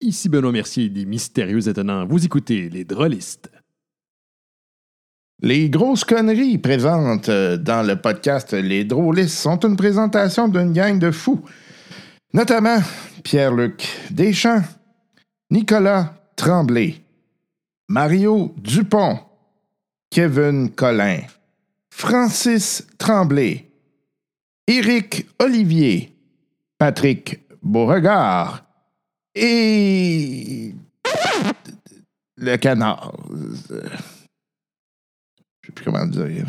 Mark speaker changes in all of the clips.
Speaker 1: Ici Benoît Mercier des Mystérieux Étonnants. Vous écoutez Les Drôlistes.
Speaker 2: Les grosses conneries présentes euh, dans le podcast Les Drôlistes sont une présentation d'une gang de fous. Notamment Pierre-Luc Deschamps, Nicolas Tremblay, Mario Dupont, Kevin Collin, Francis Tremblay, Éric Olivier, Patrick Beauregard et le canard. Euh, Je sais plus comment le dire.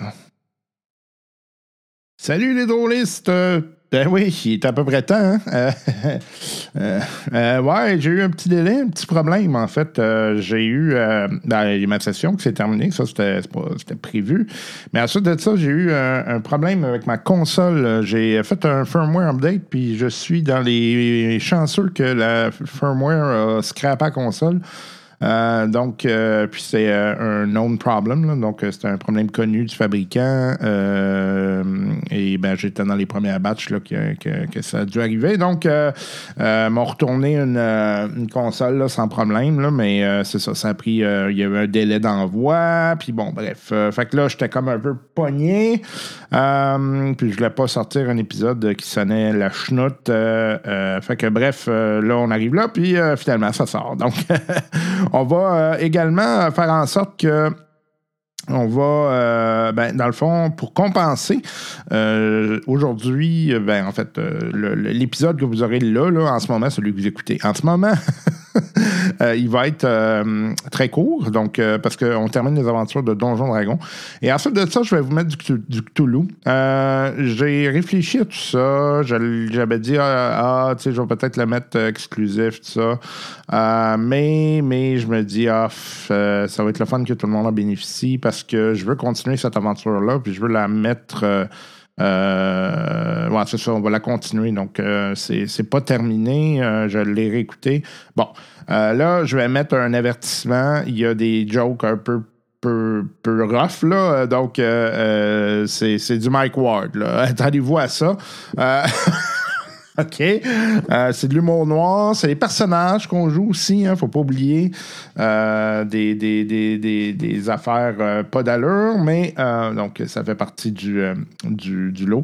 Speaker 2: Salut les drôlistes! Euh, Ben oui, il est à peu près temps. hein? Euh, euh, euh, ouais, j'ai eu un petit délai, un petit problème en fait. Euh, j'ai eu euh, ben, ma session qui s'est terminée, ça c'était c'est pas- c'était prévu. Mais ensuite de ça, j'ai eu un, un problème avec ma console. Euh, J'ai fait un firmware update, puis je suis dans les chanceux que la firmware a scrappé la console. Euh, donc, euh, puis c'est euh, un known problem. là. Donc, euh, c'est un problème connu du fabricant. Euh, et ben, j'étais dans les premières batchs là, que, que- que ça a dû arriver. Donc, euh, euh, m'ont retourné une, euh, une console là, sans problème. là. mais euh, c'est ça, ça a pris. euh, Il y a eu un délai d'envoi. Puis bon, bref. Euh, fait que là, j'étais comme un peu pogné. Euh, puis je voulais pas sortir un épisode qui sonnait la chenoute. Euh, euh, fait que bref, euh, là, on arrive là, puis euh, finalement, ça sort. Donc, on va euh, également faire en sorte que on va, euh, ben, dans le fond, pour compenser, euh, aujourd'hui, euh, ben, en fait, euh, le- le- l'épisode que vous aurez là, là, en ce moment, celui que vous écoutez, en ce moment, euh, il va être euh, très court, donc, euh, parce qu'on termine les aventures de Donjon Dragon. Et ensuite de ça, je vais vous mettre du, Cthul- du Cthulhu. Euh, J'ai réfléchi à tout ça. Je- J'avais dit, ah, ah, tu sais, je vais peut-être le mettre euh, exclusif, tout ça. Euh, mais, mais je me dis, ah, pff, euh, ça va être le fun que tout le monde en bénéficie parce que je veux continuer cette aventure-là, puis je veux la mettre. euh, euh, ouais, c'est ça, on va la continuer. Donc, euh, c'est c'est pas terminé. euh, je l'ai réécouté. Bon, euh, là, je vais mettre un avertissement. Il y a des jokes un peu peu, peu rough, là. Euh, Donc, euh, euh, c'est c'est du Mike Ward, là. Attendez-vous à ça. Euh, OK. Euh, c'est de l'humour noir. C'est les personnages qu'on joue aussi, hein, faut pas oublier. Euh, des, des, des, des, des affaires euh, pas d'allure, mais euh, donc ça fait partie du, euh, du, du lot.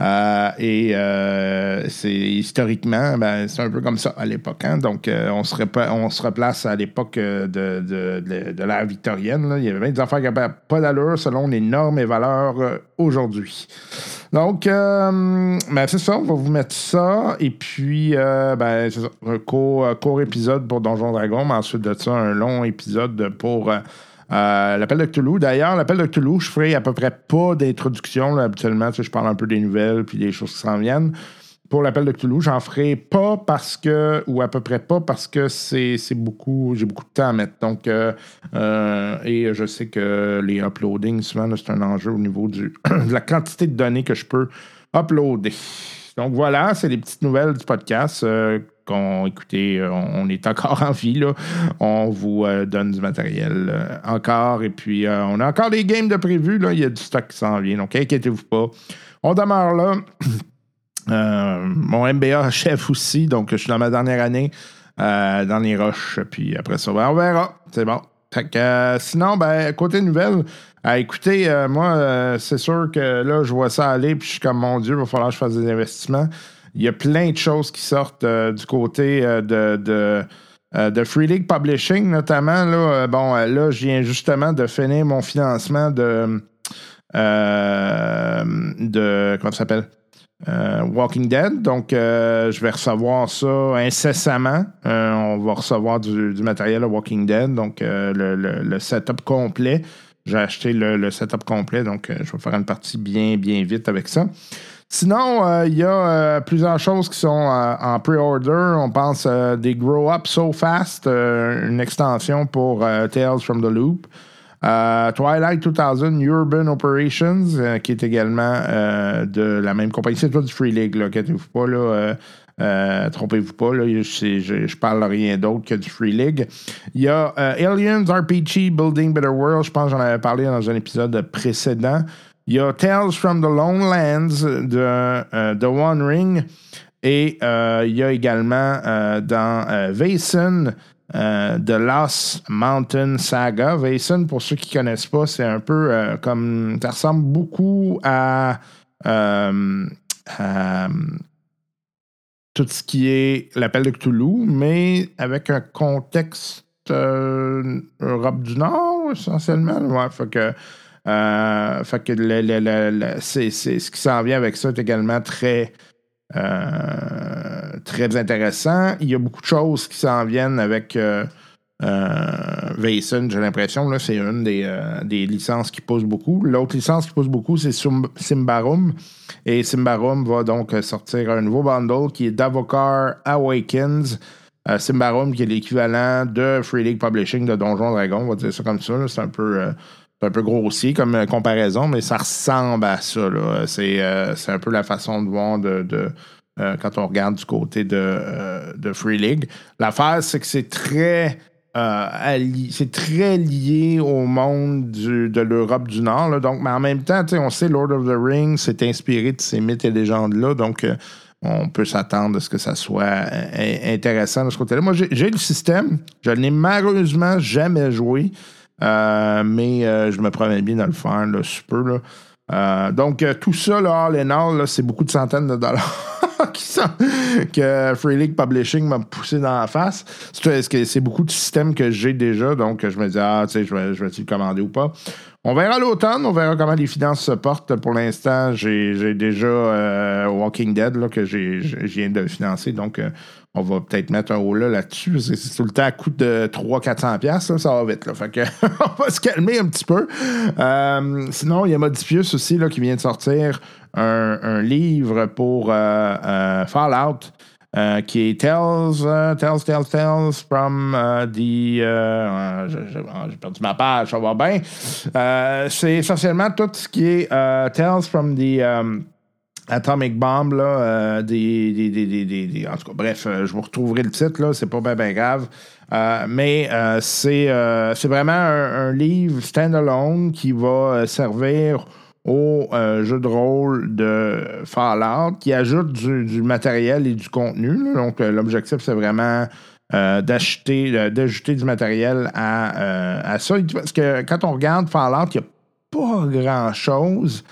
Speaker 2: Euh, et euh, c'est historiquement, ben, c'est un peu comme ça à l'époque. hein. Donc, euh, on, se repa- on se replace à l'époque euh, de, de, de- de l'ère victorienne. là. Il y avait bien des affaires qui n'avaient pas d'allure selon les normes et valeurs euh, aujourd'hui. Donc, euh, ben, c'est ça, on va vous mettre ça. Et puis, euh, ben, c'est ça, un court, euh, court épisode pour Donjon Dragon, mais ensuite de ça, un long épisode pour euh, euh, l'appel de Cthulhu. D'ailleurs, l'appel de Cthulhu, je ferai à peu près pas d'introduction. là. Habituellement, tu sais, je parle un peu des nouvelles puis des choses qui s'en viennent. Pour l'appel de Cthulhu, j'en ferai pas parce que, ou à peu près pas parce que c'est c'est beaucoup, j'ai beaucoup de temps à mettre. Donc, euh, euh, et je sais que les uploadings, souvent, là, c'est un enjeu au niveau du, de la quantité de données que je peux uploader. Donc voilà, c'est les petites nouvelles du podcast. euh, qu'on, écoutez, euh, on on est encore en vie. Là. On vous euh, donne du matériel euh, encore. Et puis, euh, on a encore des games de prévu. Là. Il y a du stock qui s'en vient. Donc, inquiétez-vous pas. On demeure là. Euh, mon MBA chef aussi. Donc, je suis dans ma dernière année euh, dans les roches. Puis après ça, ben, on verra. C'est bon. Fait que, euh, sinon, ben, côté nouvelles, ah, écoutez, euh, moi, euh, c'est sûr que là, je vois ça aller, puis je suis comme, mon Dieu, il va falloir que je fasse des investissements. Il y a plein de choses qui sortent euh, du côté euh, de, de, euh, de Free League Publishing, notamment. Là, Euh, bon, euh, là, je viens justement de finir mon financement de. euh, de comment ça s'appelle? Euh, Walking Dead. Donc, euh, je vais recevoir ça incessamment. Euh, on va recevoir du, du matériel à Walking Dead, donc euh, le, le- le setup complet. J'ai acheté le, le setup complet, donc euh, je vais faire une partie bien, bien vite avec ça. Sinon, euh, il y a euh, plusieurs choses qui sont euh, en pre-order. On pense euh, des Grow Up So Fast, euh, une extension pour euh, Tales from the Loop. Euh, Twilight 2000 Urban Operations, euh, qui est également euh, de la même compagnie. C'est toi du Free League, là, inquiétez-vous pas, là. euh, euh, trompez-vous pas, là, je, c'est- je, je parle rien d'autre que du Free League. Il y a euh, Aliens RPG Building Better World, je pense que j'en avais parlé dans un épisode précédent. Il y a Tales from the Lone Lands de euh, The One Ring. Et euh, il y a également euh, dans euh, Vason, euh, The Lost Mountain Saga. Vason, pour ceux qui ne connaissent pas, c'est un peu euh, comme. Ça ressemble beaucoup à. euh, à, tout ce qui est l'appel de Cthulhu, mais avec un contexte euh, Europe du Nord, essentiellement. Ouais, fait que, euh, fait que le- le- le- le- c'est- c'est- ce qui s'en vient avec ça est également très, euh, très intéressant. Il y a beaucoup de choses qui s'en viennent avec. euh, euh, Vason, j'ai l'impression, là, c'est une des, euh, des licences qui pousse beaucoup. L'autre licence qui pousse beaucoup, c'est Sum- Simbarum. Et Simbarum va donc euh, sortir un nouveau bundle qui est Davocar Awakens. Euh, Simbarum, qui est l'équivalent de Free League Publishing de Donjon Dragon, on va dire ça comme ça. là. C'est un peu. euh, c'est un peu grossier comme euh, comparaison, mais ça ressemble à ça. là. C'est euh, c'est un peu la façon de voir de, de, euh, quand on regarde du côté de, euh, de Free League. L'affaire, c'est que c'est très, euh, alli- c'est très lié au monde du- de l'Europe du Nord. là. Donc, mais en même temps, tu sais, on sait Lord of the Rings s'est inspiré de ces mythes et légendes-là. Donc, euh, on peut s'attendre à ce que ça soit euh, intéressant de ce côté-là. Moi, j'ai j'ai le système. Je n'ai malheureusement jamais joué. Euh, mais euh, je me promets bien de le faire, là, si je peux, là. Euh, donc, euh, tout ça, là, all in all, là, c'est beaucoup de centaines de dollars qui sont- que Free League Publishing m'a poussé dans la face. C'est c'est que c'est beaucoup de systèmes que j'ai déjà, donc euh, je me dis, ah, tu sais, je vais- je vais-tu le commander ou pas? On verra l'automne, on verra comment les finances se portent. Pour l'instant, j'ai j'ai déjà euh, Walking Dead là, que j'ai- j'ai- je viens de financer, donc euh, on va peut-être mettre un haut là là-dessus. parce que C'est tout le temps à coût de 300-400$, piastres, là, ça va vite. Là. Fait que on va se calmer un petit peu. Euh, sinon, il y a Modifius aussi là, qui vient de sortir un, un livre pour euh, euh, Fallout. euh, qui est Tales, euh, Tales, Tales, Tales from euh, the. euh, euh, je- je- ah, J'ai perdu ma page, ça va bien. Euh, C'est essentiellement tout ce qui est euh, Tales from the. euh, Atomic Bomb, là, euh, des, des- des- des- des- des- En tout cas, bref, euh, je vous retrouverai le titre, là, c'est pas bien grave. Euh, mais euh, c'est euh, c'est vraiment un, un livre standalone qui va euh, servir au euh, jeu de rôle de Fallout, qui ajoute du, du matériel et du contenu. là. Donc, euh, l'objectif, c'est vraiment euh, d'acheter, euh, d'ajouter du matériel à, euh, à ça. Parce que quand on regarde Fallout, il n'y a pas grand-chose.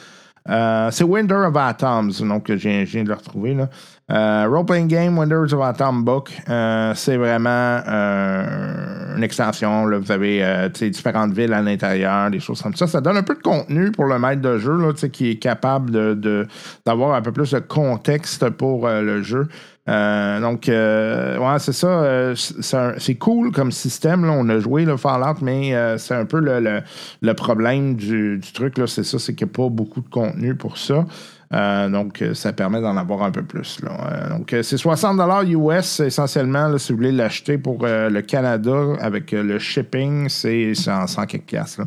Speaker 2: Euh, c'est Winter of Atoms, donc que je viens- je viens de le retrouver. Là. Euh, Role-playing game, Windows of Atom Book, euh, c'est vraiment euh, une extension. Là, vous avez euh, tu sais, différentes villes à l'intérieur, des choses comme ça. Ça donne un peu de contenu pour le maître de jeu là, tu sais, qui est capable de- de- d'avoir un peu plus de contexte pour euh, le jeu. Euh, donc, euh, ouais, c'est ça. euh, c'est- c'est un- c'est cool comme système. là. On a joué le Fallout, mais euh, c'est un peu le, le- le problème du, du truc. là, C'est ça, c'est qu'il n'y a pas beaucoup de contenu pour ça. Euh, donc, euh, ça permet d'en avoir un peu plus. là. Euh, donc, euh, c'est 60 US essentiellement, là, si vous voulez l'acheter pour euh, le Canada avec euh, le shipping, c'est c'est en 100 quelques piastres.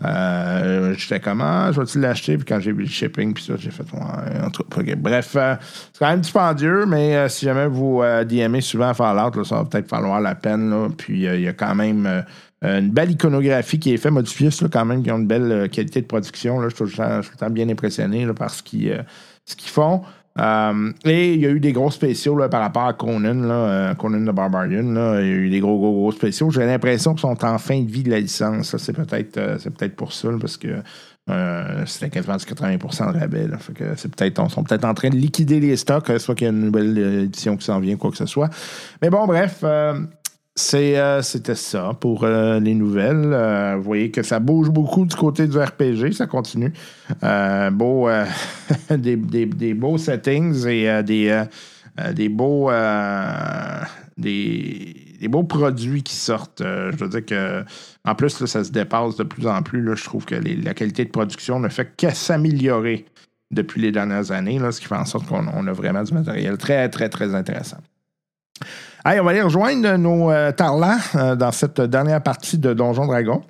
Speaker 2: là. Euh, J'étais comment, je vais-tu l'acheter? Puis quand j'ai vu le shipping, puis ça, j'ai fait, ouais, en tout cas, ok. bref, euh, c'est quand même dispendieux, mais euh, si jamais vous euh, DMez souvent à Fallout, là, ça va peut-être valoir la peine. là. Puis, euh, il y a quand même. euh, euh, une belle iconographie qui est faite, Modifius, là, quand même, qui ont une belle euh, qualité de production. Là, je, suis tout le temps, je suis tout le temps bien impressionné là, par ce qu'ils euh, ce qu'ils font. Euh, et il y a eu des gros spéciaux là, par rapport à Conan, là, euh, Conan the Barbarian. là. il y a eu des gros, gros, gros spéciaux. J'ai l'impression qu'ils sont en fin de vie de la licence. là. C'est peut-être euh, c'est peut-être pour ça, là, parce que euh, c'était quasiment du 80 de rabais. là. Fait que c'est peut-être, on sont peut-être en train de liquider les stocks, euh, soit qu'il y a une nouvelle euh, édition qui s'en vient, quoi que ce soit. Mais bon, bref. euh, c'est, euh, c'était ça pour euh, les nouvelles. Euh, vous voyez que ça bouge beaucoup du côté du RPG, ça continue. Euh, beau, euh, des, des- des beaux settings et euh, des, euh, euh, des beaux euh, des, des beaux produits qui sortent. Euh, je veux dire que en plus là, ça se dépasse de plus en plus. là. je trouve que les- la qualité de production ne fait que s'améliorer depuis les dernières années, là, ce qui fait en sorte qu'on on a vraiment du matériel très, très, très intéressant. Hey, on va aller rejoindre nos euh, tarlans euh, dans cette dernière partie de Donjon Dragon.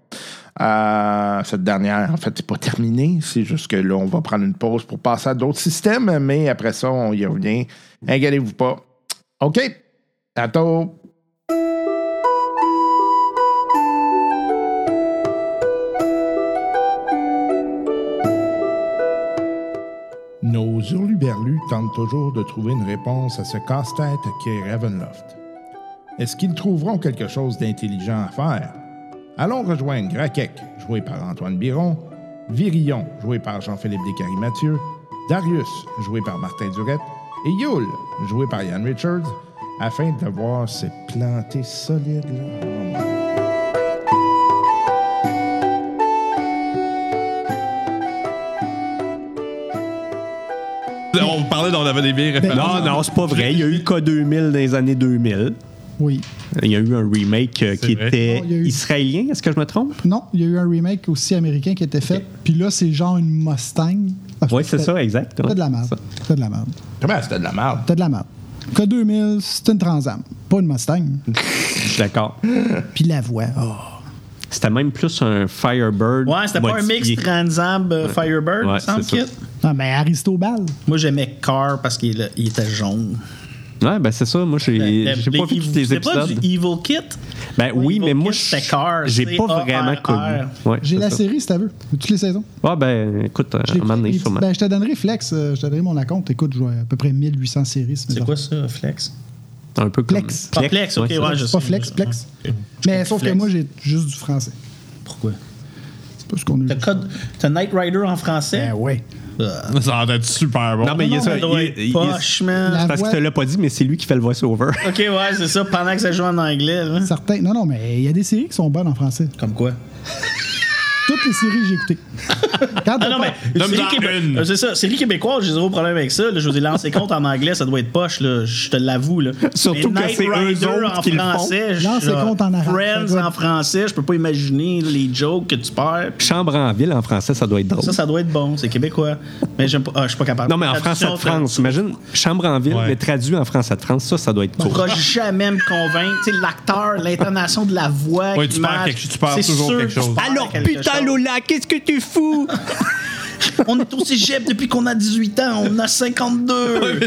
Speaker 2: Euh, cette dernière, en fait, c'est pas terminé. C'est juste que là, on va prendre une pause pour passer à d'autres systèmes, mais après ça, on y revient. Ingalez-vous pas. OK. À tôt. Nos hurluberlus tentent toujours de trouver une réponse à ce casse-tête qu'est Ravenloft. Est-ce qu'ils trouveront quelque chose d'intelligent à faire? Allons rejoindre Grakek, joué par Antoine Biron, Virillon, joué par Jean-Philippe Descaries-Mathieu, Darius, joué par Martin Durette, et Yule, joué par Ian Richards, afin de voir ces plantés solides là.
Speaker 3: On parlait d'on avait des
Speaker 4: Ben,
Speaker 3: vieilles références.
Speaker 5: Non, Ah non, c'est pas vrai. Il y a eu K2000 dans les années 2000.
Speaker 6: Oui.
Speaker 5: Il y a eu un remake euh, qui
Speaker 3: vrai.
Speaker 5: était
Speaker 6: Non, il y a eu-
Speaker 5: israélien, est-ce que je me trompe?
Speaker 6: Non, il y a eu un remake aussi américain qui était fait. Puis là, c'est genre une Mustang. Ah,
Speaker 5: Oui, c'est
Speaker 6: c'était-
Speaker 5: ça, exact.
Speaker 6: T'as de la
Speaker 5: merde.
Speaker 6: merde. T'as de la merde.
Speaker 2: Comment c'était de la merde?
Speaker 6: T'as de la merde. K2000, c'est une Transam, pas une Mustang.
Speaker 5: Je suis d'accord.
Speaker 6: Puis la voix. oh.
Speaker 5: C'était même plus un Firebird.
Speaker 4: Ouais, c'était pas un
Speaker 5: modifié.
Speaker 4: mix Transam euh, Firebird,
Speaker 5: Ouais,
Speaker 4: il me semble,
Speaker 5: c'est ça.
Speaker 4: Kit.
Speaker 6: Non, Ah, mais Aristobal.
Speaker 4: Moi, j'aimais Car parce qu'il est- il était jaune.
Speaker 5: Ouais, ben c'est ça. Moi, j'ai
Speaker 4: Le-
Speaker 5: j'ai
Speaker 4: le-
Speaker 5: pas vu
Speaker 4: il-
Speaker 5: tous les
Speaker 4: c'est ben, pas du
Speaker 5: épisodes.
Speaker 4: Evil Kit?
Speaker 5: Ben oui,
Speaker 4: Evil
Speaker 5: mais moi,
Speaker 4: Kid, c'était
Speaker 5: je-
Speaker 4: Car,
Speaker 5: j'ai pas
Speaker 4: C-A-R-R.
Speaker 5: vraiment connu. Ouais,
Speaker 6: J'ai
Speaker 5: c'est
Speaker 6: la
Speaker 5: ça.
Speaker 6: série, si t'as vu. Toutes les saisons.
Speaker 5: Ah, ben écoute,
Speaker 6: Je
Speaker 5: un
Speaker 6: l'ai-
Speaker 5: moment donné,
Speaker 6: les-
Speaker 5: sûrement.
Speaker 6: ben, je te donnerai Flex. euh, je te donnerai mon acompte. Écoute, je vois à peu près 1800 séries. mes
Speaker 4: C'est
Speaker 6: affaires.
Speaker 4: quoi ça, Flex?
Speaker 5: Un peu comme.
Speaker 6: Plex.
Speaker 4: Ah, Plex, ok,
Speaker 5: ouais,
Speaker 4: ouais, je
Speaker 6: C'est
Speaker 4: sais.
Speaker 6: pas Flex,
Speaker 4: Ah. je-
Speaker 6: Plex.
Speaker 4: ouais.
Speaker 6: Mais sauf
Speaker 4: Flex.
Speaker 6: que moi, j'ai juste du français.
Speaker 4: Pourquoi?
Speaker 6: C'est pas ce qu'on a
Speaker 4: T'as
Speaker 6: eu.
Speaker 4: code- t'as Knight Rider en français?
Speaker 6: Ben ouais.
Speaker 3: Ça doit être super bon.
Speaker 5: Non, mais il y a
Speaker 4: Ça
Speaker 5: ça.
Speaker 4: doit
Speaker 5: il-
Speaker 4: être
Speaker 5: il-
Speaker 4: poche, man.
Speaker 6: La-
Speaker 5: C'est parce que tu l'as pas dit, mais c'est lui qui fait le voice-over.
Speaker 4: Ah. Ok, ouais, c'est ça, pendant que ça joue en anglais. là.
Speaker 6: Certains. Non, non, mais il y a des séries qui sont bonnes en français.
Speaker 4: Comme quoi?
Speaker 6: Toutes les séries que j'ai écoutées. Quand
Speaker 4: Ah
Speaker 6: t'as
Speaker 4: non,
Speaker 6: pas-
Speaker 4: mais une série
Speaker 3: Donne-en
Speaker 4: québé-
Speaker 3: une.
Speaker 4: Euh, c'est ça, série québécoise, j'ai zéro problème avec ça. là. Je vous ai lancé compte en anglais, ça doit être poche, là, je te l'avoue. là.
Speaker 5: Surtout
Speaker 4: Mais
Speaker 5: que
Speaker 4: Knight
Speaker 5: c'est eux
Speaker 4: Rider
Speaker 5: autres
Speaker 4: en
Speaker 5: qui le font.
Speaker 4: français. je-
Speaker 6: Lancez
Speaker 4: genre,
Speaker 6: compte en arabe, ça
Speaker 4: Friends
Speaker 6: doit être-
Speaker 4: en français, je peux pas imaginer les jokes que tu perds.
Speaker 5: Chambre en ville, en français, ça doit être drôle.
Speaker 4: Ça, ça doit être bon, c'est québécois. Mais j'aime pas, ah, je suis pas capable.
Speaker 5: Non, mais en français
Speaker 4: Traduction,
Speaker 5: de France. Imagine, chambre en ville,
Speaker 3: Ouais.
Speaker 5: mais traduit en français de France, ça, ça doit être
Speaker 4: Tu
Speaker 5: cool.
Speaker 4: pourras jamais me convaincre. Tu sais, l'acteur, l'intonation de la voix.
Speaker 3: Ouais,
Speaker 4: qui
Speaker 3: tu perds
Speaker 4: marche,
Speaker 3: quelque- tu perds
Speaker 4: c'est
Speaker 3: toujours
Speaker 4: sûr
Speaker 3: quelque
Speaker 4: que tu
Speaker 3: chose.
Speaker 4: perds quelque chose.
Speaker 5: Lola, qu'est-ce que tu fous?
Speaker 4: On est au cégep depuis qu'on a 18 ans, on a 52.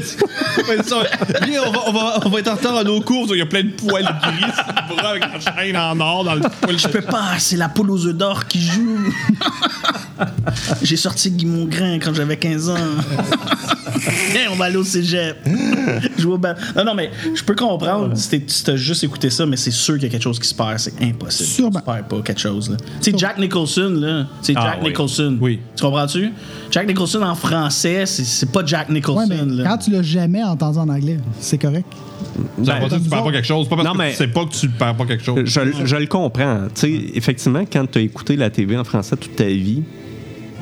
Speaker 3: Ouais, ça, viens, on, va, on, va, on va être en retard à nos cours, il y a plein de poils gris, c'est pour avec la chaîne en or dans le poil.
Speaker 4: Je peux pas, c'est la poule aux œufs d'or qui joue. J'ai sorti Guy Mongrain quand j'avais 15 ans. Viens, on va aller au cégep. Jouer au bal- Non, non, mais je peux comprendre si t'es- si t'as juste écouté ça, mais c'est sûr qu'il y a quelque chose qui se perd. C'est impossible.
Speaker 6: Sûrement.
Speaker 4: Tu perds pas quelque chose. là. Tu sais, Jack Nicholson, là. C'est
Speaker 5: Ah,
Speaker 4: Jack
Speaker 5: oui.
Speaker 4: Nicholson.
Speaker 3: Oui.
Speaker 4: Tu comprends-tu? Jack Nicholson en français, c'est- c'est pas Jack
Speaker 6: Ouais,
Speaker 4: Nicholson.
Speaker 6: mais
Speaker 4: là.
Speaker 6: quand tu l'as jamais entendu en anglais, c'est correct.
Speaker 3: Ça veut pas dire que tu perds pas quelque chose, pas parce
Speaker 5: Non,
Speaker 3: que
Speaker 5: mais-
Speaker 3: tu sais pas que tu perds pas quelque chose.
Speaker 5: Ben, Je, je le comprends. Tu sais, effectivement, quand tu as écouté la TV en français toute ta vie,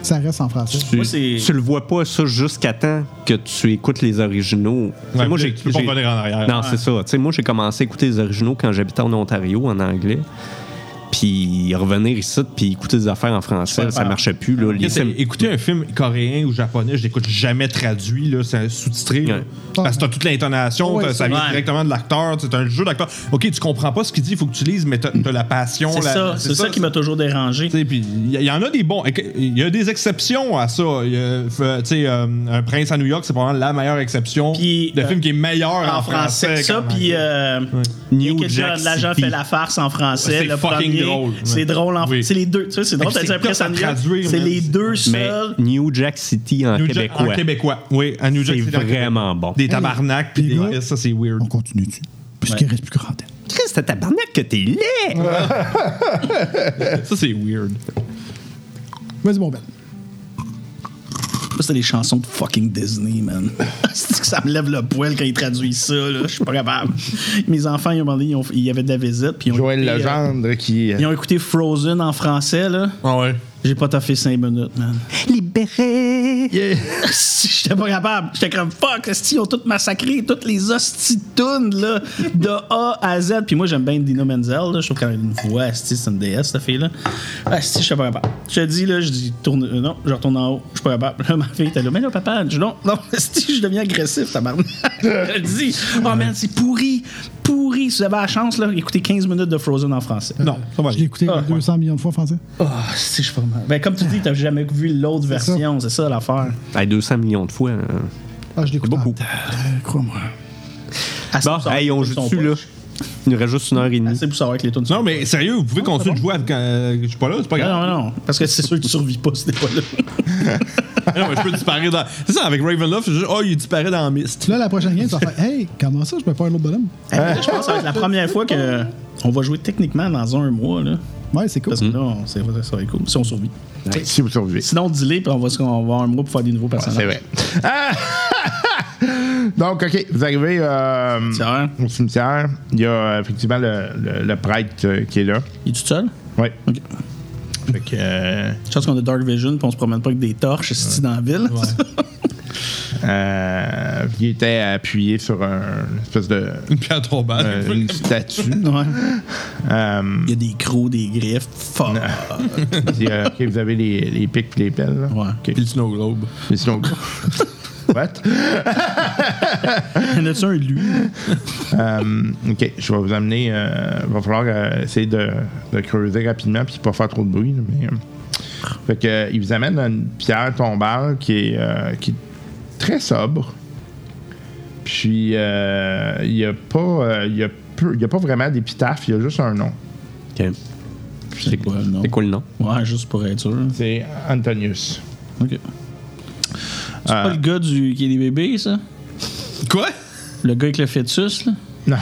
Speaker 6: Ça reste en français.
Speaker 5: tu,
Speaker 4: Moi, c'est-
Speaker 5: tu le vois pas ça jusqu'à temps que tu écoutes les originaux. Tu sais,
Speaker 3: Ouais,
Speaker 5: moi,
Speaker 3: tu peux pas
Speaker 5: j'ai-
Speaker 3: revenir en arrière.
Speaker 5: Non, c'est ça. Tu sais, moi, j'ai commencé à écouter les originaux quand j'habitais en Ontario, en anglais. Puis revenir ici, puis écouter des affaires en français, ça marchait plus. Là, les
Speaker 3: Écoute,
Speaker 5: Sim-
Speaker 3: Écouter un film coréen ou japonais, je l'écoute jamais traduit, là, c'est un sous-titré. là.
Speaker 5: Ouais.
Speaker 3: Parce que t'as toute l'intonation,
Speaker 6: Ouais,
Speaker 3: t'as- ça vient
Speaker 4: ouais.
Speaker 3: directement de l'acteur, c'est un jeu d'acteur. Ok, tu comprends pas ce qu'il dit, il faut que tu lises, mais t'as t'as la passion.
Speaker 4: C'est
Speaker 3: la-
Speaker 4: ça, c'est ça qui m'a toujours dérangé.
Speaker 3: Tu sais, puis il y, y en a des bons. Il y a des exceptions à ça. Il y a, f- tu sais, euh, un prince à New York, c'est probablement la meilleure exception.
Speaker 4: Puis,
Speaker 3: le
Speaker 4: euh,
Speaker 3: film qui est meilleur en,
Speaker 4: en français.
Speaker 3: qu'en
Speaker 4: Ça,
Speaker 3: anglais.
Speaker 4: puis euh,
Speaker 5: New
Speaker 4: New
Speaker 5: Jack
Speaker 4: L'agent
Speaker 5: City.
Speaker 4: fait la farce en français.
Speaker 3: C'est
Speaker 4: le
Speaker 3: fucking
Speaker 4: premier,
Speaker 3: drôle, ouais.
Speaker 4: C'est drôle en
Speaker 3: Oui.
Speaker 4: C'est les deux. Tu sais, c'est drôle,
Speaker 3: Et
Speaker 4: t'as dit
Speaker 3: puis c'est
Speaker 4: après
Speaker 3: tough
Speaker 4: ça
Speaker 3: à
Speaker 4: me vient.
Speaker 3: traduire,
Speaker 4: C'est
Speaker 3: man.
Speaker 4: les deux
Speaker 5: mais
Speaker 4: seuls.
Speaker 5: New Jack City en
Speaker 3: New Jack-
Speaker 5: québécois.
Speaker 3: en québécois. Oui, à New Jack,
Speaker 5: C'est
Speaker 3: dans le Québec.
Speaker 5: vraiment bon.
Speaker 3: Des tabarnak, puis
Speaker 6: les
Speaker 3: des
Speaker 6: gars.
Speaker 3: ça, c'est weird.
Speaker 6: On continue dessus. Puisqu'il reste plus que Rantel.
Speaker 5: Chris, t'as tabarnak que t'es laid!
Speaker 3: Ça, c'est weird.
Speaker 6: Vas-y, mon Ben.
Speaker 4: Ça, c'est des chansons de fucking Disney, man. c'est que ça me lève le poil quand ils traduisent ça, là. Je suis pas capable. Mes enfants, ils, un moment donné, ils, ont, ils avaient de la visite. Puis ils ont
Speaker 2: Joël
Speaker 4: écouté, euh,
Speaker 2: Legendre qui.
Speaker 4: ils ont écouté Frozen en français, là.
Speaker 3: Ah ouais.
Speaker 4: J'ai pas taffé 5 minutes, man. Libéré! J'étais pas capable. J'étais comme fuck, esti, ils ont tout massacré, toutes les hosties de tunes, là, de A à Z. Puis moi, j'aime bien Dino Menzel, là. Je trouve qu'elle a une voix, esti, c'est une déesse, cette fille-là. Ah, Esti, j'étais pas capable. Je te dis, là, je dis, tourne, euh, non, je retourne en haut, je suis pas capable. Là, ma fille était là, mais là, papa, je dis, non, non, esti, je deviens agressif, tabarnak. je dis, oh man, c'est pourri, pourri. Si vous avez la chance, là, écoutez 15 minutes de Frozen en français.
Speaker 3: Non, ça va
Speaker 6: Je l'ai écouté
Speaker 4: Ah, ouais.
Speaker 6: 200 millions de fois en français.
Speaker 4: Oh, si je suis pas mal. Ben, comme tu dis, t'as jamais vu l'autre
Speaker 6: ça.
Speaker 4: version, c'est ça, l'affaire.
Speaker 5: Hey, 200 millions de fois. hein.
Speaker 6: Ah, je l'ai écouté.
Speaker 5: beaucoup.
Speaker 6: en- Euh, Crois-moi.
Speaker 4: À
Speaker 5: Bon,
Speaker 4: son-
Speaker 5: hey,
Speaker 4: son
Speaker 5: on joue dessus, là.
Speaker 4: poche.
Speaker 5: Il nous reste juste une heure et demie.
Speaker 4: C'est pour savoir que les tunes sont-
Speaker 3: Non, mais sérieux, vous pouvez continuer de jouer quand euh, je suis pas là, c'est pas grave.
Speaker 4: Non, non, non. Parce que c'est sûr que tu survis pas si t'es pas là.
Speaker 3: non, mais je peux disparaître dans. C'est ça, avec Ravenloft, c'est juste, oh, il disparaît dans la mist.
Speaker 6: Là, la prochaine game, ça va faire Hey, comment ça, je peux faire l'autre bonhomme
Speaker 4: Je pense que ça va être la première fois que on va jouer techniquement dans un mois. Là.
Speaker 6: Ouais, c'est cool.
Speaker 4: Parce que là, on- c'est vrai, ça va être cool. Si on survit.
Speaker 2: Si vous survivez.
Speaker 4: Sinon, dis-les, puis on va, on va avoir un mois pour faire des nouveaux personnages.
Speaker 2: C'est vrai. Ah! Donc, OK, vous arrivez euh,
Speaker 4: Cimetière.
Speaker 2: au cimetière. Il y a euh, effectivement le, le- le prêtre euh, qui est là.
Speaker 4: Il est tout seul?
Speaker 2: Oui.
Speaker 4: OK.
Speaker 2: Fait que, euh,
Speaker 4: Je pense qu'on a Dark Vision, puis on se promène pas avec des torches ici dans la ville.
Speaker 2: euh, il était appuyé sur un, une espèce de.
Speaker 3: Une pierre
Speaker 4: Ah,
Speaker 3: tombale.
Speaker 2: euh, une statue.
Speaker 4: Ouais.
Speaker 2: Euh,
Speaker 4: Il y a des crocs, des griffes. Fuck.
Speaker 2: puis, euh, OK, vous avez les, les pics et les pelles. là.
Speaker 4: Ouais.
Speaker 2: OK.
Speaker 3: Puis le Snow Globe.
Speaker 2: Mais sinon- What?
Speaker 4: Y en a-tu un lui?
Speaker 2: Euh, OK, je vais vous amener. Il va falloir euh, essayer de, de creuser rapidement puis pas faire trop de bruit. là, mais, euh. fait que, euh, il vous amène dans une pierre tombale qui est, euh, qui est très sobre. Puis, euh, il n'y a, pas, euh, il y a peu- il y a pas vraiment d'épitaphe, il y a juste un nom.
Speaker 5: Ok.
Speaker 4: C'est quoi le nom?
Speaker 5: C'est quoi le nom?
Speaker 4: Ouais, juste pour être sûr.
Speaker 2: C'est Antonius.
Speaker 4: OK. C'est
Speaker 3: Euh.
Speaker 4: pas le gars du, qui est des bébés, ça?
Speaker 3: Quoi?
Speaker 4: Le gars avec le fœtus, là?
Speaker 2: Non.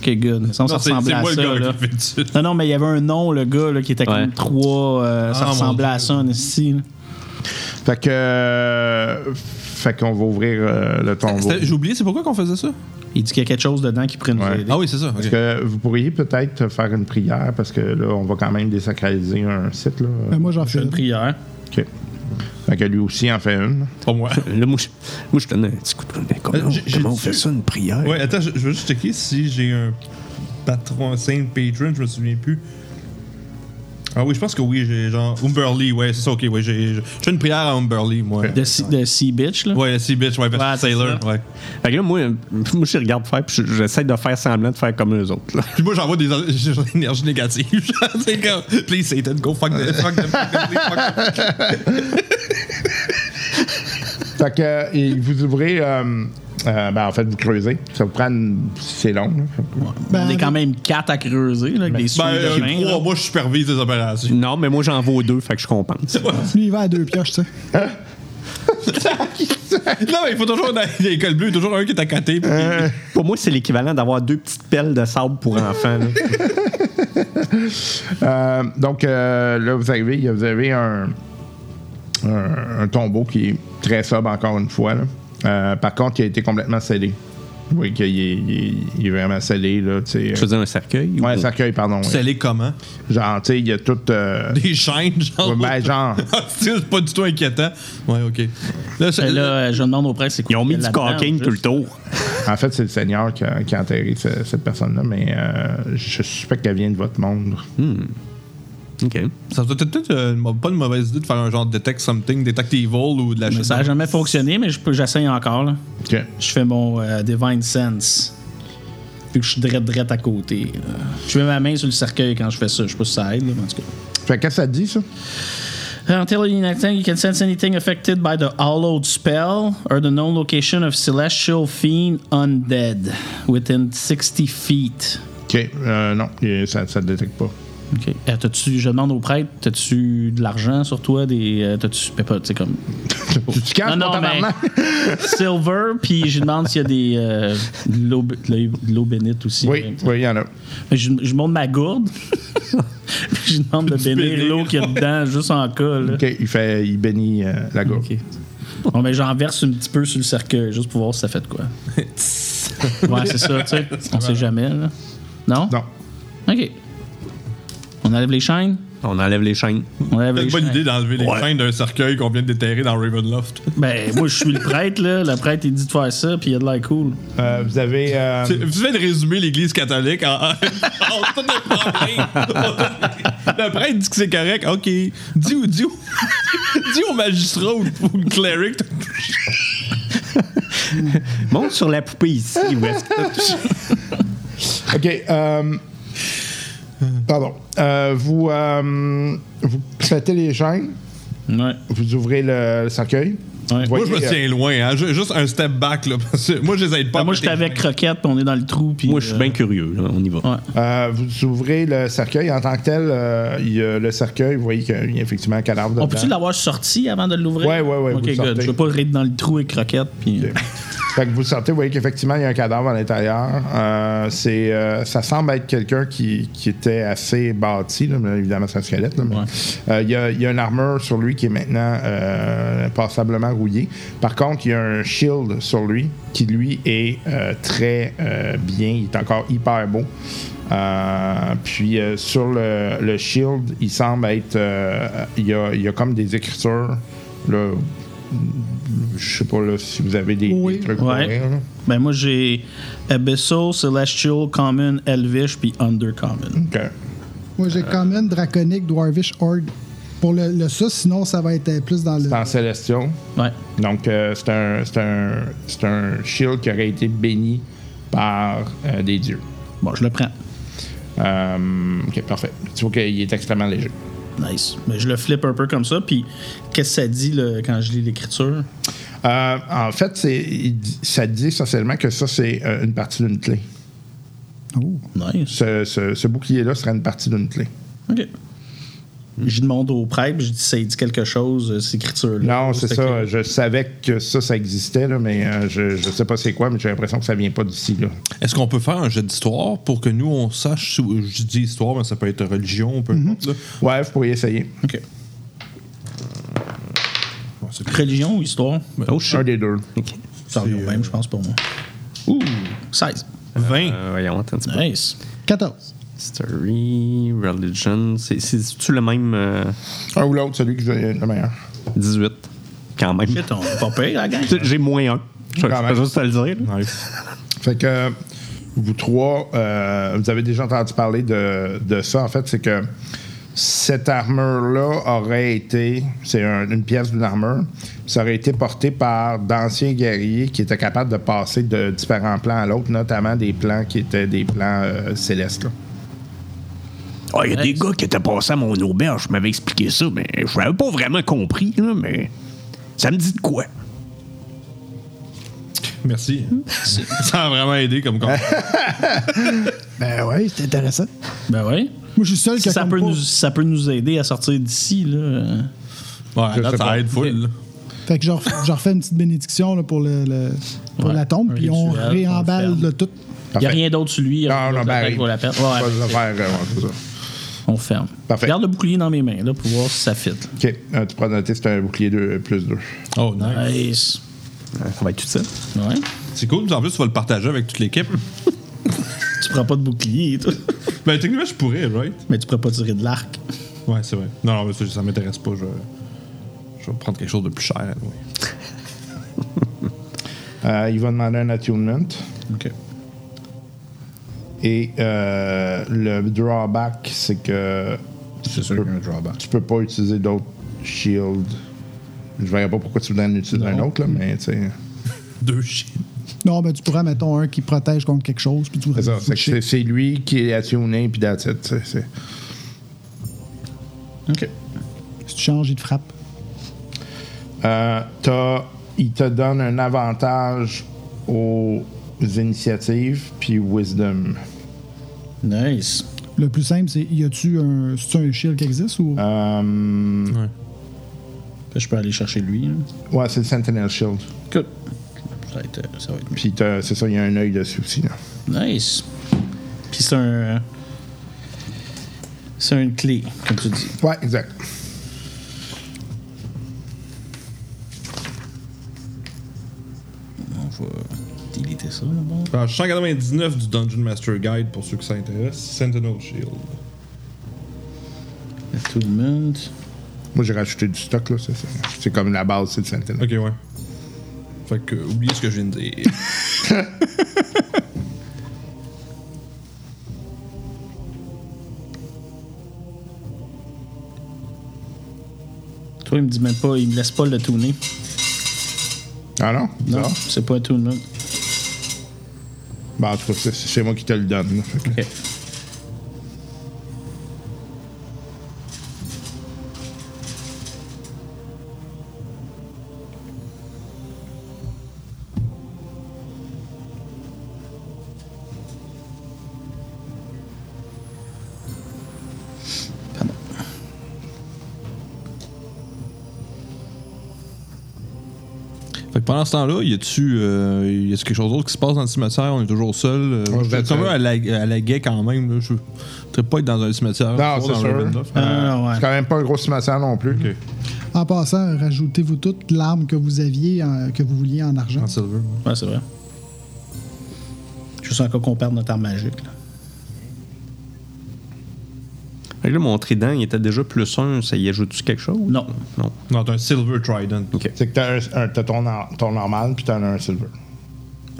Speaker 4: OK, good. Ça, on se
Speaker 3: Non, c'est
Speaker 4: ressemblait
Speaker 3: c'est
Speaker 4: à
Speaker 3: moi
Speaker 4: ça,
Speaker 3: le gars
Speaker 4: là.
Speaker 3: qui fait du-
Speaker 4: Non, non, mais il y avait un nom, le gars, là, qui était
Speaker 5: Ouais.
Speaker 4: comme trois. euh, ça
Speaker 3: Ah, mon
Speaker 4: ressemblait à
Speaker 3: Dieu.
Speaker 4: ça, en ici. là.
Speaker 2: Fait que. euh, fait qu'on va ouvrir euh, le tombeau.
Speaker 3: C'était- J'ai oublié, c'est pourquoi qu'on faisait ça?
Speaker 4: Il dit qu'il y a quelque chose dedans qui pourrait nous
Speaker 2: Ouais.
Speaker 4: aider.
Speaker 3: Ah oui, c'est ça. ok.
Speaker 2: Est-ce que vous pourriez peut-être faire une prière parce que là, on va quand même désacraliser un site. Là.
Speaker 6: Ben, moi, j'en fais
Speaker 4: Une
Speaker 6: une.
Speaker 4: prière.
Speaker 2: OK. Fait que lui aussi en fait une.
Speaker 3: Pas moi.
Speaker 5: Là, moi, je, moi, je donne un petit coup de poing. Comment,
Speaker 3: Euh, j'ai-
Speaker 5: comment on
Speaker 3: j'ai-
Speaker 5: fait ça, une prière?
Speaker 3: Ouais, attends, je, je veux juste checker si j'ai un patron, un saint patron, je me souviens plus. Ah oui, je pense que oui, j'ai genre Umberly, ouais, c'est ça, ok, ouais, j'ai j'ai- j'ai une prière à Umberly, moi.
Speaker 4: De Sea de Sea Bitch, là.
Speaker 3: Ouais, la Sea Bitch, ouais, parce que
Speaker 4: Ouais, c'est
Speaker 3: Sailor,
Speaker 4: ça.
Speaker 3: ouais.
Speaker 5: Fait que là, moi, euh, moi, je les regarde faire, puis je- j'essaie de faire semblant de faire comme eux autres. là.
Speaker 3: Puis moi, j'envoie des j'ai genre énergie négative. genre, c'est comme, please Satan, go fuck the fuck the fuck the- please, fuck the-
Speaker 2: Fait que euh, et vous ouvrez. euh, euh, ben, en fait, vous creusez. Ça vous prend. une- C'est long. là. Fait que-
Speaker 4: on est quand même quatre à creuser, là, avec des sous
Speaker 3: Ben,
Speaker 4: de
Speaker 3: euh,
Speaker 4: main,
Speaker 3: trois,
Speaker 4: là.
Speaker 3: moi, je supervise les opérations.
Speaker 5: Non, mais moi, j'en vaux deux, fait que je compense.
Speaker 6: Lui, il va à deux pioches, tu sais.
Speaker 3: Non, mais il faut toujours dans l'école bleue, toujours un qui est à côté. puis-
Speaker 4: Euh.
Speaker 5: Pour moi, c'est l'équivalent d'avoir deux petites pelles de sable pour enfants. là.
Speaker 2: Euh, donc euh, là, vous arrivez. il y a- Vous avez un, un, un tombeau qui est très sobre, encore une fois. là. Euh, par contre, qui a été complètement scellé. Vous voyez qu'il est, il est- il est vraiment scellé. Là, tu sais,
Speaker 5: Je veux dire un cercueil?
Speaker 2: euh, ouais,
Speaker 5: ou-
Speaker 2: cercueil, pardon. ouais.
Speaker 3: C'est allé comment?
Speaker 2: Genre, tu sais, il y a tout. euh,
Speaker 3: Des chaînes, genre.
Speaker 2: Ouais, ben, genre.
Speaker 3: Ah, c'est pas du tout inquiétant. Ouais, ok. Là, c'est-
Speaker 4: Ben Là, euh, je demande au prêtre, c'est quoi
Speaker 5: Ils ont mis du
Speaker 4: là-dedans,
Speaker 5: cocaine
Speaker 4: juste.
Speaker 5: tout le tour.
Speaker 2: En fait, c'est le Seigneur qui a, qui a enterré ce- cette personne-là, mais euh, je suspecte qu'elle vient de votre monde.
Speaker 5: OK.
Speaker 3: ça doit être peut-être euh, une mau- pas une mauvaise idée de faire un genre de detect something, detect evil ou de la
Speaker 4: Mais
Speaker 3: chose.
Speaker 4: ça n'a jamais fonctionné, mais je peux- j'essaye encore. là.
Speaker 2: OK.
Speaker 4: Je fais mon euh, Divine Sense. Vu que je suis drette drette à côté. là. Je mets ma main sur le cercueil quand je fais ça. Je sais pas si ça aide, là, mais en tout cas.
Speaker 2: Fait que ça dit, ça?
Speaker 4: Until you anything, you can sense anything affected by the hollowed spell or the known location of celestial fiend undead within 60 feet.
Speaker 2: OK. Euh, non, et ça ne détecte pas.
Speaker 4: OK. Euh, t'as-tu, je demande au prêtre, t'as-tu de l'argent sur toi? Des, euh, t'as-tu. Mais pas, tu sais, comme.
Speaker 2: Tu te caches,
Speaker 4: Non, non,
Speaker 2: mon
Speaker 4: mais-
Speaker 2: tabarnak?
Speaker 4: Silver, puis je demande s'il y a des, euh, de, l'eau, de l'eau- de l'eau bénite aussi. euh,
Speaker 2: Oui, oui, il y en a.
Speaker 4: Mais Je, je monte ma gourde, puis je demande de bénir l'eau qu'il y a dedans, juste en cas. Là.
Speaker 2: OK, il, fait, il bénit euh, la gourde.
Speaker 4: OK. Bon, mais j'en verse un petit peu sur le cercueil, juste pour voir si ça fait de quoi. ouais, c'est ça, tu sais. On sait jamais, là. Non?
Speaker 2: Non.
Speaker 4: OK. On enlève les chaînes?
Speaker 5: On enlève les chaînes.
Speaker 4: On enlève
Speaker 3: C'est
Speaker 4: les
Speaker 3: une bonne
Speaker 4: chaînes.
Speaker 3: idée d'enlever les
Speaker 5: Ouais.
Speaker 3: chaînes d'un cercueil qu'on vient de déterrer dans Ravenloft.
Speaker 4: Ben, moi, je suis le prêtre, là. Le prêtre, il dit de faire ça, puis il a de l'air cool.
Speaker 2: Euh, vous avez... euh,
Speaker 3: C'est- Vous faites résumer l'Église catholique en, en, en tout le problème. Le prêtre dit que c'est correct. OK. Dis, dis, dis, dis au magistrat ou au cleric.
Speaker 5: Monte sur la poupée ici. où est-ce que-
Speaker 2: OK. euh, pardon. Euh, vous, euh, vous fêtez les chaînes,
Speaker 4: Ouais.
Speaker 2: vous ouvrez le, le cercueil.
Speaker 3: Moi, je me
Speaker 2: Voyez, euh,
Speaker 3: tiens loin. hein. Ju- Juste un step back, là. Parce que moi, je les aide pas.
Speaker 4: Ben, moi, j'étais avec Croquette, puis on est dans le trou. Puis,
Speaker 5: Moi, je suis
Speaker 4: euh,
Speaker 5: bien curieux. là. On y va.
Speaker 4: Ouais.
Speaker 2: Euh, vous ouvrez le cercueil en tant que tel. euh, il y a le cercueil, vous voyez qu'il y a effectivement un cadavre dedans.
Speaker 4: On peut-tu l'avoir sorti avant de l'ouvrir?
Speaker 2: Ouais, ouais, ouais,
Speaker 4: Ok,
Speaker 2: vous le
Speaker 4: good.
Speaker 2: sortez.
Speaker 4: Je veux pas le raid dans le trou et Croquette, puis. euh,
Speaker 2: Ok. Fait que vous sortez, vous voyez qu'effectivement, il y a un cadavre à l'intérieur. Euh, c'est, euh, ça semble être quelqu'un qui, qui était assez bâti, là, mais évidemment, c'est un squelette. là, mais, euh, il, y a, il y a une armure sur lui qui est maintenant euh, passablement rouillée. Par contre, il y a un shield sur lui qui, lui, est euh, très euh, bien. Il est encore hyper beau. Euh, puis euh, sur le, le shield, il semble être. euh, il, y a, il y a comme des écritures. Là, je sais pas là, si vous avez des, des
Speaker 6: Oui.
Speaker 2: trucs pour
Speaker 4: Ouais.
Speaker 2: rire, là.
Speaker 4: Ben, moi, j'ai Abyssal, Celestial, Common, Elvish, puis Undercommon.
Speaker 2: OK.
Speaker 6: Moi,
Speaker 4: Euh.
Speaker 6: j'ai quand même Draconic, Dwarvish, Org. Pour le, le ça, sinon, ça va être euh, plus dans le.
Speaker 2: C'est en Célestion.
Speaker 4: Ouais.
Speaker 2: Donc, euh, c'est un, c'est un, c'est un shield qui aurait été béni par euh, des dieux.
Speaker 4: Bon, je le prends.
Speaker 2: Euh, ok, parfait. Tu vois qu'il est extrêmement léger.
Speaker 4: Nice. Mais je le flippe un peu comme ça, puis qu'est-ce que ça dit là, quand je lis l'écriture?
Speaker 2: Euh, en fait, c'est, il dit- ça dit essentiellement que ça, c'est euh, une partie d'une clé. Oh.
Speaker 4: Nice.
Speaker 2: Ce, ce- ce bouclier-là serait une partie d'une clé.
Speaker 4: OK. Je demande au prêtre, puis je dis, ça dit quelque chose, euh, cette écriture-là.
Speaker 2: Non,
Speaker 4: Ou
Speaker 2: c'est
Speaker 4: cette
Speaker 2: ça.
Speaker 4: clé-
Speaker 2: Je savais que ça, ça existait, là, mais euh, je, je sais pas c'est quoi, mais j'ai l'impression que ça vient pas d'ici. Là.
Speaker 3: Est-ce qu'on peut faire un jeu d'histoire pour que nous, on sache. si- Je dis histoire, mais ça peut être religion, peu importe. là.
Speaker 2: Ouais, vous pourriez essayer.
Speaker 4: OK.
Speaker 3: Bon, c'est-
Speaker 4: Religion ou histoire?
Speaker 5: Oh, shit.
Speaker 2: Un des deux.
Speaker 4: Ça revient au
Speaker 2: euh,
Speaker 4: même, je pense, pour moi. Ouh! 16.
Speaker 3: 20.
Speaker 5: Euh, voyons, attends un petit peu.
Speaker 4: Nice.
Speaker 6: 14.
Speaker 5: History, religion. c'est- C'est-tu le même euh,
Speaker 2: Un ou l'autre, celui que je, le meilleur.
Speaker 5: 18 Quand même.
Speaker 4: Shit, on est pas payé, la gang.
Speaker 5: J'ai moins un. Je
Speaker 2: Quand
Speaker 5: vais
Speaker 2: même.
Speaker 5: juste te le dire. là.
Speaker 2: Fait que vous trois, euh, vous avez déjà entendu parler de, de ça. En fait, c'est que cette armure-là aurait été, c'est un- une pièce d'une armure, ça aurait été portée par d'anciens guerriers qui étaient capables de passer de différents plans à l'autre, notamment des plans qui étaient des plans euh, célestes. là.
Speaker 7: Ah, il y a des
Speaker 4: Nice.
Speaker 7: gars qui étaient passés à mon auberge, je m'avais expliqué ça, mais je n'avais pas vraiment compris, là, mais ça me dit de quoi?
Speaker 3: Merci. ça a vraiment aidé comme con.
Speaker 6: Ben ouais, c'est intéressant.
Speaker 4: Ben oui.
Speaker 6: Moi, je suis seul qui a
Speaker 4: Ça
Speaker 6: comme
Speaker 4: peut,
Speaker 6: pas-
Speaker 4: nous, ça peut nous aider à sortir d'ici, là.
Speaker 3: Ouais, là,
Speaker 2: sais
Speaker 3: ça
Speaker 2: pas.
Speaker 3: aide full. là.
Speaker 6: Fait que je ref- je refais une petite bénédiction là, pour, le, le- pour
Speaker 4: Ouais,
Speaker 6: la tombe,
Speaker 4: un
Speaker 6: puis on
Speaker 4: rituel, on
Speaker 6: réemballe
Speaker 4: le ferme.
Speaker 6: le tout.
Speaker 4: Il n'y a
Speaker 2: Parfait.
Speaker 4: rien d'autre sur lui. y a rien
Speaker 2: Non, non,
Speaker 4: d'autre à faire
Speaker 2: ben,
Speaker 4: qui vaut la peine. Ouais,
Speaker 2: pas
Speaker 4: ouais,
Speaker 2: de affaire, euh, ouais, c'est ça.
Speaker 4: on ferme.
Speaker 2: Parfait.
Speaker 4: Garde le bouclier dans mes mains, là, pour voir si ça fit.
Speaker 2: OK, Euh, tu pourras noter, c'est un bouclier 2 plus 2.
Speaker 3: Oh, nice.
Speaker 4: Nice.
Speaker 5: Ça va être utile.
Speaker 4: Ouais.
Speaker 3: C'est cool. puis En plus, tu vas le partager avec toute l'équipe.
Speaker 4: Tu prends pas de bouclier et tout.
Speaker 3: ben, techniquement, je pourrais, right?
Speaker 4: Mais tu pourrais pas tirer de l'arc.
Speaker 3: Ouais, c'est vrai. Non, non, mais ça, ça m'intéresse pas. Je... je vais prendre quelque chose de plus cher. oui.
Speaker 2: Euh, il va demander un attunement.
Speaker 3: OK.
Speaker 2: Et euh, le drawback, c'est que
Speaker 4: C'est sûr qu'il y a un drawback.
Speaker 2: tu peux pas utiliser d'autres shields. Je verrais pas pourquoi tu voudrais en utiliser un autre, là, mais tu sais.
Speaker 3: Deux chiens.
Speaker 6: Non, ben tu pourrais, mettons, un qui protège contre quelque chose, puis tu
Speaker 2: C'est
Speaker 6: pourrais.
Speaker 2: ça, c'est que c'est- c'est lui qui est attuné, puis that's it, tu sais, c'est-
Speaker 4: OK.
Speaker 6: Si tu changes, il te frappe.
Speaker 2: Euh, t'as- il te donne un avantage aux initiatives, puis wisdom.
Speaker 4: Nice.
Speaker 6: Le plus simple, c'est y a-tu un, c'est-tu un shield qui existe ou.
Speaker 2: Euh,
Speaker 4: Je peux aller chercher lui. là.
Speaker 2: ouais, c'est le Sentinel Shield.
Speaker 4: Good. Ça va être, euh, ça va être
Speaker 2: Puis t'as- c'est ça, il y a un œil dessus aussi. là.
Speaker 4: Nice. Puis c'est un. C'est une clé, comme tu dis.
Speaker 2: Ouais, exact.
Speaker 4: On va déliter ça d'abord.
Speaker 3: Page 199 Ah, du Dungeon Master Guide pour ceux que ça intéresse. Sentinel Shield.
Speaker 4: Tout le monde.
Speaker 2: Moi, j'ai rajouté du stock, là, c'est ça. C'est comme la base, c'est le Sentinel.
Speaker 3: Ok, ouais. Fait que, euh, oubliez ce que je viens de dire.
Speaker 4: Toi, il me dit même pas, il me laisse pas le tourner.
Speaker 2: Ah non?
Speaker 4: Non,
Speaker 2: Bizarre.
Speaker 4: c'est pas un tout le monde.
Speaker 2: Ben, en tout cas, c'est- c'est moi qui te le donne. là, fait que-
Speaker 4: Ok.
Speaker 3: Fait que pendant ce temps-là, y a-tu euh, y a-tu quelque chose d'autre qui se passe dans le cimetière? On est toujours seul. Euh, moi,
Speaker 2: vous
Speaker 3: je suis
Speaker 2: êtes
Speaker 3: comme
Speaker 2: seul.
Speaker 3: à la, à la guet quand même. Là. Je ne pas être dans un cimetière.
Speaker 2: Non, c'est
Speaker 3: dans hein.
Speaker 2: sûr.
Speaker 3: Ravenloft.
Speaker 2: Euh,
Speaker 4: Ah, ouais.
Speaker 2: C'est quand même pas un gros cimetière non plus.
Speaker 6: En passant, rajoutez-vous toutes l'arme que vous aviez, en- que vous vouliez en argent.
Speaker 3: En silver. ouais.
Speaker 4: Ouais, c'est vrai. Je sens encore qu'on perd notre arme magique. là.
Speaker 5: Fait que là, mon trident, il était déjà plus un. Ça y ajoute-tu quelque chose?
Speaker 4: Non.
Speaker 5: Non.
Speaker 3: Non, t'as un silver trident.
Speaker 2: C'est que t'as, un- un- t'as ton, or- ton normal puis t'en as un silver.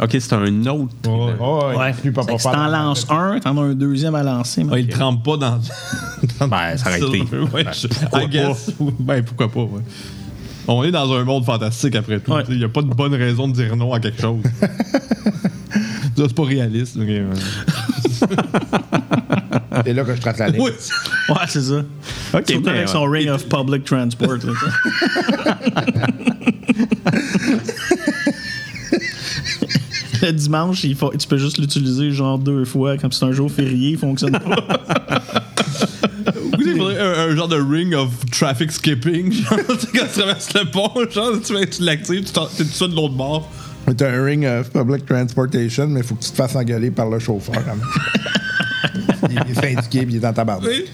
Speaker 5: OK, c'est un autre.
Speaker 3: Ouais.
Speaker 2: Oh,
Speaker 4: Fait que si t'en lances un, t'en as un deuxième à lancer. mais-
Speaker 3: Ah, il ne trempe pas dans. dans
Speaker 5: Ben, ça aurait été.
Speaker 3: silver, ouais, je- I guess. Ben, pourquoi pas, ouais. On est dans un monde fantastique après tout.
Speaker 4: Ouais.
Speaker 3: Il n'y a pas de bonne raison de dire non à quelque chose. Ça, c'est pas réaliste. ok, ouais.
Speaker 2: C'est là que je trace la ligne.
Speaker 3: Oui,
Speaker 4: Ouais, c'est ça.
Speaker 5: OK,
Speaker 4: Surtout
Speaker 5: mais,
Speaker 4: avec son ring of public transport. là, ça. Le dimanche, il faut- tu peux juste l'utiliser genre deux fois, comme c'est un jour férié, il fonctionne pas.
Speaker 3: Vous savez, il faudrait un, un genre de ring of traffic skipping. Genre, tu sais, quand tu traverses le pont, genre, tu, vas- tu l'actives, tu t'en- t'es tout seul de l'autre bord.
Speaker 2: T'as un ring of public transportation, mais faut que tu te fasses engueuler par le chauffeur quand même. il est syndiqué puis il est dans ta barbe.
Speaker 3: Tu sais?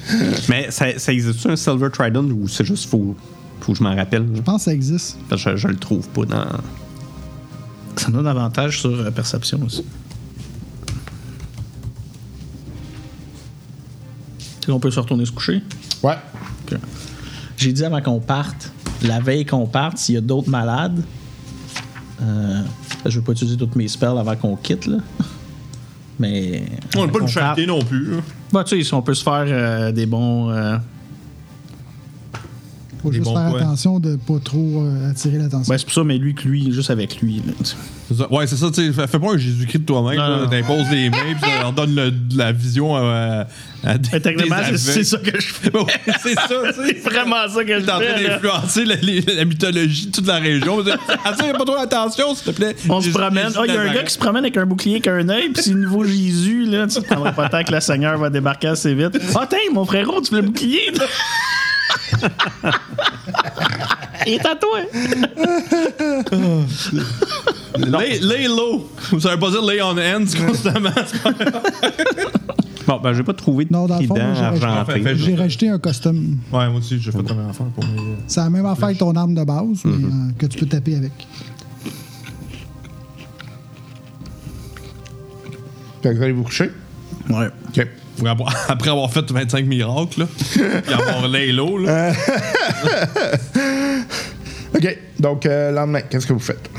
Speaker 5: mais ça, ça existe-tu un Silver Trident ou c'est juste faut, faut que je m'en rappelle?
Speaker 6: Je pense que ça existe.
Speaker 5: Parce que je, je le trouve pas dans.
Speaker 4: Ça donne avantage sur euh, perception aussi. Est-ce qu'on peut se retourner se coucher?
Speaker 2: Ouais.
Speaker 4: Ok. J'ai dit avant qu'on parte, la veille qu'on parte, s'il y a d'autres malades, euh, je veux pas utiliser toutes mes spells avant qu'on quitte, là. Mais.
Speaker 3: On n'a
Speaker 4: avant
Speaker 3: pas
Speaker 4: qu'on
Speaker 3: de charité
Speaker 4: parte-
Speaker 3: non plus. hein.
Speaker 4: Bah, tu sais, si on peut se faire euh, des bons. euh,
Speaker 6: Faut
Speaker 3: Des
Speaker 6: juste
Speaker 3: bons
Speaker 6: faire
Speaker 3: points.
Speaker 6: attention de pas trop euh, attirer l'attention.
Speaker 4: Ben, c'est pour ça, mais lui que lui, juste avec lui. là, tu sais.
Speaker 3: C'est ça. Ouais, c'est ça, tu sais, fais fais pas un Jésus-Christ de toi-même.
Speaker 4: Non,
Speaker 3: là.
Speaker 4: non.
Speaker 3: T'imposes les mains, puis ça leur donne le- de la vision à, à, à des.
Speaker 4: Mais techniquement, c'est-
Speaker 3: des
Speaker 4: c'est ça que je fais.
Speaker 3: aveugles. Ouais, c'est ça, tu sais.
Speaker 4: C'est vraiment ça que je
Speaker 3: T'es en train
Speaker 4: fais. là.
Speaker 3: d'influencer la, les- la mythologie de toute la région. Attends, pas trop attention, s'il te plaît.
Speaker 4: On se
Speaker 3: Jésus-
Speaker 4: promène.
Speaker 3: Jésus
Speaker 4: Ah, il y a un
Speaker 3: Nazareth.
Speaker 4: gars qui se promène avec un bouclier avec un œil, puis c'est niveau Jésus, là. Tu te prendras pas tant que le Seigneur va débarquer assez vite. Ah, t'es mon frérot, tu veux le bouclier? Il est à toi.
Speaker 3: Lay, lay low. Ça veut pas dire lay on hands constamment.
Speaker 5: Bon, ben, j'ai pas trouvé de
Speaker 6: Non, dans le fond,
Speaker 5: trident
Speaker 6: moi, j'aurais-
Speaker 5: argenté.
Speaker 3: Enfin, fais-
Speaker 6: J'ai rajouté un custom.
Speaker 3: ouais, moi aussi, j'ai fait comme un enfant pour mes. euh,
Speaker 6: C'est la même affaire que ton arme de base, mais, euh, que tu peux taper avec.
Speaker 2: Fait que vous allez vous coucher.
Speaker 4: Ouais.
Speaker 2: OK.
Speaker 3: Après avoir- Après avoir fait 25 miracles, là, et avoir lay low, là.
Speaker 2: OK. Donc, euh, lendemain, qu'est-ce que vous faites?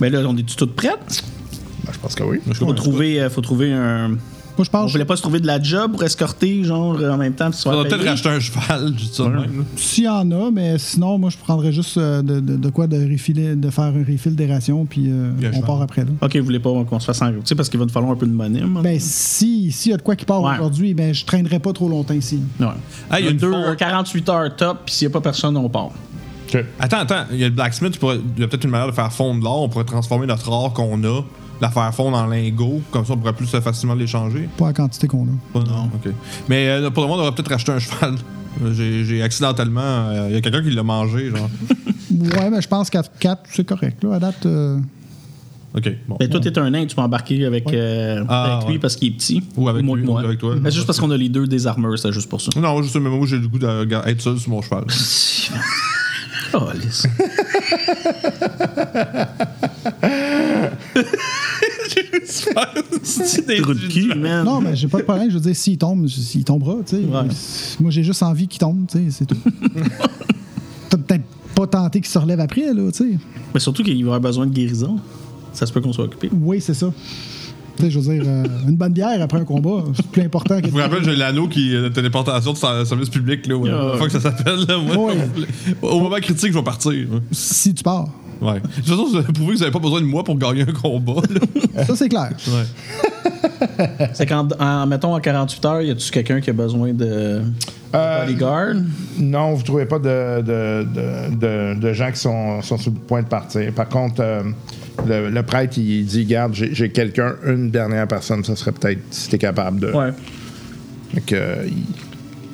Speaker 4: Mais Ben là, on est-tu toutes prêtes?
Speaker 2: Ben, je pense que oui.
Speaker 3: Je
Speaker 4: Faut
Speaker 3: comprends.
Speaker 4: trouver, euh, faut trouver un.
Speaker 6: Moi,
Speaker 4: On
Speaker 6: je pense que
Speaker 4: voulait pas se trouver de la job pour escorter, genre, euh, en même temps. puis se faire
Speaker 3: On va peut-être
Speaker 4: payer.
Speaker 3: racheter un cheval, je dis ça de même. là.
Speaker 6: s'il y en a, mais sinon, moi, je prendrais juste euh, de, de- de quoi de, refiler- de faire un refill des rations, puis euh,
Speaker 3: Bien, je
Speaker 6: on
Speaker 3: vais.
Speaker 6: part après. Là.
Speaker 4: Ok, vous voulez pas qu'on se fasse en. Tu sais, parce qu'il va nous falloir un peu de monnaie. moi.
Speaker 6: Ben, si- s'il y a de quoi qui part
Speaker 4: Ouais.
Speaker 6: aujourd'hui, ben, je traînerai pas trop longtemps ici.
Speaker 4: ouais.
Speaker 3: Ah, il y a une
Speaker 4: Deux-
Speaker 3: Ford.
Speaker 4: 48 heures top, puis s'il y a pas personne, on part.
Speaker 3: Attends, attends, il y a le blacksmith, tu pourrais- il y a peut-être une manière de faire fondre l'or. On pourrait transformer notre or qu'on a, la faire fondre en lingots. Comme ça, on pourrait plus facilement l'échanger.
Speaker 6: Pas la quantité qu'on a.
Speaker 3: Non. OK. Mais euh, pour le moment, on devrait peut-être racheter un cheval. Euh, J'ai j'ai accidentellement. euh, Il y a quelqu'un qui l'a mangé, genre.
Speaker 6: Ouais, mais je pense qu'à 4, c'est correct. Là, à date, euh,
Speaker 3: OK, bon.
Speaker 4: Mais Ben, toi, t'es un nain, tu peux embarquer avec, euh,
Speaker 3: Ah,
Speaker 4: avec lui
Speaker 3: ouais.
Speaker 4: parce qu'il est petit.
Speaker 3: Ou avec
Speaker 4: moins
Speaker 3: lui,
Speaker 4: que moi.
Speaker 3: ou avec toi.
Speaker 4: Mais c'est juste parce qu'on a les deux des armures, c'est juste pour ça.
Speaker 3: Non, juste mais moi, j'ai le goût d'être seul sur mon cheval.
Speaker 4: Oh, lisse. C'est des trous de cul, man.
Speaker 6: Non, mais j'ai pas de problème. Je veux dire, s'il tombe, s'il tombera, tu sais. Moi, j'ai juste envie qu'il tombe, tu sais, c'est tout. T'as peut-être pas tenté qu'il se relève après, là, tu sais.
Speaker 4: Mais surtout qu'il va avoir besoin de guérison. Ça se peut qu'on soit occupé.
Speaker 6: Oui, c'est ça. Tu sais, je veux dire, euh, une bonne bière après un combat, c'est plus important que...
Speaker 3: Je vous rappelle, j'ai l'anneau qui est de téléportation de sa- service public, là. Ouais.
Speaker 4: Ah, ouais.
Speaker 3: Faut que ça s'appelle, là. Moi,
Speaker 6: Ouais.
Speaker 3: Au moment critique, je vais partir. hein.
Speaker 6: Si tu pars.
Speaker 3: Ouais. De toute façon, vous avez prouvé que vous n'avez pas besoin de moi pour gagner un combat, là.
Speaker 6: Ça, c'est clair.
Speaker 4: C'est qu'en, en- mettons, en 48 heures, y a-tu quelqu'un qui a besoin de.
Speaker 2: Euh,
Speaker 4: bodyguard?
Speaker 2: Non, vous trouvez pas de, de, de- de- de gens qui sont, sont sur le point de partir. Par contre, euh, le, le prêtre, il dit Garde, j'ai j'ai quelqu'un, une dernière personne, ça serait peut-être si t'es capable de.
Speaker 4: Ouais.
Speaker 2: Fait que, euh, il-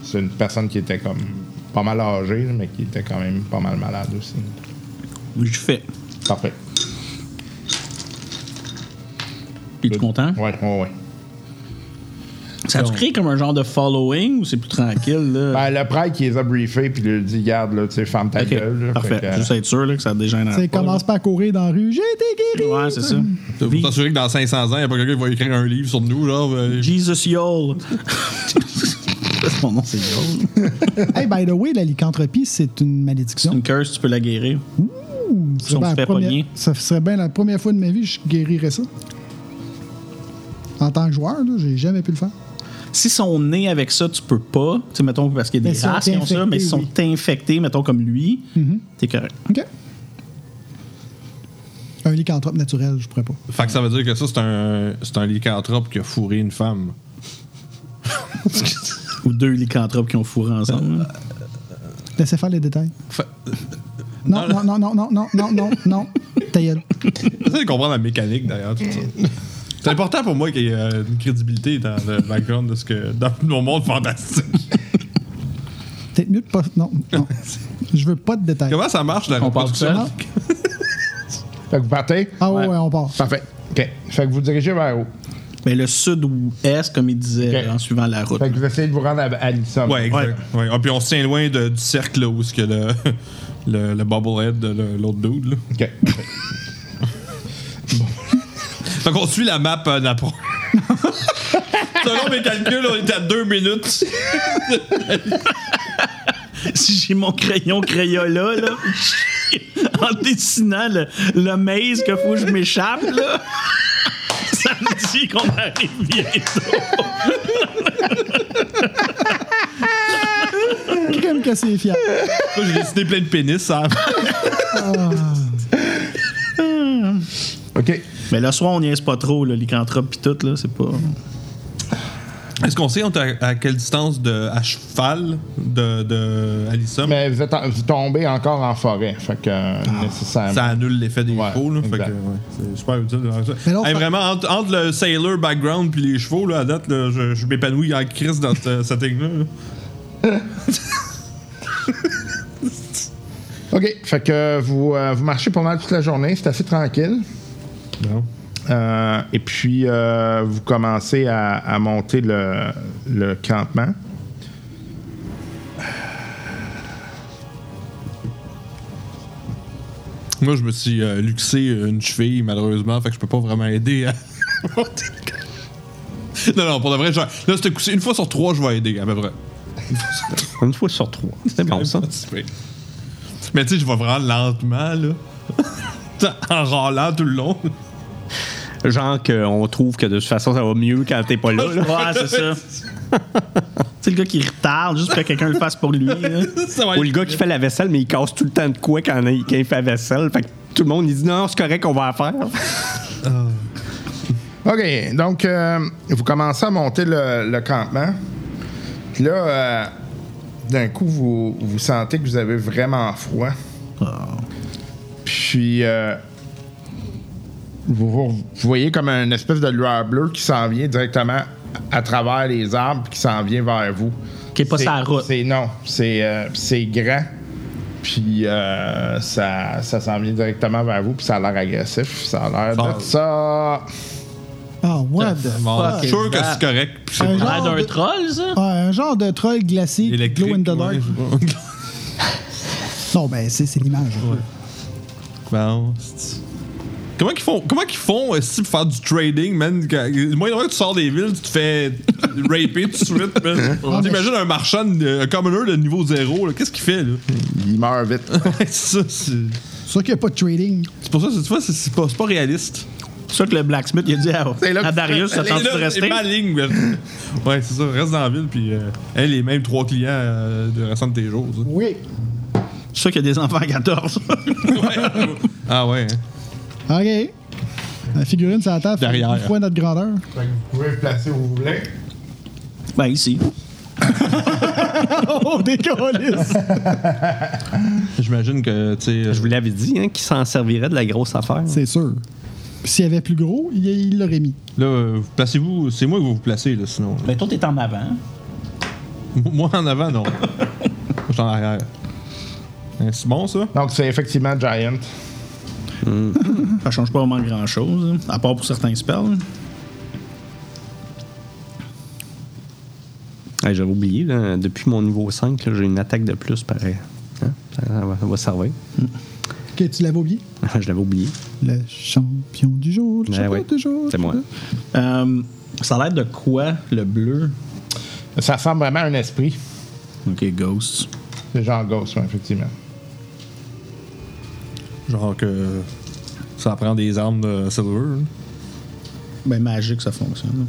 Speaker 2: c'est une personne qui était comme pas mal âgée, mais qui était quand même pas mal malade aussi.
Speaker 4: Je fais.
Speaker 2: Parfait.
Speaker 4: T'es-tu content?
Speaker 2: Ouais, ouais, ouais.
Speaker 4: Ça a-tu créé comme un genre de following ou c'est plus tranquille, là?
Speaker 2: Ben, le prêtre qui les a briefés, puis il leur dit, garde, là, tu sais, ferme ta
Speaker 4: Ok,
Speaker 2: gueule. là.
Speaker 4: Parfait.
Speaker 2: Fait que,
Speaker 4: Juste être sûr là, que ça dégénère.
Speaker 6: Tu sais,
Speaker 4: pas,
Speaker 6: commence pas à courir dans la rue. J'ai été
Speaker 4: là.
Speaker 6: guéri.
Speaker 4: Ouais, c'est ça.
Speaker 3: Vous t'assurez que dans 500 ans, il n'y a pas quelqu'un qui va écrire un livre sur nous, genre. euh,
Speaker 4: Jesus Yol. Mon nom, c'est Yol.
Speaker 6: Hey, by the way, la lycanthropie, c'est une
Speaker 4: C'est
Speaker 6: malédiction.
Speaker 4: une curse, tu peux la guérir.
Speaker 6: Ce
Speaker 4: si on se
Speaker 6: serait la
Speaker 4: fait
Speaker 6: première-
Speaker 4: pogner.
Speaker 6: Ça serait bien la première fois de ma vie que je guérirais ça. En tant que joueur, là, j'ai jamais pu le faire.
Speaker 4: Si sont nés avec ça, tu peux pas. Tu sais, mettons, parce qu'il y a
Speaker 6: Mais
Speaker 4: des
Speaker 6: si on
Speaker 4: races
Speaker 6: t'est
Speaker 4: qui ont ça, mais
Speaker 6: infecté,
Speaker 4: ils sont infectés, mettons, comme lui, t'es correct.
Speaker 6: OK. Un lycanthrope naturel, je pourrais pas.
Speaker 3: Fait que ça veut dire que ça, c'est un, c'est un lycanthrope qui a fourré une femme.
Speaker 4: Ou deux lycanthropes qui ont fourré ensemble. là.
Speaker 6: Laissez faire les détails.
Speaker 3: Fait-
Speaker 6: Non, non, non, non, non, non, non, non, non. Ta gueule.
Speaker 3: J'essaie de comprendre la mécanique derrière tout ça. C'est important pour moi qu'il y ait euh, une crédibilité dans le background de ce que. dans mon monde fantastique.
Speaker 6: Peut-être mieux de pas. Non, non. Je veux pas de détails.
Speaker 3: Comment ça marche la
Speaker 4: On parle
Speaker 3: reproduction?
Speaker 4: seul.
Speaker 2: euh, Fait que vous partez?
Speaker 6: Ah ouais, ouais, on part.
Speaker 2: Parfait. OK. Fait que vous dirigez vers où?
Speaker 4: Mais le sud ou est, comme il disait,
Speaker 2: Ok.
Speaker 4: en suivant la route.
Speaker 2: Fait que vous essayez de vous rendre à, à Nissan.
Speaker 3: Ouais, exact. Ouais. Ah, puis on se tient loin de- du cercle là, où ce que le, le, le bobblehead de le- l'autre dude. Là.
Speaker 2: OK.
Speaker 3: Fait qu'on suit la map euh, de la pro- Selon mes calculs, on est à deux minutes.
Speaker 4: si j'ai mon crayon Crayola, là, en dessinant le, le maze que faut que je m'échappe, là, ça me dit qu'on arrive bientôt.
Speaker 6: Crème que c'est fiable.
Speaker 3: Moi, j'ai dessiné plein de pénis. hein. Ça.
Speaker 2: OK.
Speaker 4: Mais le soir, on niaise pas trop, là, lycanthrope pis tout, là, c'est pas...
Speaker 3: Est-ce qu'on sait on est à, à quelle distance de, à cheval de, de Alyssum?
Speaker 2: Mais vous êtes en- vous tombez encore en forêt. Fait que euh, nécessairement.
Speaker 3: Ça annule l'effet des
Speaker 2: Ouais,
Speaker 3: chevaux. Là, fait
Speaker 2: exact.
Speaker 3: que, ouais, c'est super utile. de faire ça.
Speaker 6: Mais l'autre
Speaker 3: Hey,
Speaker 6: fa-
Speaker 3: vraiment, entre, entre le sailor background puis les chevaux, là, à date, là, je, je m'épanouis en crise dans cette setting-là. là.
Speaker 2: OK. Fait que vous, euh, vous marchez pendant toute la journée. C'est assez tranquille. Euh, et puis, euh, vous commencez à, à monter le, le campement.
Speaker 3: Moi, je me suis euh, luxé une cheville, malheureusement, fait que je peux pas vraiment aider à monter le camp. Non, non, pour de vrai, genre, là, c'était coussé. Une fois sur trois, je vais aider, à peu près.
Speaker 5: Une fois sur trois. C'est bon, ça.
Speaker 3: Mais tu sais, je vais vraiment lentement, là. en râlant tout le long.
Speaker 5: Genre qu'on trouve que de toute façon, ça va mieux quand t'es pas là. là.
Speaker 4: Ouais, c'est ça. C'est le gars qui retarde juste pour que quelqu'un le fasse pour lui. là.
Speaker 3: Ça va
Speaker 5: Ou le
Speaker 3: être-
Speaker 5: gars qui fait la vaisselle, mais il casse tout le temps de quoi quand il, quand il fait la vaisselle. Fait que tout le monde, il dit non, c'est correct, on va la faire.
Speaker 2: OK. Donc, euh, vous commencez à monter le, le campement. Puis là, euh, d'un coup, vous, vous sentez que vous avez vraiment froid.
Speaker 4: Ah.
Speaker 2: Puis, euh, vous, vous voyez comme une espèce de lueur bleue qui s'en vient directement à travers les arbres puis qui s'en vient vers vous.
Speaker 4: Qui est pas
Speaker 2: C'est-
Speaker 4: sa route.
Speaker 2: C'est non. C'est euh, c'est grand. Puis euh, ça, ça s'en vient directement vers vous, puis ça a l'air agressif. Ça a l'air
Speaker 3: Bon.
Speaker 2: de ça.
Speaker 6: Ah, what the
Speaker 3: Bon,
Speaker 6: fuck?
Speaker 3: je suis sûr que c'est correct. puis c'est
Speaker 6: Un
Speaker 3: pas-
Speaker 6: genre
Speaker 4: L'air d'un
Speaker 6: de-
Speaker 4: troll, ça?
Speaker 6: Ouais, un genre de troll glacé glow in the dark.
Speaker 3: ouais, je sais
Speaker 6: Non, ben, c'est c'est l'image.
Speaker 3: pas. Bon, c'est- Comment qu'ils font, comment qu'ils font aussi pour faire du trading, man? Quand- Moi, il y en a que tu sors des villes, tu te fais raper tout de suite, man.
Speaker 6: mais-
Speaker 3: T'imagines un marchand, de- un commoner de niveau zéro, là, qu'est-ce qu'il fait, là?
Speaker 2: Il meurt vite.
Speaker 3: Ouais, c'est ça, c'est...
Speaker 6: Sûr qu'il n'y a pas de trading.
Speaker 3: C'est pour ça, cette fois, c'est, c'est pas, c'est pas réaliste.
Speaker 4: C'est sûr que le blacksmith, il a dit à,
Speaker 2: là que
Speaker 4: à
Speaker 2: tu
Speaker 4: Darius, ça tente de
Speaker 3: Là, C'est
Speaker 4: rester.
Speaker 3: pas en ligne, mais- Ouais, c'est ça, reste dans la ville, puis euh, hey, les mêmes trois clients euh, de restant de tes jours. ça.
Speaker 6: Oui.
Speaker 4: C'est sûr qu'il y a des enfants à 14.
Speaker 3: Ouais. ah ouais. hein.
Speaker 6: OK. La figurine sur la table. fait
Speaker 3: Derrière.
Speaker 6: Une fois notre grandeur.
Speaker 2: Fait que vous pouvez le placer où vous voulez.
Speaker 4: ben, ici.
Speaker 6: Oh, décolliste!
Speaker 3: J'imagine que, tu sais. euh,
Speaker 5: Je vous l'avais dit, hein, qu'il s'en servirait de la grosse affaire.
Speaker 6: C'est sûr. Puis S'il y avait plus gros, il il l'aurait mis.
Speaker 3: Là, euh, vous placez-vous. C'est moi qui vais vous placer, là, sinon. hein.
Speaker 4: Ben, toi, t'es en avant.
Speaker 3: Moi en avant, non. Moi, je suis en arrière. Hein, c'est bon, ça?
Speaker 2: Donc, c'est effectivement Giant.
Speaker 4: Ça change pas vraiment grand-chose, hein, à part pour certains spells.
Speaker 5: Ah, J'avais oublié, là, depuis mon niveau 5, là, j'ai une attaque de plus, pareil. Hein? Ça, ça va, ça va servir.
Speaker 6: Que tu l'avais oublié?
Speaker 5: Je l'avais oublié.
Speaker 6: Le champion du jour, le
Speaker 5: Ah
Speaker 6: champion
Speaker 5: ouais,
Speaker 6: du jour.
Speaker 5: C'est moi.
Speaker 4: Euh, ça a l'air de quoi, le bleu?
Speaker 2: Ça ressemble vraiment à un esprit.
Speaker 4: OK, Ghost.
Speaker 2: C'est genre Ghost, ouais, effectivement.
Speaker 3: Genre que ça prend des armes de Silver. là.
Speaker 4: Ben, magique, ça fonctionne.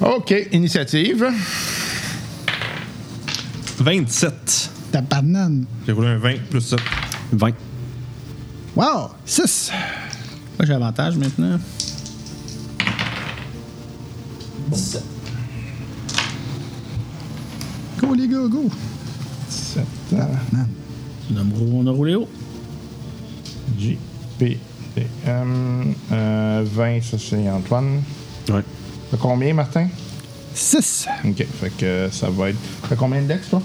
Speaker 2: OK, initiative.
Speaker 3: 27.
Speaker 6: Ta banane.
Speaker 3: J'ai roulé un 20 plus 7.
Speaker 5: 20.
Speaker 6: Wow! 6!
Speaker 4: Moi, j'ai avantage maintenant. 17.
Speaker 6: Go, les gars, go!
Speaker 2: Sept, euh,
Speaker 4: On a roulé- on a roulé haut.
Speaker 2: J, P, T, M. euh, 20, ça c'est Antoine.
Speaker 5: Ouais.
Speaker 2: Fait combien, Martin?
Speaker 6: 6!
Speaker 2: OK, fait que ça va être... Fait combien de decks, toi?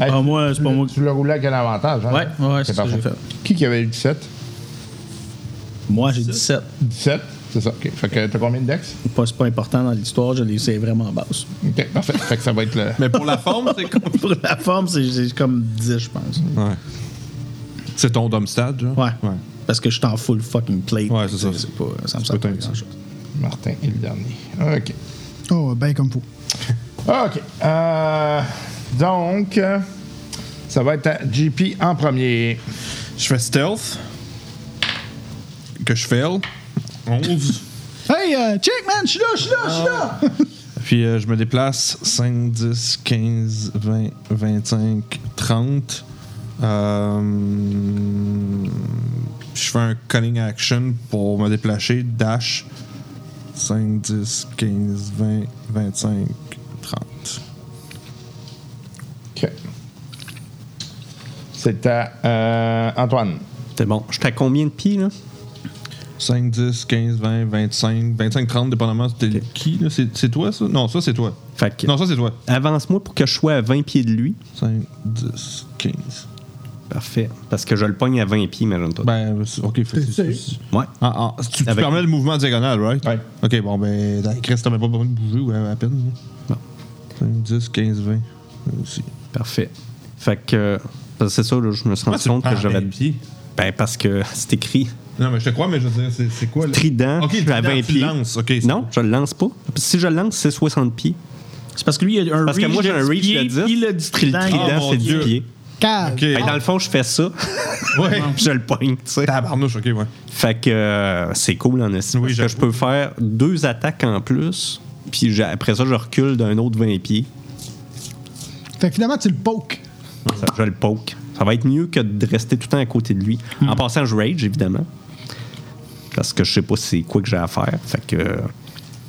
Speaker 2: Hey,
Speaker 4: Ah, moi, c'est pas moi qui.
Speaker 2: Tu l'as roulé à quel avantage, hein?
Speaker 4: Ouais, ouais, c'est ça que
Speaker 2: parfait.
Speaker 4: j'ai fait.
Speaker 2: Qui qui avait eu 17?
Speaker 4: Moi, j'ai 17.
Speaker 2: 17, c'est ça. OK, fait que t'as combien de decks?
Speaker 4: Pas- C'est pas important dans l'histoire, je les sais vraiment basse.
Speaker 2: OK, parfait. fait que ça va être le...
Speaker 3: Mais pour la forme, c'est comme.
Speaker 4: Pour la forme, c'est c'est comme 10, je pense.
Speaker 3: Ouais. C'est ton domstad, genre?
Speaker 4: Ouais. Parce que je suis en full fucking plate.
Speaker 3: Ouais, c'est ça.
Speaker 4: pas, ça me sert
Speaker 3: C'est
Speaker 4: pas
Speaker 3: peut-être
Speaker 4: grand chose.
Speaker 2: Martin est le dernier. OK.
Speaker 6: Oh, ben comme faut.
Speaker 2: OK. Euh, donc, euh, ça va être à GP en premier.
Speaker 3: Je fais stealth. Que je fail. 11.
Speaker 6: Hey, euh, check, man! Je suis là, je suis là, je suis là!
Speaker 3: Puis euh, je me déplace 5, 10, 15, 20, 25, 30. Euh, je fais un calling action pour me déplacer. Dash. 5, 10, 15, 20, 25, 30.
Speaker 2: OK. C'est à euh, Antoine.
Speaker 5: C'est bon. J'étais à combien de pieds, là?
Speaker 3: 5, 10, 15, 20, 25, 25, 30, dépendamment c'était qui. là. C'est c'est toi, ça? Non, ça, c'est toi.
Speaker 5: Fait que-
Speaker 3: Non, ça, c'est toi.
Speaker 5: Avance-moi pour que je sois à 20 pieds de lui.
Speaker 3: 5, 10, 15.
Speaker 5: Parfait. Parce que je le pogne à 20 pieds, imagine-toi.
Speaker 3: Ben, c'est- ok. Fait, que c'est-
Speaker 5: ouais.
Speaker 3: Ah, ah, tu, tu
Speaker 5: Avec-
Speaker 3: permets le mouvement diagonal, right?
Speaker 2: Ouais.
Speaker 3: Ok, bon, ben, dans les Chris, t'as même pas besoin de bouger ou à, à peine.
Speaker 5: Non.
Speaker 3: 5, 10, 15, 20. Aussi.
Speaker 5: Parfait. Fait que. euh, parce que c'est ça, là, je me suis rendu compte que j'avais. Ben, parce que c'est écrit
Speaker 3: Non, mais je te crois, mais je veux dire, c'est- c'est quoi le.
Speaker 5: trident,
Speaker 3: Ok,
Speaker 5: je
Speaker 3: le
Speaker 5: suis à
Speaker 3: trident,
Speaker 5: 20
Speaker 3: tu
Speaker 5: pieds.
Speaker 3: lances, ok, c'est
Speaker 5: non,
Speaker 3: bon.
Speaker 5: je le lance pas. Si je le lance, c'est 60 pieds.
Speaker 4: C'est parce que lui, il a un
Speaker 5: Parce que
Speaker 4: reach
Speaker 5: moi, j'ai
Speaker 4: de
Speaker 5: un
Speaker 4: 10
Speaker 5: reach
Speaker 4: pieds,
Speaker 5: de 10.
Speaker 4: puis le
Speaker 5: Puis le
Speaker 4: trident, il
Speaker 3: Ah,
Speaker 5: trident,
Speaker 3: mon
Speaker 5: c'est
Speaker 3: Dieu.
Speaker 5: 10 pieds.
Speaker 6: Calme!
Speaker 3: Ok, ah,
Speaker 5: Fait que dans le fond, je fais ça,
Speaker 3: ouais.
Speaker 5: puis je le pogne, tu sais.
Speaker 3: Tabarnouche, ok, ouais.
Speaker 5: Fait que euh, c'est cool en estime.
Speaker 3: Oui,
Speaker 5: parce que je peux faire deux attaques en plus, puis j'ai- après ça, je recule d'un autre 20 pieds.
Speaker 6: Fait que finalement, tu le pokes.
Speaker 5: Ça, je le poke. Ça va être mieux que de rester tout le temps à côté de lui.
Speaker 4: Hmm.
Speaker 5: En passant, je rage, évidemment. Parce que je sais pas c'est quoi que j'ai à faire. Fait que,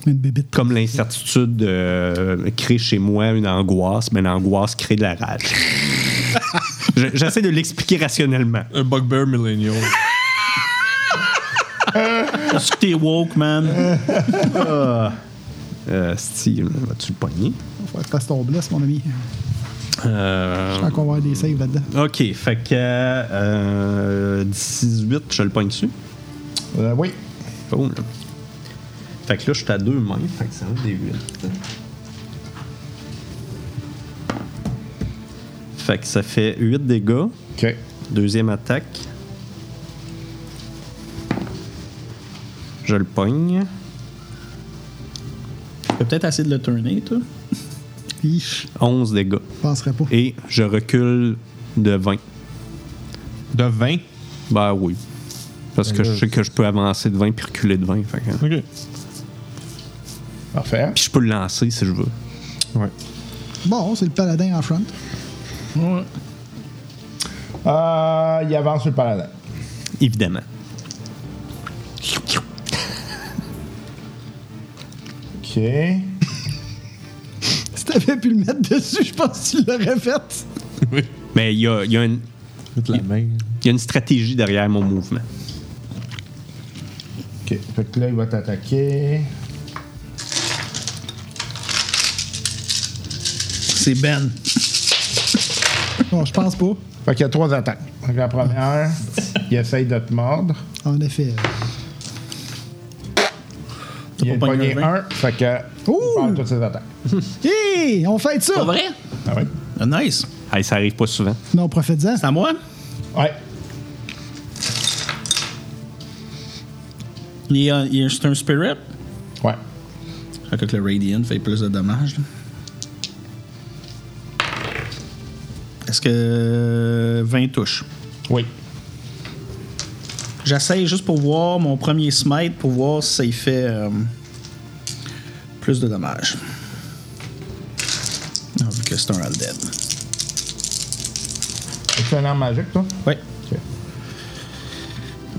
Speaker 6: Une bébite.
Speaker 5: comme l'incertitude euh, crée chez moi une angoisse, mais l'angoisse crée de la rage. Je- J'essaie de l'expliquer rationnellement.
Speaker 3: Un bugbear millennial.
Speaker 4: Est-ce que t'es woke, man?
Speaker 5: Ah. Euh, Steve, vas-tu le pogner?
Speaker 6: Faut que tu ton bless, mon ami.
Speaker 5: Euh,
Speaker 6: Je pense qu'on va avoir des saves là-dedans.
Speaker 5: OK, fait que euh, 18, je le pogne dessus.
Speaker 2: Euh, oui.
Speaker 5: Cool. Fait que là, je suis à deux mains. Fait que ça va être des 8. Fait que ça fait 8 dégâts.
Speaker 2: OK.
Speaker 5: Deuxième attaque. Je le pogne.
Speaker 4: Tu peux peut-être essayer de le tourner, toi.
Speaker 6: Ich
Speaker 5: 11 dégâts.
Speaker 6: penserais pas.
Speaker 5: Et je recule de 20.
Speaker 3: De 20.
Speaker 5: Ben oui. Parce que je sais que je peux avancer de 20 puis reculer de 20. Fait que...
Speaker 3: Ok.
Speaker 2: Parfait.
Speaker 5: Puis je peux le lancer si je veux.
Speaker 3: Ouais.
Speaker 6: Bon, c'est le paladin en front.
Speaker 2: Euh, il avance sur le paladin.
Speaker 5: Évidemment.
Speaker 2: OK.
Speaker 6: Si t'avais pu le mettre dessus, je pense que tu l'aurais fait.
Speaker 5: Mais il y a- il y a une
Speaker 3: Toute la main.
Speaker 5: Il y a une stratégie derrière mon mouvement.
Speaker 2: OK. Fait que là, il va t'attaquer.
Speaker 4: C'est Ben.
Speaker 6: Bon, je pense pas.
Speaker 2: Fait qu'il y a trois attaques. Fait que la première, il essaye de te mordre.
Speaker 6: En effet.
Speaker 2: Il a
Speaker 4: pas pogné
Speaker 2: pogné
Speaker 4: un
Speaker 2: un, fait que.
Speaker 6: Ouh!
Speaker 2: Il perd toutes ses attaques.
Speaker 6: Hé, on fête ça!
Speaker 4: Pas vrai?
Speaker 2: Ah oui?
Speaker 4: Ah, Nice.
Speaker 5: Hey, ça arrive pas souvent.
Speaker 6: Non, profite-en.
Speaker 4: C'est à moi?
Speaker 2: Ouais.
Speaker 4: Il est, un- il est- c'est un spirit.
Speaker 2: Ouais.
Speaker 4: Fait que le Radiant fait plus de dommages. là. Est-ce que 20 touches?
Speaker 2: Oui.
Speaker 4: J'essaye juste pour voir mon premier smite, pour voir si ça y fait euh, plus de dommages. Ah, vu que c'est un all dead.
Speaker 2: As-tu un arme magique, toi?
Speaker 4: Oui.
Speaker 2: Ok.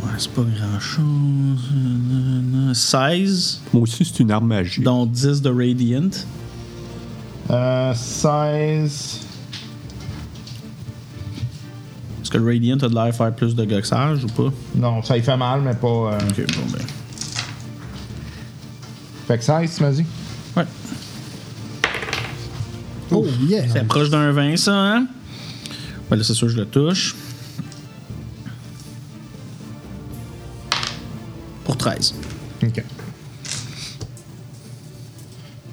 Speaker 4: Ouais, c'est pas grand-chose. 16,
Speaker 5: Moi aussi, c'est une arme magique.
Speaker 4: dont 10 de Radiant.
Speaker 2: Euh, 16.
Speaker 4: Est-ce que le Radiant a de l'air de faire plus de goxage ou pas?
Speaker 2: Non, ça y fait mal, mais pas. euh,
Speaker 4: Ok, bon ben.
Speaker 2: Fait que 16, tu m'as dit?
Speaker 4: Ouais.
Speaker 6: Oh, yeah!
Speaker 4: C'est proche d'un 20, ça, hein? Ouais, là, c'est sûr que je le touche. Pour 13.
Speaker 2: OK.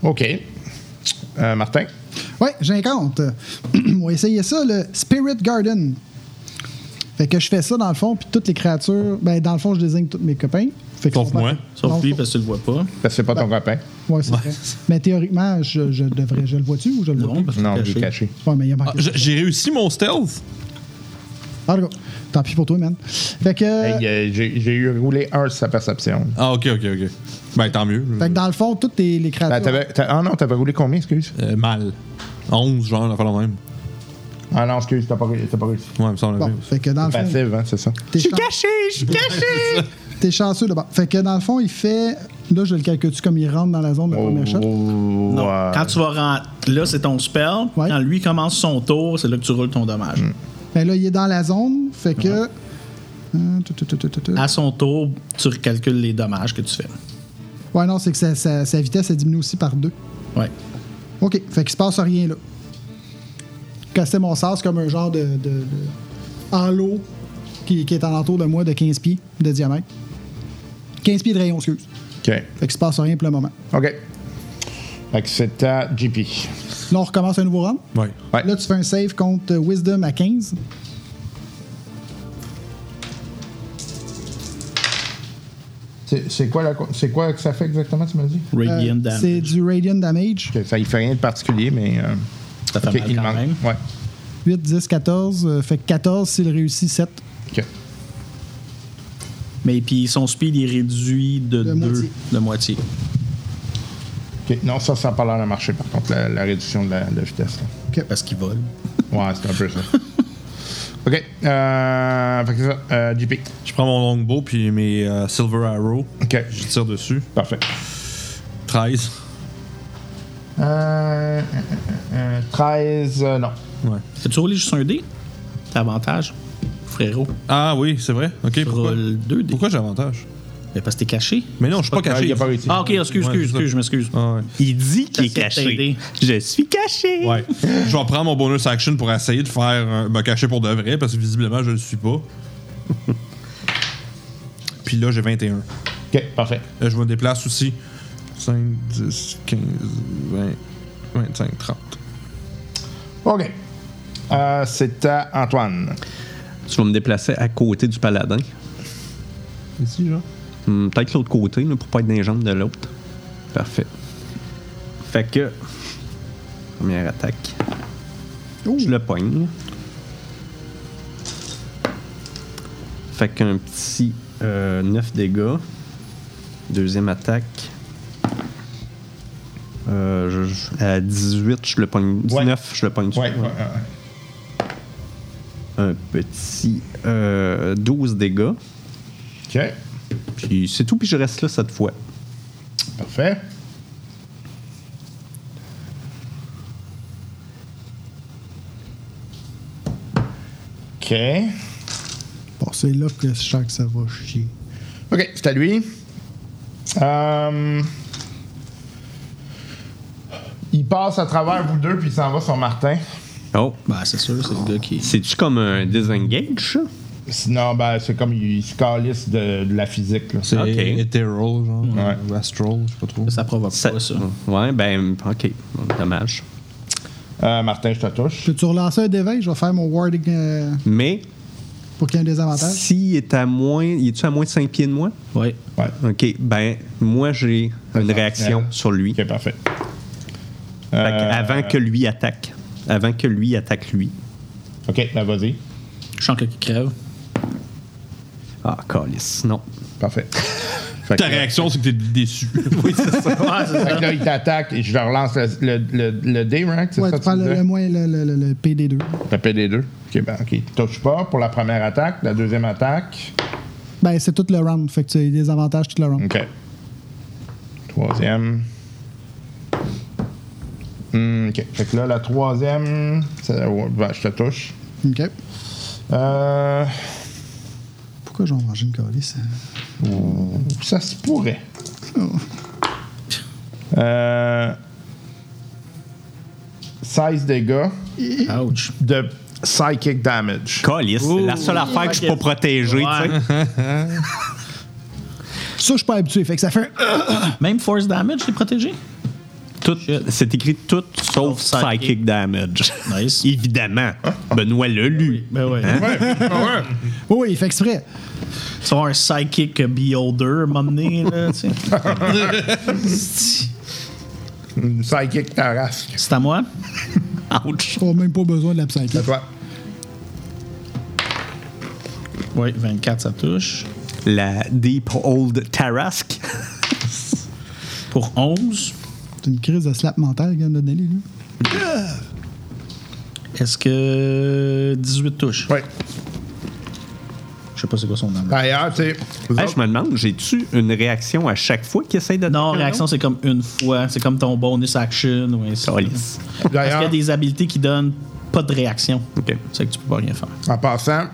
Speaker 2: OK. Euh, Martin?
Speaker 6: Ouais, j'invente. On va essayer ça, le Spirit Garden. Fait que je fais ça dans le fond, puis toutes les créatures. Ben, dans le fond, je désigne tous mes copains. Fait que
Speaker 3: Sauf
Speaker 6: ils sont pas-
Speaker 3: moi.
Speaker 4: Sauf
Speaker 6: Non,
Speaker 4: lui,
Speaker 6: faut-
Speaker 4: parce que tu le vois pas.
Speaker 2: Parce que c'est pas ton copain.
Speaker 6: Ouais, c'est vrai. Mais théoriquement, je, je devrais. Je le vois-tu ou je le vois
Speaker 4: Non,
Speaker 6: pas?
Speaker 4: parce que
Speaker 2: Non,
Speaker 4: c'est
Speaker 2: il est caché.
Speaker 6: Ouais, mais il y a
Speaker 3: Ah,
Speaker 6: marqué.
Speaker 3: j- J'ai réussi mon stealth.
Speaker 6: En tout cas, tant pis pour toi, man. Fait que.
Speaker 2: Hey, euh, J'ai j'ai eu roulé un sur sa perception.
Speaker 3: Ah, ok, ok, ok. Ben, tant mieux.
Speaker 6: Fait que dans le fond, toutes les, les
Speaker 2: Ah,
Speaker 6: créatures.
Speaker 2: t'avais- t'as- ah non, t'avais roulé combien, excuse?
Speaker 3: Euh, mal. 11, genre, on va faire le même.
Speaker 2: Ah non, excuse, t'as pas, ré- t'as pas réussi.
Speaker 3: Ouais, il me semble.
Speaker 6: Bon, fait que dans le fond,
Speaker 2: Passive, hein, c'est ça?
Speaker 6: t'es chan- t'es chanceux là-bas. Fait que dans le fond, il fait. Là, je le calcule-tu comme il rentre dans la
Speaker 2: Oh,
Speaker 6: zone de la première shot?
Speaker 4: Non.
Speaker 2: Ouais.
Speaker 4: Quand tu vas rentrer, là, c'est ton spell.
Speaker 6: Ouais.
Speaker 4: Quand lui commence son tour, c'est là que tu roules ton dommage.
Speaker 6: Mais Ben là, il est dans la zone, fait que. Hum, tout, tout, tout, tout, tout.
Speaker 4: À son tour, tu recalcules les dommages que tu fais.
Speaker 6: Ouais, non, c'est que sa, sa- sa vitesse, elle diminue aussi par deux.
Speaker 4: Ouais.
Speaker 6: OK, fait qu'il se passe rien là. Casser mon sas comme un genre de. de, de- halo qui, qui est alentour de moi de 15 pieds de diamètre. 15 pieds de rayon, excuse.
Speaker 2: OK.
Speaker 6: Fait qu'il se passe rien pour le moment.
Speaker 2: OK. Fait que c'est à JP.
Speaker 6: Là, on recommence un nouveau round.
Speaker 3: Ouais.
Speaker 2: Ouais.
Speaker 6: Là, tu fais un save contre euh, Wisdom à 15.
Speaker 2: C'est c'est quoi, la co- c'est quoi que ça fait exactement, tu m'as dit?
Speaker 4: Radiant
Speaker 6: Euh,
Speaker 4: damage.
Speaker 6: C'est du Radiant Damage.
Speaker 2: OK, ça y fait rien de particulier, mais... euh,
Speaker 4: Ça fait
Speaker 2: OK,
Speaker 4: mal quand même.
Speaker 2: Ouais.
Speaker 6: 8, 10, 14. euh, fait que 14 s'il réussit 7.
Speaker 2: OK.
Speaker 4: Mais puis son speed est réduit de
Speaker 6: De
Speaker 4: 2
Speaker 6: moitié.
Speaker 4: de moitié.
Speaker 2: OK. Non, ça, ça n'a pas l'air de marcher, par contre, la, la réduction de la, de la vitesse. là.
Speaker 4: Parce qu'il vole.
Speaker 2: Ouais, c'est un peu ça. OK. Euh, fait que c'est ça. Euh, JP.
Speaker 3: Je prends mon longbow puis mes euh, Silver Arrow.
Speaker 2: OK.
Speaker 3: Je tire dessus.
Speaker 2: Parfait.
Speaker 3: 13.
Speaker 2: Euh, euh, euh, 13, euh, non.
Speaker 3: Ouais.
Speaker 4: As-tu roulé juste un dé? T'as avantage, frérot.
Speaker 3: Ah oui, c'est vrai. Ok,
Speaker 4: Tu
Speaker 3: pourquoi,
Speaker 4: roules deux dés.
Speaker 3: pourquoi j'ai avantage?
Speaker 4: Mais parce que t'es caché.
Speaker 3: Mais non, je suis pas
Speaker 2: Ah,
Speaker 3: caché.
Speaker 2: il a pas réussi.
Speaker 4: Ah, ok, excuse,
Speaker 3: Ouais,
Speaker 4: excuse,
Speaker 3: c'est ça.
Speaker 4: excuse, je m'excuse.
Speaker 3: Ah, ouais.
Speaker 5: Il dit qu'il est
Speaker 4: Ça, c'est
Speaker 5: caché.
Speaker 4: aidé.
Speaker 5: Je suis caché.
Speaker 3: Ouais. je vais prendre mon bonus action pour essayer de faire euh, me cacher pour de vrai parce que visiblement je le suis pas. Puis là j'ai 21.
Speaker 2: OK, parfait.
Speaker 3: Là, je me déplace aussi. 5, 10, 15, 20, 25, 30.
Speaker 2: OK. Euh, c'est à Antoine.
Speaker 5: Tu vas me déplacer à côté du paladin.
Speaker 3: Ici, genre?
Speaker 5: Hum, Peut-être l'autre côté, là, pour pas être dans les jambes de l'autre. Parfait. Fait que. Première attaque. Je le poigne. Fait qu'un petit 9 dégâts. Deuxième attaque. Euh, je- je- à 18, je le pogne. 19, je le pogne. dessus.
Speaker 2: Ouais. ouais, ouais.
Speaker 5: Un petit euh, 12 dégâts.
Speaker 2: OK.
Speaker 5: Puis c'est tout, puis je reste là cette fois.
Speaker 2: Parfait. OK.
Speaker 6: Bon, c'est là que je sens que ça va chier.
Speaker 2: OK, c'est à lui. Euh, il passe à travers vous deux, puis il s'en va sur Martin.
Speaker 5: Oh,
Speaker 4: Bah, Ben, c'est sûr, c'est le gars qui.
Speaker 5: c'est-tu comme un disengage, ça?
Speaker 2: Sinon, ben, c'est comme il se calisse de, de la physique. là.
Speaker 3: C'est
Speaker 5: Ok.
Speaker 3: hétéro, genre.
Speaker 2: Ouais.
Speaker 3: ou Astral, je sais pas trop.
Speaker 4: Ça provoque pas ça.
Speaker 5: Ouais, ben, ok. Dommage.
Speaker 2: Euh, Martin, je te touche.
Speaker 6: Peux-tu relancer un dévin? Je vais faire mon warding euh,
Speaker 5: Mais,
Speaker 6: pour qu'il y ait un désavantage.
Speaker 5: s'il est à moins. Il est-tu à moins de 5 pieds de moi?
Speaker 4: Ouais.
Speaker 2: Ouais.
Speaker 5: Ok, ben, moi, j'ai une
Speaker 2: D'accord.
Speaker 5: réaction
Speaker 2: Ouais.
Speaker 5: sur lui.
Speaker 2: Ok, parfait.
Speaker 5: Fait que
Speaker 2: Euh,
Speaker 5: avant que lui attaque. Avant que lui attaque lui.
Speaker 2: Ok, ben vas-y.
Speaker 4: Je sens que quelqu'un qui crève.
Speaker 5: Ah, calice, non.
Speaker 2: Parfait. Fait que-
Speaker 3: Ta réaction, c'est que t'es déçu.
Speaker 2: Fait que là, il t'attaque et je le relance le, le, le, le dé, right? C'est
Speaker 6: Ouais,
Speaker 2: ça que
Speaker 6: tu
Speaker 2: tu
Speaker 6: prends le, le
Speaker 2: disais?
Speaker 6: moins le, le- le- le PD2.
Speaker 2: T'as les deux. Ok, ben, ok. Touche pas pour la première attaque, la deuxième attaque.
Speaker 6: Ben, c'est tout le round. Fait que tu as des avantages tout le round.
Speaker 2: OK. Troisième. Hmm, OK. Fait que là, la troisième. c'est- ouais, ben, je te touche.
Speaker 6: OK.
Speaker 2: Euh,
Speaker 6: Pourquoi j'en mange une calice? hein?
Speaker 2: ça se pourrait. Euh, 16 dégâts
Speaker 4: Ouch.
Speaker 2: de psychic damage.
Speaker 5: Calice, c'est la seule affaire que je suis pas protégé, tu sais.
Speaker 6: Ça, je suis pas habitué. Fait que ça fait un- euh,
Speaker 4: Même force damage, t'es protégé?
Speaker 5: Tout- C'est écrit tout sauf
Speaker 4: Sauf psychic.
Speaker 5: psychic damage.
Speaker 4: Nice.
Speaker 5: Évidemment. Benoît l'a lu.
Speaker 4: Ben ouais.
Speaker 6: Oui, oui, il fait exprès.
Speaker 4: Tu vas avoir un psychic beholder à un moment donné, là, tu sais.
Speaker 2: Une Hmm, Psychic tarasque.
Speaker 4: C'est à moi?
Speaker 5: Ouch.
Speaker 6: T'as même pas besoin de la psychique.
Speaker 2: C'est toi.
Speaker 4: Oui, 24, ça touche.
Speaker 5: La Deep Old Tarasque.
Speaker 4: Pour 11,
Speaker 6: C'est une crise de slap mentale qu'il vient de donner, lui.
Speaker 4: est-ce que 18 touche?
Speaker 2: Ouais.
Speaker 4: Je sais pas c'est quoi son nom. là.
Speaker 2: D'ailleurs, tu sais. vous
Speaker 5: Hey,
Speaker 2: autres-
Speaker 5: je me demande, j'ai-tu une réaction à chaque fois qu'il essaie de.
Speaker 4: Ah, Non, réaction, c'est comme une fois. C'est comme ton bonus action ou ainsi.
Speaker 5: Calice.
Speaker 4: Parce qu'il y a
Speaker 2: D'ailleurs,
Speaker 4: des habilités qui donnent pas de réaction.
Speaker 5: OK.
Speaker 4: C'est que tu peux pas rien faire.
Speaker 2: en passant,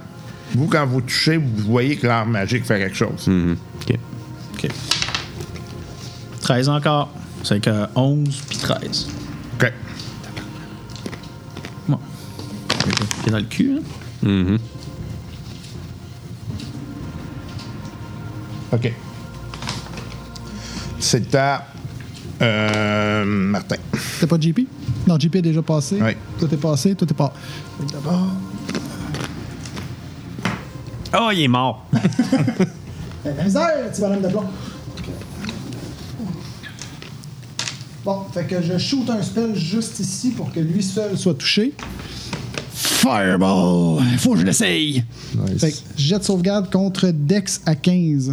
Speaker 2: vous, quand vous touchez, vous voyez que l'arme magique fait quelque chose.
Speaker 5: OK.
Speaker 4: OK. 13 encore. C'est que 11 puis 13.
Speaker 2: OK.
Speaker 4: Bon. Pied dans le cul, hein?
Speaker 2: OK. C'est à euh, Martin.
Speaker 6: T'as pas de GP? Non, GP est déjà passé.
Speaker 2: Oui.
Speaker 6: Toi, t'es passé, toi, t'es pas. Fait que D'abord.
Speaker 5: Oh, il est mort.
Speaker 6: La misère, Eh, petit bonhomme de plomb. Bon, fait que je shoot un spell juste ici pour que lui seul soit touché. Fireball! Faut que je l'essaye! Fait que jet de sauvegarde contre Dex à 15.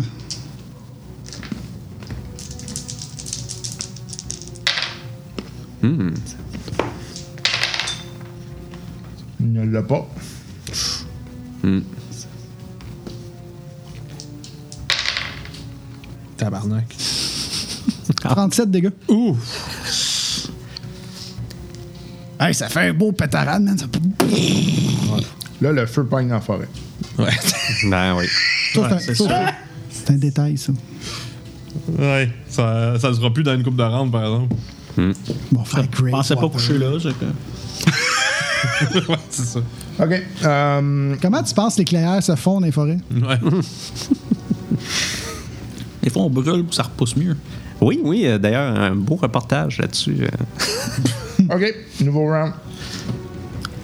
Speaker 2: Il ne l'a pas.
Speaker 3: Tabarnak.
Speaker 5: Ah.
Speaker 6: 37 dégâts. Ouh! Hey, ça fait un beau pétarade, man. Ça-
Speaker 2: Là, le feu pogne dans la forêt.
Speaker 3: Ouais.
Speaker 5: Ben oui.
Speaker 6: Ça, c'est un-
Speaker 4: c'est
Speaker 6: ça,
Speaker 4: ça.
Speaker 6: c'est- C'est un détail, ça.
Speaker 3: ouais. Ça, ça ne sera plus dans une coupe de round, par exemple.
Speaker 6: Bon, frère,
Speaker 4: Je
Speaker 6: Grace.
Speaker 4: pensais pas
Speaker 6: Water.
Speaker 4: coucher là, c'est que.
Speaker 3: ouais, c'est ça.
Speaker 2: OK. euh,
Speaker 6: Comment tu penses que les clairières se font dans les forêts?
Speaker 3: Ouais.
Speaker 4: Des fois, on brûle pour que ça repousse mieux.
Speaker 5: Oui, oui, euh, d'ailleurs, un beau reportage là-dessus. euh.
Speaker 2: OK. Nouveau round.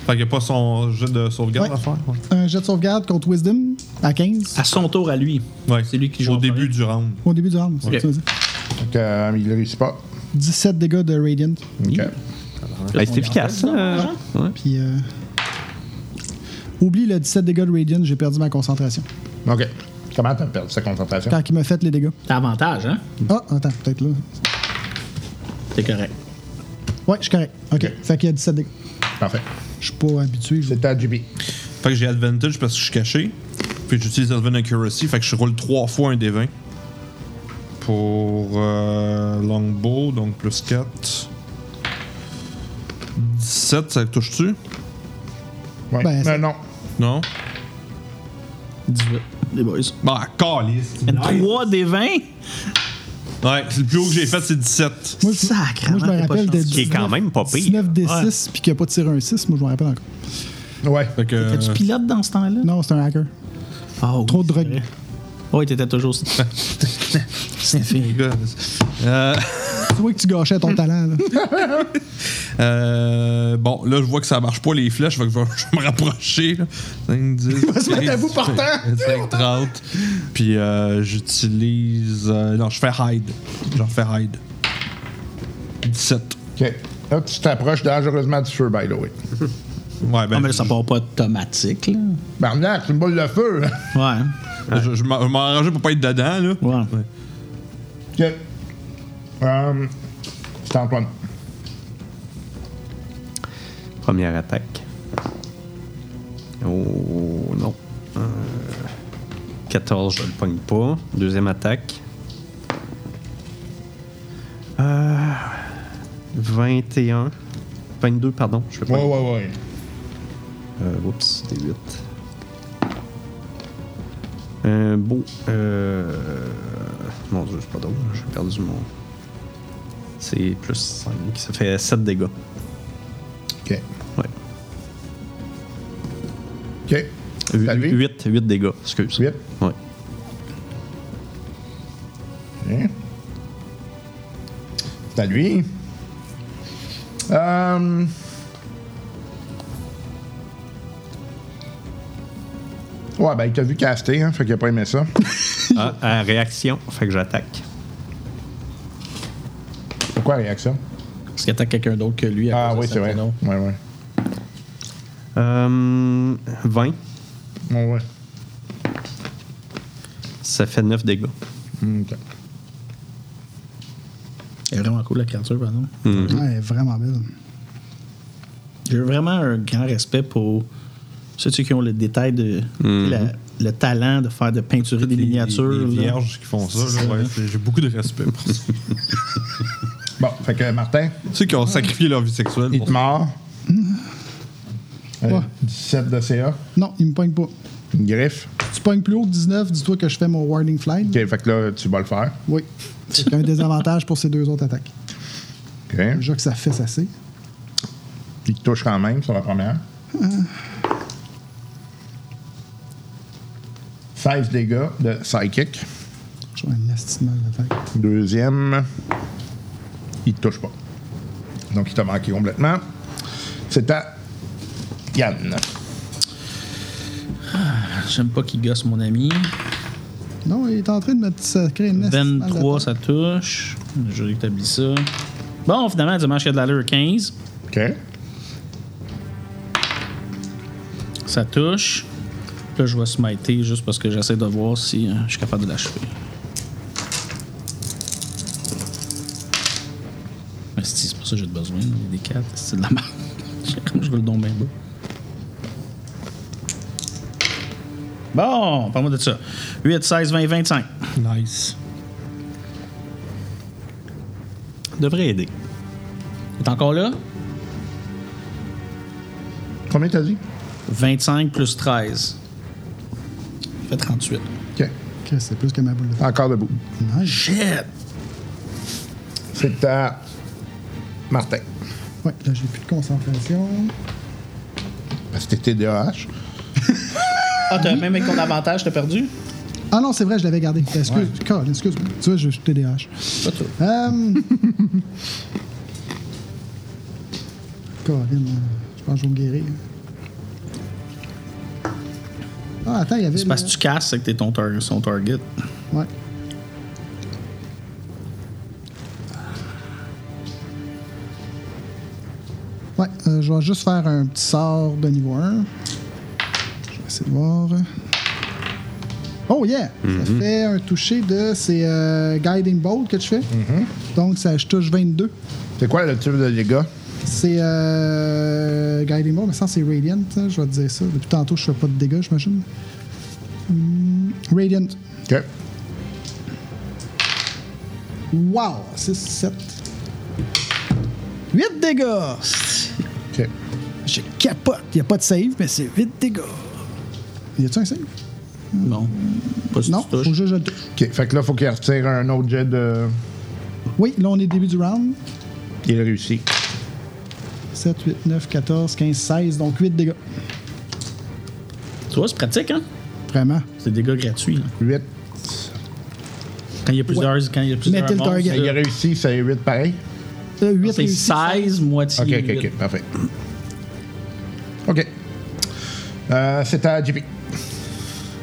Speaker 3: Fait qu'il n'y a pas son jet de sauvegarde
Speaker 6: Ouais.
Speaker 3: à faire. Ouais.
Speaker 6: Un jet de sauvegarde contre Wisdom à 15
Speaker 4: À son tour, à lui.
Speaker 3: Ouais.
Speaker 4: C'est lui qui joue
Speaker 3: Au
Speaker 4: en
Speaker 3: début
Speaker 4: premier.
Speaker 3: du round.
Speaker 6: au début du round. c'est
Speaker 4: Ok.
Speaker 6: ça que tu veux dire.
Speaker 2: Fait que, euh, il ne réussit pas.
Speaker 6: 17 dégâts de Radiant.
Speaker 2: OK.
Speaker 5: Ben, c'est efficace, ça. euh. Ouais.
Speaker 6: Puis. euh, Oublie le 17 dégâts de Radiant, j'ai perdu ma concentration.
Speaker 2: OK. Comment t'as perdu sa concentration?
Speaker 6: Quand il m'a fait les dégâts.
Speaker 4: T'as avantage, hein?
Speaker 6: Ah, attends, peut-être là.
Speaker 4: T'es correct.
Speaker 6: Ouais, je suis correct. OK.
Speaker 2: Ok.
Speaker 6: Fait qu'il y a 17 dégâts.
Speaker 2: Parfait.
Speaker 6: Je suis pas habitué. je-
Speaker 2: C'est à JB.
Speaker 3: Fait que j'ai advantage parce que je suis caché. Puis j'utilise Elven Accuracy. Fait que je roule trois fois un D20. Pour euh, Longbow, donc plus 4. 17, ça touche-tu?
Speaker 2: Ouais.
Speaker 6: Ben,
Speaker 2: non,
Speaker 6: c'est-
Speaker 2: non.
Speaker 3: Non?
Speaker 4: 18. Les boys.
Speaker 3: Bah, calice!
Speaker 4: 3 des 20?
Speaker 3: Ouais, c'est le plus haut que j'ai fait, c'est 17.
Speaker 6: Moi, je-
Speaker 4: Sacre.
Speaker 6: moi, je me rappelle de
Speaker 5: Qui est quand
Speaker 6: 19
Speaker 5: même pas pire.
Speaker 6: 19 des 6 puis qu'il a pas tiré un 6, moi je me rappelle encore.
Speaker 2: Ouais.
Speaker 3: Fait que.
Speaker 4: euh,
Speaker 3: euh,
Speaker 4: Fais-tu pilote dans ce temps-là?
Speaker 6: Non, c'est un hacker.
Speaker 4: Ah oui,
Speaker 6: Trop de
Speaker 4: c'est
Speaker 6: drogue.
Speaker 4: vrai. Oui, t'étais toujours.
Speaker 3: Ben,
Speaker 4: Sniffé.
Speaker 3: Gars, euh,
Speaker 6: Tu vois que tu gâchais ton talent. là.
Speaker 3: euh, bon, là, je vois que ça marche pas, les flèches, fait que je vais, je vais me rapprocher. là. 5, 10,
Speaker 2: va se mettre à vous partant.
Speaker 3: 5, 30. Puis euh, j'utilise. euh, non, je fais hide. J'en fais hide. 17.
Speaker 2: OK. Là, tu t'approches dangereusement du feu, by the way.
Speaker 3: Ouais, ben.
Speaker 4: Non, Ah, mais là, ça part pas automatique, là.
Speaker 2: Barnac, c'est une boule de feu. hein. là.
Speaker 4: Ouais.
Speaker 3: je je m'en- je m'en arrangeais pour pas être dedans, là.
Speaker 4: Ouais.
Speaker 2: OK. Um, c'est Antoine.
Speaker 5: Première attaque. Oh non. Euh, 14, je le pogne pas. Deuxième attaque. Euh, 21. 22, pardon. Je le
Speaker 2: Ouais,
Speaker 5: pogne.
Speaker 2: ouais, ouais.
Speaker 5: Euh, oups, des 8. Un beau. Euh... Mon dieu, c'est pas drôle, j'ai perdu mon. C'est plus 5, ça fait 7 dégâts.
Speaker 2: OK.
Speaker 5: Ouais.
Speaker 2: OK. T'as levé?
Speaker 5: 8, 8 dégâts, excuse.
Speaker 2: Huit?
Speaker 5: Ouais.
Speaker 2: Hein? C'est à lui. Euh... Ouais, ben, il t'a vu caster, hein, fait qu'il a pas aimé ça.
Speaker 5: Ah, à réaction, fait que j'attaque.
Speaker 2: Pourquoi réaction?
Speaker 4: Parce qu'il attaque quelqu'un d'autre que lui. à
Speaker 2: Ah
Speaker 4: cause de
Speaker 2: oui, c'est vrai.
Speaker 4: Sentinel.
Speaker 2: Ouais, ouais.
Speaker 5: Euh, 20,
Speaker 2: Ouais, ouais.
Speaker 5: ça fait 9 dégâts.
Speaker 2: OK.
Speaker 4: Elle est vraiment cool, la créature, par exemple.
Speaker 3: Hmm.
Speaker 6: Ouais, elle est vraiment belle.
Speaker 4: J'ai vraiment un grand respect pour ceux qui ont le détail de. la- le talent de faire de peinturer des
Speaker 3: Hmm. Les-
Speaker 4: miniatures.
Speaker 3: Les,
Speaker 4: là.
Speaker 3: vierges qui font ça, là, ouais, j'ai j'ai beaucoup de respect pour ça.
Speaker 2: Bon, fait que Martin,
Speaker 3: Ceux qui ont sacrifié leur vie sexuelle
Speaker 2: il
Speaker 3: pour
Speaker 2: te mord. Euh,
Speaker 6: Ouais.
Speaker 2: 17 de CA.
Speaker 6: Non, il me pogne pas.
Speaker 2: Une griffe.
Speaker 6: Tu pognes plus haut que 19, dis-toi que je fais mon warning flight.
Speaker 2: OK, fait que là, tu vas le faire.
Speaker 6: Oui. C'est un désavantage pour ces deux autres attaques.
Speaker 2: OK.
Speaker 6: Déjà que ça fait ça c'est.
Speaker 2: Il te touche quand même sur la première. 16 dégâts de psychic.
Speaker 6: J'ai un esti de mal de faire.
Speaker 2: Deuxième, il te touche pas. Donc, il t'a manqué complètement. C'est à Yann.
Speaker 4: J'aime pas qu'il gosse mon ami.
Speaker 6: Non, il est en train de me sacrer une esti de mal de
Speaker 4: 23, ça
Speaker 6: faire.
Speaker 4: touche. Je rétablis ça. Bon, finalement, dimanche, il y a de l'allure 15.
Speaker 2: OK.
Speaker 4: Ça touche. Là, je vais smiter juste parce que j'essaie de voir si euh, je suis capable de l'achever. Mais si, c'est pour ça que j'ai de besoin. là. Il y a des 4, c'est de la merde. Comme je veux le don bien bas. Bon, parle-moi de ça. 8, 16, 20, 25. Nice.
Speaker 5: Devrait aider.
Speaker 4: T'es encore là?
Speaker 2: Combien t'as dit?
Speaker 4: 25 plus 13. Ça fait 38.
Speaker 2: OK.
Speaker 6: Christ, C'est plus que ma boule de fer.
Speaker 2: Encore debout.
Speaker 6: Nice.
Speaker 4: Shit!
Speaker 2: C'est à Martin.
Speaker 6: Ouais, là, j'ai plus de concentration.
Speaker 2: Parce que t'es TDAH.
Speaker 4: Ah, t'as même avec ton avantage, t'as perdu?
Speaker 6: Ah non, c'est vrai, je l'avais gardé. Excuse, Colin, excuse-moi. Tu vois, je suis TDAH.
Speaker 4: Pas tout.
Speaker 6: Euh... Colin, euh, je pense que je vais me guérir. Ah, attends, il y avait.
Speaker 4: C'est parce
Speaker 6: le-
Speaker 4: que tu casses, c'est que t'es ton tar- son target.
Speaker 6: Ouais. Ouais, euh, je vais juste faire un petit sort de niveau 1. Je vais essayer de voir. Oh yeah! Ça fait un toucher de. C'est euh, Guiding Bolt que tu fais. Donc, ça, je touche 22.
Speaker 2: C'est quoi le type de dégâts?
Speaker 6: C'est euh, Guiding Bolt, mais ça, c'est Radiant. hein, je vais te dire ça. Depuis tantôt, je fais pas de dégâts, j'imagine. Hmm, Radiant.
Speaker 2: OK.
Speaker 6: Wow! 6, 7. 8 dégâts!
Speaker 2: OK.
Speaker 6: Je capote. Il n'y a pas de save, mais c'est 8 dégâts. Y a-tu un save?
Speaker 4: Non. Pas si
Speaker 6: Non,
Speaker 4: tu
Speaker 6: faut
Speaker 4: touches.
Speaker 6: juste que je le touche.
Speaker 2: OK. Fait que là, faut qu'il retire un autre jet de.
Speaker 6: Oui, là, on est début du round.
Speaker 2: Il réussit.
Speaker 6: 7, 8, 9, 14, 15, 16, donc 8 dégâts.
Speaker 4: Tu vois, c'est pratique, hein?
Speaker 6: Vraiment.
Speaker 4: C'est des dégâts gratuits. là.
Speaker 2: 8.
Speaker 4: Quand il y a plusieurs, quand il y a plusieurs
Speaker 6: Mettez le
Speaker 4: monstres,
Speaker 6: target.
Speaker 4: là,
Speaker 2: Il a réussi, c'est 8 pareil.
Speaker 6: 8
Speaker 4: C'est 16, moitié.
Speaker 2: Ok, ok,
Speaker 4: huit.
Speaker 2: ok, parfait. Ok. Euh, c'est à JP.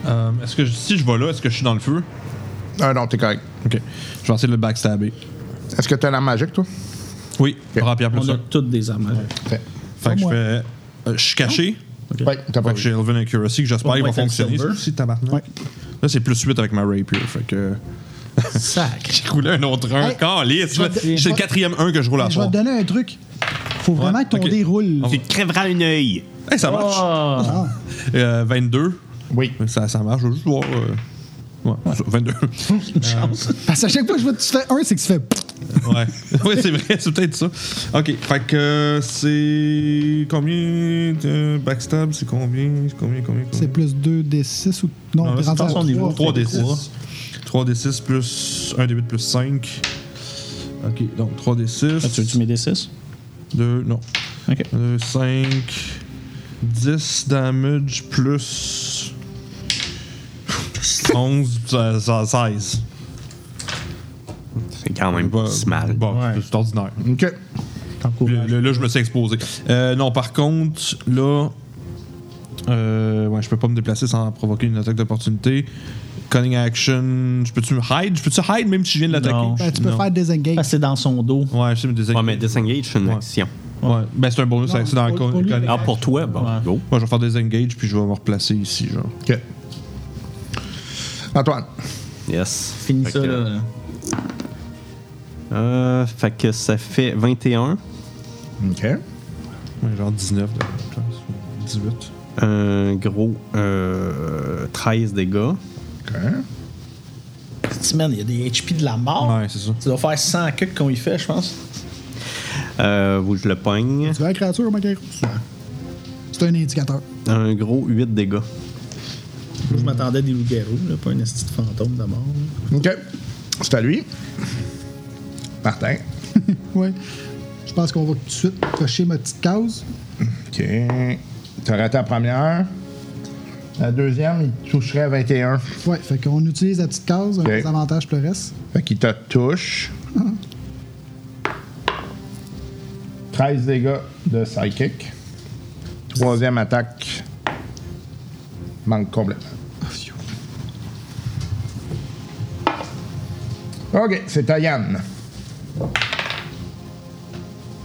Speaker 3: Euh, est-ce que je- si je vais là, est-ce que je suis dans le feu?
Speaker 2: Ah non, t'es correct.
Speaker 3: Ok. Je vais essayer de le backstabber.
Speaker 2: Est-ce que t'as l'arme magique, toi?
Speaker 3: Oui,
Speaker 2: Ok.
Speaker 3: rapière plus
Speaker 4: On a
Speaker 3: ça.
Speaker 4: toutes des armes.
Speaker 2: Fait.
Speaker 3: Fait
Speaker 6: Pas
Speaker 3: que je
Speaker 6: moi.
Speaker 3: fais. euh, je suis caché.
Speaker 2: Ouais, t'as pas
Speaker 3: Fait que j'ai
Speaker 2: vu.
Speaker 3: Elven Accuracy que j'espère
Speaker 4: Pas
Speaker 3: qu'il va
Speaker 4: White and
Speaker 3: fonctionner.
Speaker 4: Silver.
Speaker 3: Si tabarnak.
Speaker 6: Ouais.
Speaker 3: Là, c'est plus 8 avec ma rapier. Fait que.
Speaker 4: Sac.
Speaker 3: J'ai roulé un autre 1.
Speaker 6: Hey,
Speaker 3: Calice,
Speaker 6: je vais
Speaker 3: là.
Speaker 6: te-
Speaker 3: C'est
Speaker 6: je
Speaker 3: le
Speaker 6: vais-
Speaker 3: quatrième 1 que je roule à
Speaker 6: Je vais
Speaker 3: soir.
Speaker 6: te donner un truc. Faut vraiment
Speaker 3: Ouais,
Speaker 6: que ton
Speaker 3: ok.
Speaker 6: dé roule.
Speaker 7: Tu te crèveras un œil.
Speaker 3: Hey, ça marche.
Speaker 6: Ah.
Speaker 3: Euh, 22.
Speaker 2: Oui.
Speaker 3: Ça, ça marche. Je veux juste voir. euh, Ouais, ça, 22.
Speaker 6: Parce qu'à chaque fois que je vois que tu fais un, c'est que tu fais.
Speaker 3: ouais. ouais, c'est vrai, c'est peut-être ça. Ok, fait que euh, c'est. Combien de backstab C'est combien Combien, combien, combien
Speaker 6: C'est plus 2d6 ou. Non,
Speaker 3: Non,
Speaker 6: t'es
Speaker 3: là, c'est
Speaker 6: rendu à
Speaker 3: pas son
Speaker 6: trois.
Speaker 3: niveau.
Speaker 6: Fait que
Speaker 3: 3d6. 3d6 plus 1d8 plus 5. Ok, donc 3d6.
Speaker 4: Ah, tu veux-tu mes D6?
Speaker 3: 2, non.
Speaker 4: Ok.
Speaker 3: 2, 5, 10 damage plus 11, ça, ça, 16.
Speaker 7: C'est quand même
Speaker 3: Bah,
Speaker 7: pas mal.
Speaker 3: Bon,
Speaker 2: Ouais.
Speaker 3: c'est ordinaire.
Speaker 2: Ok.
Speaker 3: Là, là, là, je me suis exposé. Euh, non, par contre, là, euh, ouais, je peux pas me déplacer sans provoquer une attaque d'opportunité. Cunning action, je peux-tu me hide? Je peux-tu hide même si je viens de l'attaquer?
Speaker 4: Non.
Speaker 6: Ben, tu peux
Speaker 3: Non.
Speaker 6: faire des
Speaker 4: Ah,
Speaker 6: engage.
Speaker 4: c'est dans son dos.
Speaker 3: Ouais, je sais me désigner.
Speaker 7: Ouais, mais disengage, c'est une
Speaker 3: Ouais.
Speaker 7: action.
Speaker 3: Ouais, ben c'est un bonus,
Speaker 6: Non,
Speaker 3: c'est- c'est dans le
Speaker 6: pour- pour lui,
Speaker 3: cunning
Speaker 7: Ah, pour toi, bon,
Speaker 4: Ouais.
Speaker 7: go.
Speaker 3: Moi, je vais faire des engage puis je vais me replacer ici, genre.
Speaker 2: Ok. Antoine.
Speaker 7: Yes.
Speaker 4: Finis
Speaker 7: Fait
Speaker 4: ça,
Speaker 7: que,
Speaker 4: là.
Speaker 7: Euh, fait que ça fait 21.
Speaker 2: Ok.
Speaker 3: Ouais, genre 19 de place, ou 18.
Speaker 7: Un gros euh, 13 dégâts.
Speaker 2: Ok.
Speaker 4: Cette semaine, il y a des HP de la mort.
Speaker 3: Ouais, c'est ça.
Speaker 4: Tu dois faire 100 cucs qu'on y fait, je pense.
Speaker 7: Euh, vous, je le pogne.
Speaker 6: Tu veux la créature, ma guerre? C'est un indicateur.
Speaker 7: Un gros 8 dégâts.
Speaker 4: Moi, je m'attendais à des loups-garous, là, pas un esti de fantôme de mort. là.
Speaker 2: Ok. C'est à lui. Martin.
Speaker 6: Ouais. Je pense qu'on va tout de suite cocher ma petite case.
Speaker 2: Ok. T'as raté la première. La deuxième, il toucherait à 21.
Speaker 6: Ouais, fait qu'on utilise la petite case, un
Speaker 2: Ok.
Speaker 6: des avantages pour le reste.
Speaker 2: Fait qu'il te touche. 13 dégâts de psychic. Troisième attaque. Manque complètement. Ok, c'est à Yann.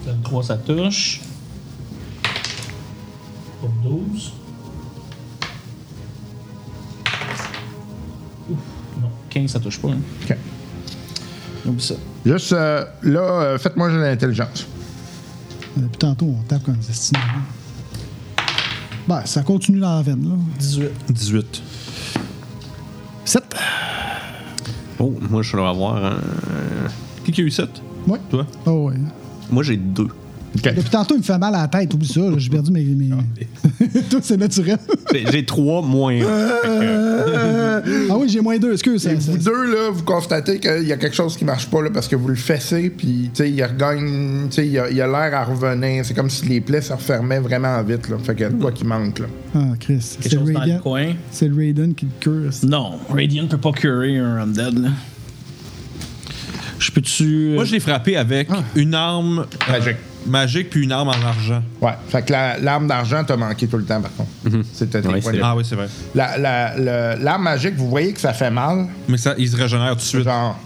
Speaker 4: 23, ça touche. Pour 12. Ouf, non, 15, ça touche pas. Hein.
Speaker 2: Ok.
Speaker 4: Oublie ça.
Speaker 2: Juste euh, là, euh, faites-moi j'ai l'intelligence.
Speaker 6: Euh, Depuis tantôt, on tape comme des estimés. Ben, ça continue dans la veine, là.
Speaker 4: 18.
Speaker 3: 18.
Speaker 6: 7.
Speaker 7: Oh, moi, je vais avoir un.
Speaker 5: euh,
Speaker 3: Qui qui a eu 7
Speaker 6: Ouais.
Speaker 3: Toi?
Speaker 6: Oh, ouais.
Speaker 7: Moi, j'ai 2.
Speaker 2: Ok.
Speaker 6: Depuis tantôt, il me fait mal à la tête, oublie ça, là, j'ai perdu mes. mes...
Speaker 2: Ah,
Speaker 6: Toi, c'est naturel.
Speaker 7: j'ai 3 moins un.
Speaker 6: ah oui, j'ai moins deux, excuse. ça- ça-
Speaker 2: Vous deux, là, vous constatez qu'il y a quelque chose qui marche pas là, parce que vous le fessez, puis tu sais, il regagne, tu sais, il a il a l'air à revenir. C'est comme si les plaies se refermaient vraiment vite. Là. Fait qu'il y a de quoi qui manque. Là.
Speaker 6: Ah, Chris. C'est
Speaker 4: Quelque chose dans le
Speaker 6: Raiden.
Speaker 4: coin.
Speaker 6: C'est le Raiden qui te cure. c'est-
Speaker 4: Non, Radiant peut pas curer un undead, là. Je peux-tu. euh,
Speaker 3: Moi, je l'ai frappé avec
Speaker 6: Ah.
Speaker 3: une arme euh,
Speaker 2: Magique.
Speaker 3: magique puis une arme en argent.
Speaker 2: Ouais. Fait que la- l'arme d'argent t'a manqué tout le temps, par contre. C'était tes
Speaker 7: Mm-hmm. Ouais,
Speaker 2: points
Speaker 7: c'est-
Speaker 2: de-
Speaker 3: Ah oui, c'est vrai.
Speaker 2: La- la- le- L'arme magique, vous voyez que ça fait mal.
Speaker 3: Mais ça, il se régénère tout de suite.
Speaker 2: Genre,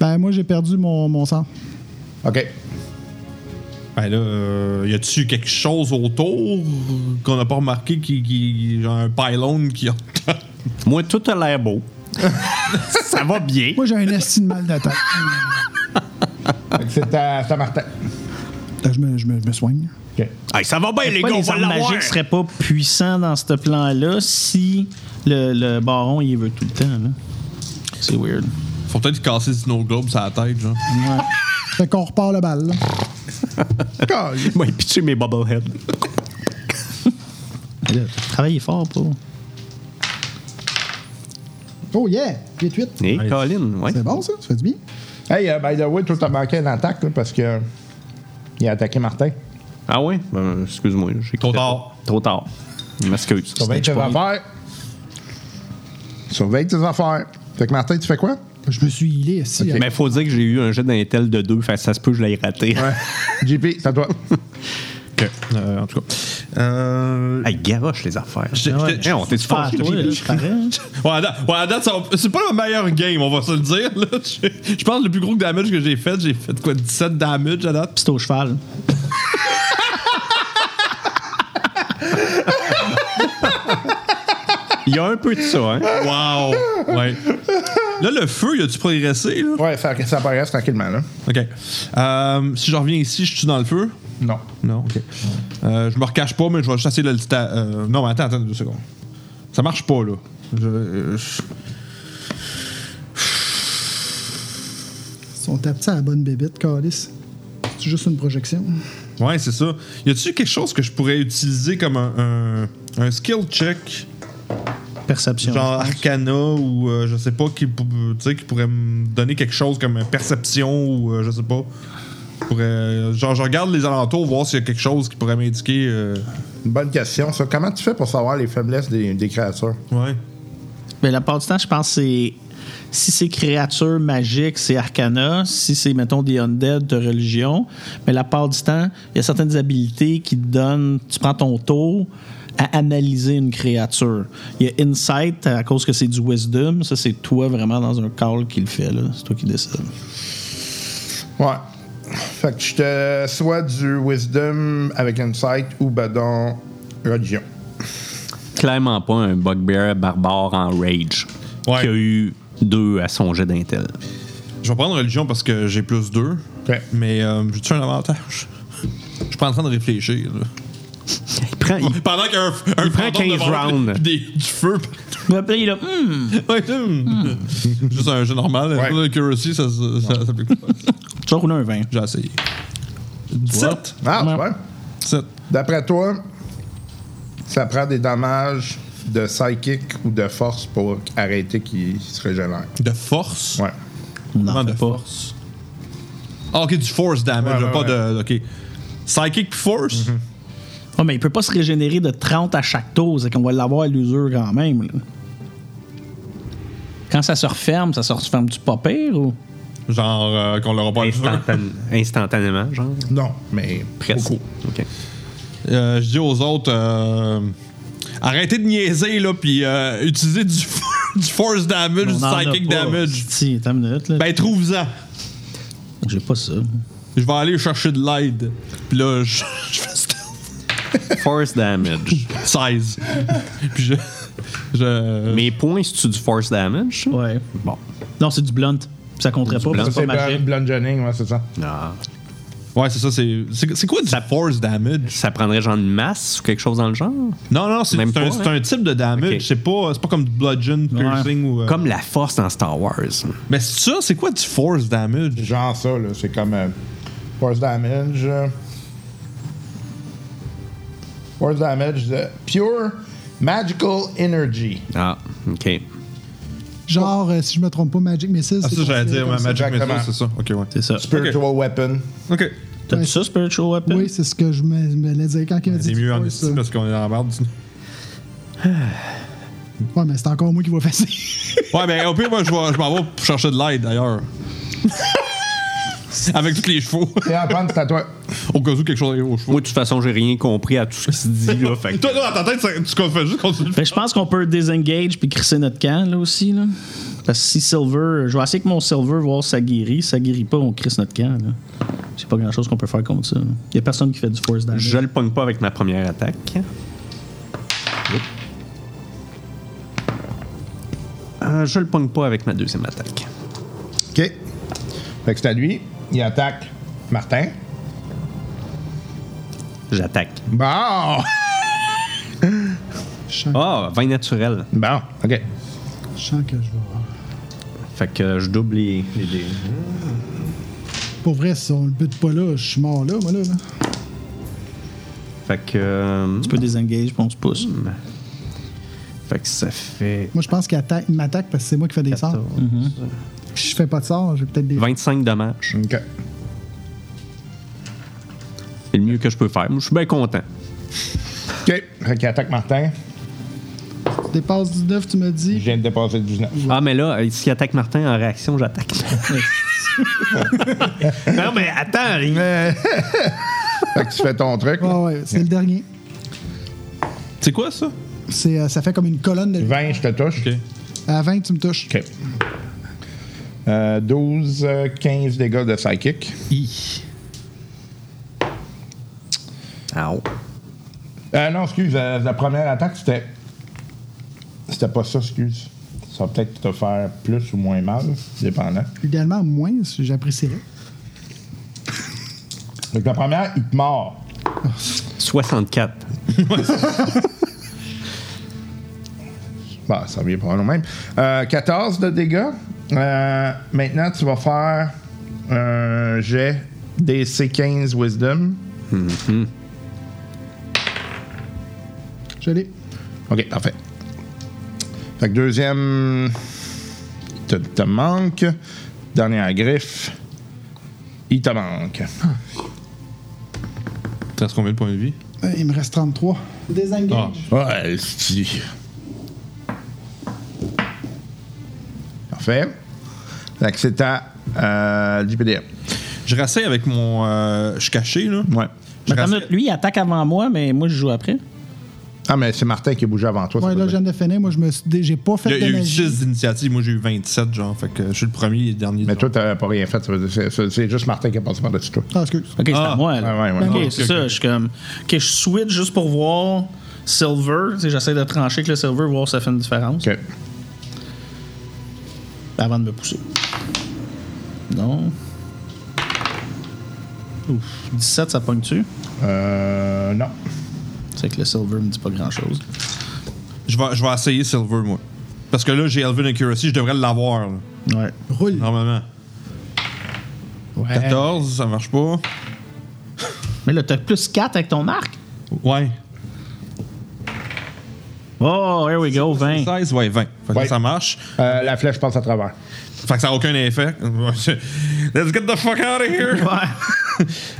Speaker 6: Ben, moi, j'ai perdu mon, mon sang.
Speaker 2: OK.
Speaker 3: Ben là, euh, y a-tu quelque chose autour qu'on n'a pas remarqué qui, qui- genre un pylône qui a.
Speaker 7: Moi, tout a l'air beau. ça va bien.
Speaker 6: Moi, j'ai un esti de mal de tête.
Speaker 2: Fait que C'est à, c'est à Martin.
Speaker 6: Là, je, me, je, me, je me soigne.
Speaker 2: OK.
Speaker 7: Hey, ça va bien, les
Speaker 4: Pourquoi
Speaker 7: gars, on
Speaker 4: les
Speaker 7: va
Speaker 4: armes magiques
Speaker 7: l'avoir.
Speaker 4: seraient pas puissants dans ce plan-là si le, le baron il veut tout le temps. là. C'est weird.
Speaker 3: Faut peut-être casser le snow globe sur la tête, genre.
Speaker 6: Fait qu'on repart le bal, là.
Speaker 7: Moi, pitché mes bobbleheads.
Speaker 4: Mais là, t'as travaillé fort pour.
Speaker 6: Oh, yeah! 8-8.
Speaker 7: Et Colin, ouais.
Speaker 6: C'est bon, ça? Ça fait du bien?
Speaker 2: Hey, euh, by the way, toi, t'as manqué une attaque là, parce que euh, il a attaqué Martin.
Speaker 7: Ah ouais? Ben, excuse-moi. j'ai
Speaker 3: Trop
Speaker 7: quitté-
Speaker 3: tard.
Speaker 7: Trop tard. Je m'excuse.
Speaker 2: Combien tu vas faire? Surveille tes affaires. Fait que Martin, tu fais quoi?
Speaker 6: Je me suis healé aussi.
Speaker 5: Mais faut dire que j'ai eu un jet d'intel de 2, fait que ça se peut que je l'ai raté.
Speaker 2: Ouais. JP, c'est à toi.
Speaker 3: Ok. Euh, en tout cas. Euh,
Speaker 5: Hey, garoche les affaires.
Speaker 3: J'étais-
Speaker 5: Ouais.
Speaker 3: j'étais-
Speaker 5: Hey, on t'est
Speaker 4: Ah,
Speaker 5: fâché.
Speaker 4: toi, là, je parais. hein?
Speaker 3: Ouais, à date- ouais, à date, ça va- c'est pas le meilleur game, on va se le dire. là. Je, je pense que le plus gros damage que j'ai fait, j'ai fait quoi 17 damage à date.
Speaker 4: C'est au cheval.
Speaker 5: Il y a un peu de ça, hein?
Speaker 3: Wow! Ouais. Là, le feu, il a-tu progressé? Là?
Speaker 2: Ouais, ça, ça apparaît tranquillement, là.
Speaker 3: Ok. Euh, si je reviens ici, je suis dans le feu?
Speaker 2: Non.
Speaker 3: Non, ok. Euh, je me recache pas, mais je vais juste essayer de le. sta- euh, non, mais attends, attends deux secondes. Ça marche pas, là. Je- euh, je-
Speaker 6: Ils sont tapés à la bonne bébête, Calis. C'est juste une projection.
Speaker 3: Ouais, c'est ça. Y a-tu quelque chose que je pourrais utiliser comme un, un, un skill check,
Speaker 4: Perception.
Speaker 3: genre arcana ou euh, je sais pas, qui, pou- tu sais, qui pourrait me donner quelque chose comme une perception ou euh, je sais pas. Je pourrais- euh, genre, je regarde les alentours, voir s'il y a quelque chose qui pourrait m'indiquer. euh,
Speaker 2: Une bonne question, ça. Comment tu fais pour savoir les faiblesses des, des créatures?
Speaker 3: Ouais.
Speaker 4: Mais Ben, la part du temps, je pense que c'est. Si c'est créature magique, c'est arcana. Si c'est, mettons, des undead de religion. Mais la part du temps, il y a certaines habilités qui te donnent. Tu prends ton tour à analyser une créature. Il y a Insight, à cause que c'est du Wisdom. Ça, c'est toi vraiment dans un call qui le fait. là. C'est toi qui décides.
Speaker 2: Ouais. Fait que je te soit du wisdom avec insight ou badon religion.
Speaker 5: Clairement pas un bugbear barbare en rage
Speaker 3: Ouais.
Speaker 5: qui a eu deux à son jet d'intel.
Speaker 3: Je vais prendre religion parce que j'ai plus deux.
Speaker 2: Ok.
Speaker 3: Mais euh, j'ai-tu un avantage? Je suis pas en train de réfléchir, là.
Speaker 5: Il prend, il-
Speaker 3: Pendant qu'un un
Speaker 5: prend
Speaker 3: fantôme
Speaker 5: 15
Speaker 3: devant
Speaker 5: rounds.
Speaker 3: des- du feu.
Speaker 4: Mais après, il a. Hmm,
Speaker 3: Ouais, hum. Juste un jeu normal.
Speaker 2: Ouais.
Speaker 3: Le currency, ça ça- ça s'applique pas.
Speaker 4: tu vas rouler un 20.
Speaker 3: J'ai essayé. 17.
Speaker 2: Ah,
Speaker 4: Ouais.
Speaker 2: c'est vrai.
Speaker 3: 17.
Speaker 2: D'après toi, ça prend des dommages de psychic ou de force pour arrêter qu'il se régénère.
Speaker 3: De force.
Speaker 2: Ouais.
Speaker 4: Non,
Speaker 3: Comment de
Speaker 4: fais pas.
Speaker 3: force. Ah, ok, du force damage,
Speaker 2: Ouais,
Speaker 3: là,
Speaker 2: ouais,
Speaker 3: pas
Speaker 2: ouais.
Speaker 3: de. Ok. Psychic puis force.
Speaker 4: Ouais, Ah, mais il peut pas se régénérer de 30 à chaque tour, c'est qu'on va l'avoir à l'usure quand même. là. Quand ça se referme, ça se referme du pas pire ou.
Speaker 3: Genre euh, qu'on l'aura pas à l'usure.
Speaker 5: instantan- instantanément, genre.
Speaker 2: Non, mais
Speaker 5: Presque.
Speaker 2: beaucoup.
Speaker 5: OK.
Speaker 3: Euh, je dis aux autres, euh, arrêtez de niaiser, là, puis euh, utilisez du, for- du force damage,
Speaker 4: On en a
Speaker 3: du psychic
Speaker 4: pas.
Speaker 3: damage.
Speaker 4: Si, attends une minute, là.
Speaker 3: Ben, trouve-en.
Speaker 4: J'ai pas ça.
Speaker 3: Je vais aller chercher de l'aide. Puis là, je, je fais stealth.
Speaker 5: Force damage.
Speaker 3: 16. puis je. je
Speaker 5: Mes points, c'est-tu du force damage? ça?
Speaker 4: Ouais.
Speaker 5: Bon.
Speaker 4: Non, c'est du blunt. Ça compterait pas, parce que
Speaker 2: C'est
Speaker 4: c'est pas
Speaker 2: blon-
Speaker 4: magique.
Speaker 2: bludgeoning, ouais, c'est ça.
Speaker 5: Ah.
Speaker 3: Ouais, c'est ça, c'est. C'est c'est quoi du force damage?
Speaker 5: Ça prendrait genre une masse ou quelque chose dans le genre?
Speaker 3: Non, non, c'est
Speaker 5: Même
Speaker 3: c'est un,
Speaker 5: pas,
Speaker 3: c'est un type de damage.
Speaker 5: Ok.
Speaker 3: C'est pas, c'est pas comme du bludgeon, piercing ou. euh,
Speaker 5: Comme la force dans Star Wars.
Speaker 3: Mais c'est ça, c'est quoi du force damage?
Speaker 2: Genre ça, là, c'est comme euh, force damage. euh, force damage, euh, pure magical energy.
Speaker 5: Ah, OK.
Speaker 6: Genre, euh, si je me trompe pas, Magic Missile.
Speaker 3: Ah,
Speaker 6: c'est
Speaker 3: ça, j'allais
Speaker 6: considéré
Speaker 3: dire,
Speaker 6: comme
Speaker 3: ma
Speaker 6: ça.
Speaker 3: Magic Missile,
Speaker 2: exactement.
Speaker 3: c'est ça. Ok, ouais.
Speaker 4: C'est ça.
Speaker 2: Spiritual weapon.
Speaker 3: Ok.
Speaker 4: T'as-tu ça, Spiritual Weapon?
Speaker 6: Oui, c'est ce que je me, me l'ai dit quand il m'a dit.
Speaker 3: hein, C'est
Speaker 6: du
Speaker 3: mieux en
Speaker 6: force,
Speaker 3: esti parce qu'on est dans la barbe.
Speaker 6: euh. Ouais, mais c'est encore moi qui vais faire ça.
Speaker 3: Ouais, mais au pire, moi, je vais- je m'en vais pour chercher de l'aide d'ailleurs. Avec tous les chevaux.
Speaker 2: Et à prendre, c'est à toi.
Speaker 3: Au cas où quelque chose arrive aux chevaux.
Speaker 5: Moi, de toute façon, j'ai rien compris à tout ce qui se dit, là. fait que-
Speaker 3: Toi, toi, dans ta tête, ça- tu con- fais juste continuer.
Speaker 4: Fait que je pense qu'on peut désengage puis crisser notre camp, là aussi. Là. Parce que si Silver. Je vais essayer que mon Silver, voir si ça guérit. Si ça guérit pas, on crisse notre camp. Là. C'est pas grand chose qu'on peut faire contre ça. Il y a personne qui fait du force damage.
Speaker 5: Je le pogne pas avec ma première attaque. Euh, je le pogne pas avec ma deuxième attaque.
Speaker 2: OK. Fait que c'est à lui. Il attaque Martin.
Speaker 5: J'attaque.
Speaker 2: Bon!
Speaker 5: Ah, 20 naturel.
Speaker 2: Bon, OK.
Speaker 6: Je sens que je vais.
Speaker 5: Fait que euh, je double les, les dés.
Speaker 6: Pour vrai, si on le bute pas là, je suis mort là, moi là. là.
Speaker 5: Fait que. euh,
Speaker 4: Tu peux désengage puis on se pousse.
Speaker 5: Fait que ça fait.
Speaker 6: Moi, je pense qu'il atta- il m'attaque parce que c'est moi qui fais des sorts. Puis je fais pas de sorts, j'ai peut-être des.
Speaker 5: 25 dommages.
Speaker 2: OK.
Speaker 5: C'est le mieux que je peux faire. Moi, je suis bien content.
Speaker 2: OK. Fait qu'il attaque Martin.
Speaker 6: Dépasse 19, tu me
Speaker 2: Je
Speaker 6: dis.
Speaker 2: viens de dépasser 19.
Speaker 5: Ah, mais là, euh, s'il attaque Martin en réaction, j'attaque. non, mais attends, il-
Speaker 2: Euh. Fait que tu fais ton truc.
Speaker 6: Ah ouais, c'est le dernier.
Speaker 3: C'est quoi ça?
Speaker 6: C'est, euh, ça fait comme une colonne de.
Speaker 2: 20, je te touche.
Speaker 3: Ok.
Speaker 6: À 20, tu me touches.
Speaker 2: OK. Euh, 12, euh, 15 dégâts de psychic.
Speaker 5: Au.
Speaker 2: Euh, non, excuse, euh, la première attaque, c'était. C'était pas ça, excuse. Ça va peut-être te faire plus ou moins mal, dépendant.
Speaker 6: Idéalement, moins, j'apprécierais.
Speaker 2: Donc, la première, il te mord.
Speaker 5: 64.
Speaker 2: Bah, ça revient probablement au même. Euh, 14 de dégâts. Euh, maintenant, tu vas faire un jet DC 15 Wisdom.
Speaker 6: Je l'ai.
Speaker 2: OK, parfait. Fait que deuxième, il te, te manque. Dernière griffe, il te manque.
Speaker 3: Ça se combien de points de vie?
Speaker 6: Euh, Il me reste 33.
Speaker 3: Ah,
Speaker 6: Désengage.
Speaker 2: Ouais, si. Parfait. Fait que c'est à euh, l'IPDM.
Speaker 3: je rassais avec mon. euh, je suis caché, là.
Speaker 2: Ouais.
Speaker 4: Mais attends
Speaker 3: Je
Speaker 4: une
Speaker 3: rassais-
Speaker 4: minute, lui, il attaque avant moi, mais moi, je joue après.
Speaker 2: Ah, mais c'est Martin qui a bougé avant toi. ça
Speaker 6: Ouais,
Speaker 2: peut
Speaker 6: là,
Speaker 2: être.
Speaker 6: je viens de finir. Moi, je me suis. dé- J'ai pas
Speaker 3: Il y
Speaker 6: fait
Speaker 3: a, il y a
Speaker 6: de
Speaker 3: eu
Speaker 6: magie.
Speaker 3: 6 initiatives, moi j'ai eu 27, genre. Fait que je suis le premier et le dernier.
Speaker 2: mais
Speaker 3: disons.
Speaker 2: toi, t'avais pas rien fait. ça veut dire- c'est- C'est c'est juste Martin qui a passé par-dessus toi.
Speaker 6: Ah, excuse.
Speaker 4: Ok, c'est
Speaker 3: Ah.
Speaker 4: à moi. Là.
Speaker 2: Ouais, ouais, ouais.
Speaker 4: Ok,
Speaker 3: Ah,
Speaker 4: c'est
Speaker 3: ok,
Speaker 4: ça.
Speaker 3: ok.
Speaker 4: Je suis comme. Ok, je switch juste pour voir Silver. Tu sais, J'essaie de trancher avec le Silver, voir si ça fait une différence.
Speaker 2: OK.
Speaker 4: Avant de me pousser. Non. Ouf. 17, ça pogne-tu?
Speaker 2: Euh, non.
Speaker 4: C'est que le Silver me dit pas grand-chose.
Speaker 3: Je vais, je vais essayer Silver, moi. Parce que là, j'ai Elven Accuracy, je devrais l'avoir, là,
Speaker 4: Ouais.
Speaker 6: Roule.
Speaker 3: normalement.
Speaker 4: Eh,
Speaker 3: 14, ça marche pas.
Speaker 4: Mais là, t'as plus 4 avec ton arc.
Speaker 3: Ouais.
Speaker 4: Oh, here we go, 20.
Speaker 3: 16, ouais, 20. Fait que là,
Speaker 2: Ouais.
Speaker 3: ça marche.
Speaker 2: Euh, la flèche passe à travers.
Speaker 3: Fait que ça n'a aucun effet. Let's get the fuck out of here!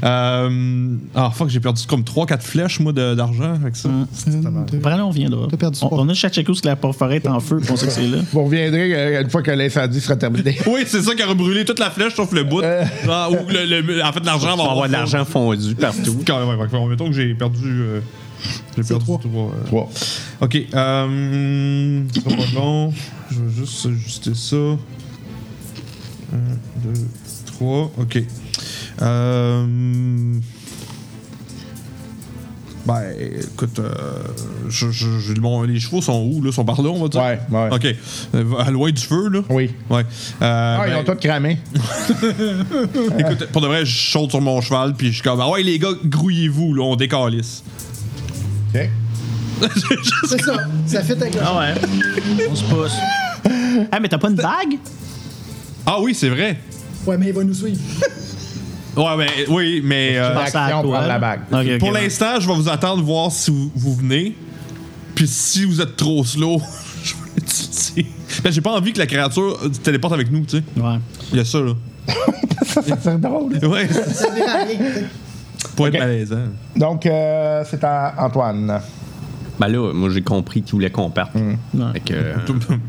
Speaker 3: Euh, ah, fuck, j'ai perdu comme 3-4 flèches, moi, de- d'argent avec ça.
Speaker 5: Mm.
Speaker 6: Une, deux.
Speaker 4: Après, là, on vient là.
Speaker 6: T'as perdu
Speaker 4: on,
Speaker 6: sport.
Speaker 4: on a chaque où que la forêt est en feu, puis on sait que c'est là.
Speaker 2: Vous reviendrez euh, une fois que l'incendie sera terminé.
Speaker 3: Oui, c'est ça qui aurait brûlé toute la flèche sauf le bout. Genre, où le- le- en fait, l'argent
Speaker 5: On
Speaker 3: va
Speaker 5: va Euh. avoir de
Speaker 3: fond-
Speaker 5: l'argent fondu partout.
Speaker 3: Quand même, ouais, fait que mettons que j'ai perdu. euh, j'ai perdu
Speaker 6: trois.
Speaker 3: 3.
Speaker 2: Trois.
Speaker 3: Ok, euh. C'est pas long. Je vais juste ajuster ça. 1, 2, 3. Ok. Euh. Ben, écoute, euh, je, je- je- bon, les chevaux sont où, là? Ils sont par là, on va dire?
Speaker 2: Ouais, ouais.
Speaker 3: OK. Euh, à loin du feu, là?
Speaker 2: Oui.
Speaker 3: Ouais. Euh,
Speaker 2: Ah, ils
Speaker 3: ben,
Speaker 2: ont tout cramé.
Speaker 3: Écoute, pour de vrai, je saute sur mon cheval, puis je suis comme, ah ouais, les gars, grouillez-vous, là, on décalisse.
Speaker 2: OK.
Speaker 6: C'est ça. Ça fait ta gueule.
Speaker 4: Ah ouais. on se pousse. Ah, mais t'as pas une bague?
Speaker 3: Ah oui, c'est vrai.
Speaker 6: Ouais, mais il va nous suivre.
Speaker 3: Ouais, mais oui, mais euh,
Speaker 4: Pensez à
Speaker 2: l'action,
Speaker 4: toi,
Speaker 2: prendre
Speaker 4: là.
Speaker 2: la bague.
Speaker 4: Ok, ok,
Speaker 3: pour
Speaker 4: ouais.
Speaker 3: l'instant, je vais vous attendre voir si vous, vous venez. Puis si vous êtes trop slow, je vais l'utiliser. Ben, j'ai pas envie que la créature euh, téléporte avec nous, tu sais.
Speaker 4: Ouais.
Speaker 3: Il y a ça, là.
Speaker 2: C'est drôle. hein.
Speaker 3: Ouais. Pour être malaisant.
Speaker 2: Donc, euh, c'est à Antoine.
Speaker 5: Ben là, moi, j'ai compris qu'il voulait qu'on parte.
Speaker 4: Hum,
Speaker 5: Fait que, euh,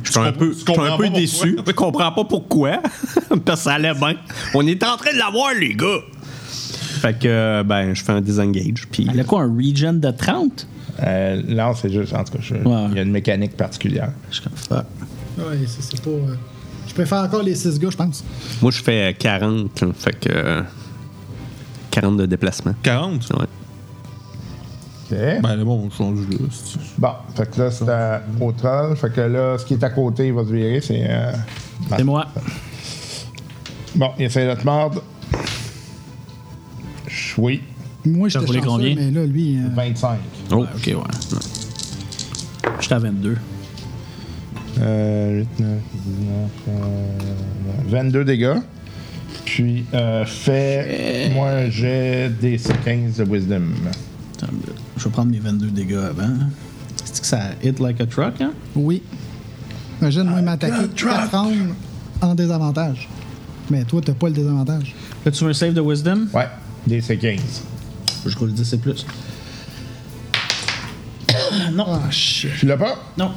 Speaker 5: je suis un peu,
Speaker 3: Tu
Speaker 5: je suis
Speaker 3: comprends
Speaker 5: un peu
Speaker 3: pas pourquoi.
Speaker 5: déçu. Je comprends pas pourquoi. Parce que ça allait bien. On est en train de l'avoir, les gars. Fait que, euh, ben, je fais un disengage. Puis,
Speaker 4: Elle a quoi, un regen de 30?
Speaker 2: Euh, non, c'est juste, en tout cas, je- il
Speaker 4: Ouais.
Speaker 2: y a une mécanique particulière.
Speaker 4: Je suis comme fuck.
Speaker 6: Ouais, c'est- c'est pas. euh, Je préfère encore les 6 gars, je pense.
Speaker 5: moi, je fais 40. hein, Fait que. euh, 40 de déplacement.
Speaker 3: 40?
Speaker 5: Ouais.
Speaker 2: OK.
Speaker 3: Ben, là, bon, on change là. c'est-
Speaker 2: Bon, fait que là, c'est à Autrel. Fait que là, ce qui est à côté, il va se virer, c'est... euh,
Speaker 4: C'est moi.
Speaker 2: Bon, il essaie de te mordre. Choui.
Speaker 6: Moi, je
Speaker 4: T'as roulé combien?
Speaker 6: Mais là, lui. euh,
Speaker 2: 25.
Speaker 5: Oh,
Speaker 4: Ok, ouais. J'étais à 22.
Speaker 2: Euh, 8, 9, 19, euh, 22 dégâts. Puis, euh, fais... Moi, j'ai des 15 de Wisdom.
Speaker 4: Attends une minute. Je vais prendre mes 22 dégâts avant. cest que ça hit like a truck, hein?
Speaker 6: Oui. Imagine, moi, il m'a attaqué 4 rounds en désavantage. Mais toi, t'as pas le désavantage.
Speaker 4: Fais-tu un save de wisdom?
Speaker 2: Ouais, des 15.
Speaker 4: Je roule 10 et plus. non. Ah, shit.
Speaker 2: Tu l'as pas?
Speaker 4: Non.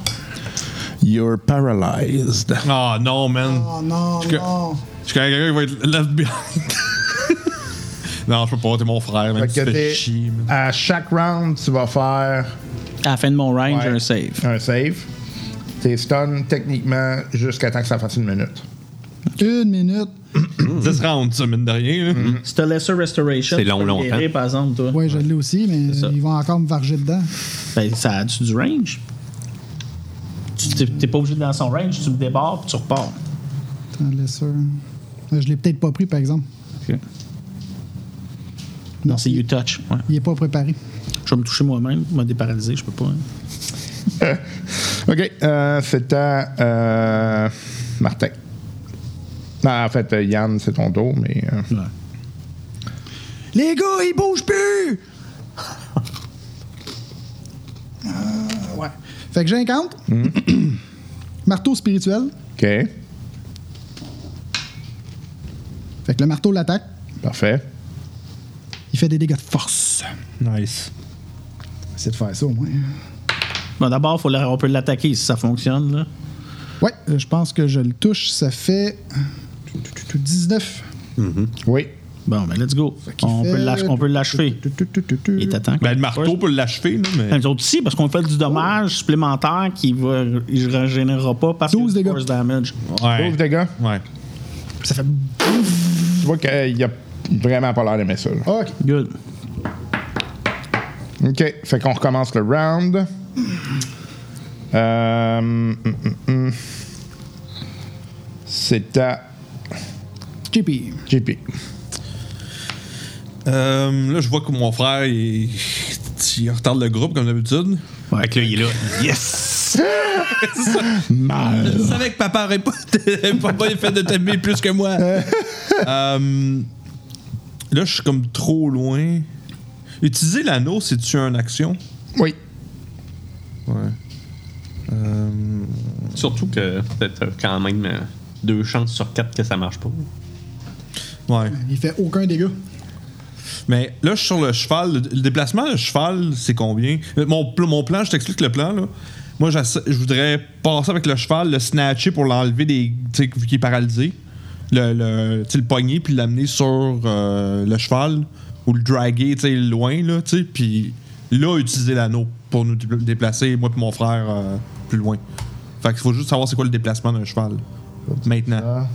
Speaker 2: You're paralyzed.
Speaker 3: Ah non, man.
Speaker 6: Oh non,
Speaker 3: Je-
Speaker 6: non.
Speaker 3: Je connais quelqu'un qui va être left behind. non, je peux pas, t'es mon frère, man.
Speaker 2: Fait
Speaker 3: Tu
Speaker 2: que
Speaker 3: te fais
Speaker 2: t'es-
Speaker 3: chier, man.
Speaker 2: à chaque round, tu vas faire
Speaker 4: À la fin de mon range, j'ai
Speaker 2: Ouais.
Speaker 4: un save.
Speaker 2: un save. T'es stun techniquement jusqu'à temps que ça fasse une minute.
Speaker 6: Une minute.
Speaker 3: 10 rounds, ça, mine de rien. là.
Speaker 4: C'est un Lesser Restoration.
Speaker 5: C'est
Speaker 4: tu
Speaker 5: long,
Speaker 4: peux
Speaker 5: longtemps.
Speaker 4: guérir, par exemple, toi.
Speaker 6: Ouais, je l'ai aussi, mais
Speaker 4: ça.
Speaker 6: ils vont encore me varger dedans.
Speaker 4: Ben, ça a-tu du range? Tu t'es- T'es pas obligé de dans son range, tu le débarres puis tu repars.
Speaker 6: Attends, laisse ça. Euh, Je l'ai peut-être pas pris, par exemple.
Speaker 4: Non, c'est You Touch. Ouais.
Speaker 6: Il est pas préparé.
Speaker 4: Je vais me toucher moi-même, me déparalyser, je peux pas. hein.
Speaker 2: OK. euh, c'est à euh, Martin. Non, en fait, euh, Yann, c'est ton dos, mais. euh,
Speaker 6: Les gars, ils bougent plus! Euh, ouais. Fait que j'ai un count.
Speaker 3: Mm.
Speaker 6: marteau spirituel.
Speaker 2: OK.
Speaker 6: Fait que le marteau l'attaque.
Speaker 2: Parfait.
Speaker 6: Il fait des dégâts de force.
Speaker 3: Nice.
Speaker 6: C'est de faire ça au moins.
Speaker 4: Bon, d'abord, faut la- on peut l'attaquer si ça fonctionne. Là.
Speaker 6: Ouais, euh, je pense que je le touche. Ça fait euh, 19.
Speaker 2: Oui.
Speaker 4: Bon, ben, let's go. On,
Speaker 6: fait-
Speaker 4: peut l'ach- on peut l'achever. Il t'attend.
Speaker 3: Ben, le marteau peut l'achever, là, mais.
Speaker 4: Les Ben, autres aussi, parce qu'on fait du dommage supplémentaire qui ne régénérera pas parce
Speaker 6: 12
Speaker 4: que
Speaker 6: dégâts.
Speaker 4: force damage.
Speaker 3: Ouais.
Speaker 2: Pauvre dégâts.
Speaker 3: Ouais.
Speaker 6: Ça fait.
Speaker 2: Tu vois qu'il a vraiment pas l'air d'aimer ça. là.
Speaker 6: Ok.
Speaker 4: Good.
Speaker 2: OK. Fait qu'on recommence le round. Euh, mm, mm, mm. C'est à
Speaker 6: JP.
Speaker 2: JP.
Speaker 3: Euh, là, je vois que mon frère, il, il retarde le groupe, comme d'habitude.
Speaker 7: Fait que là, il est là.
Speaker 3: Yes! Mal. Je savais que papa aurait pas, papa aurait fait de t'aimer plus que moi. Euh, là, je suis comme trop loin. Utiliser l'anneau, c'est-tu une action?
Speaker 2: Oui.
Speaker 3: Ouais. Euh,
Speaker 5: Surtout que peut-être quand même euh, deux chances sur quatre que ça marche pas.
Speaker 3: ouais.
Speaker 6: Il fait aucun dégât.
Speaker 3: Mais là, je suis sur le cheval. Le, le déplacement de cheval, c'est combien? Euh, Mon, pl- mon plan, je t'explique le plan, là. Moi, j'essa- je voudrais passer avec le cheval, le snatcher pour l'enlever des. Tu sais, vu qu'il est paralysé. Le, le, tu sais, le pogner, puis l'amener sur euh, le cheval. Ou le draguer, tu sais, loin, là, tu sais. Puis là, utiliser l'anneau pour nous dé- déplacer, moi et mon frère, euh, plus loin. Fait qu'il faut juste savoir c'est quoi le déplacement d'un cheval. Maintenant.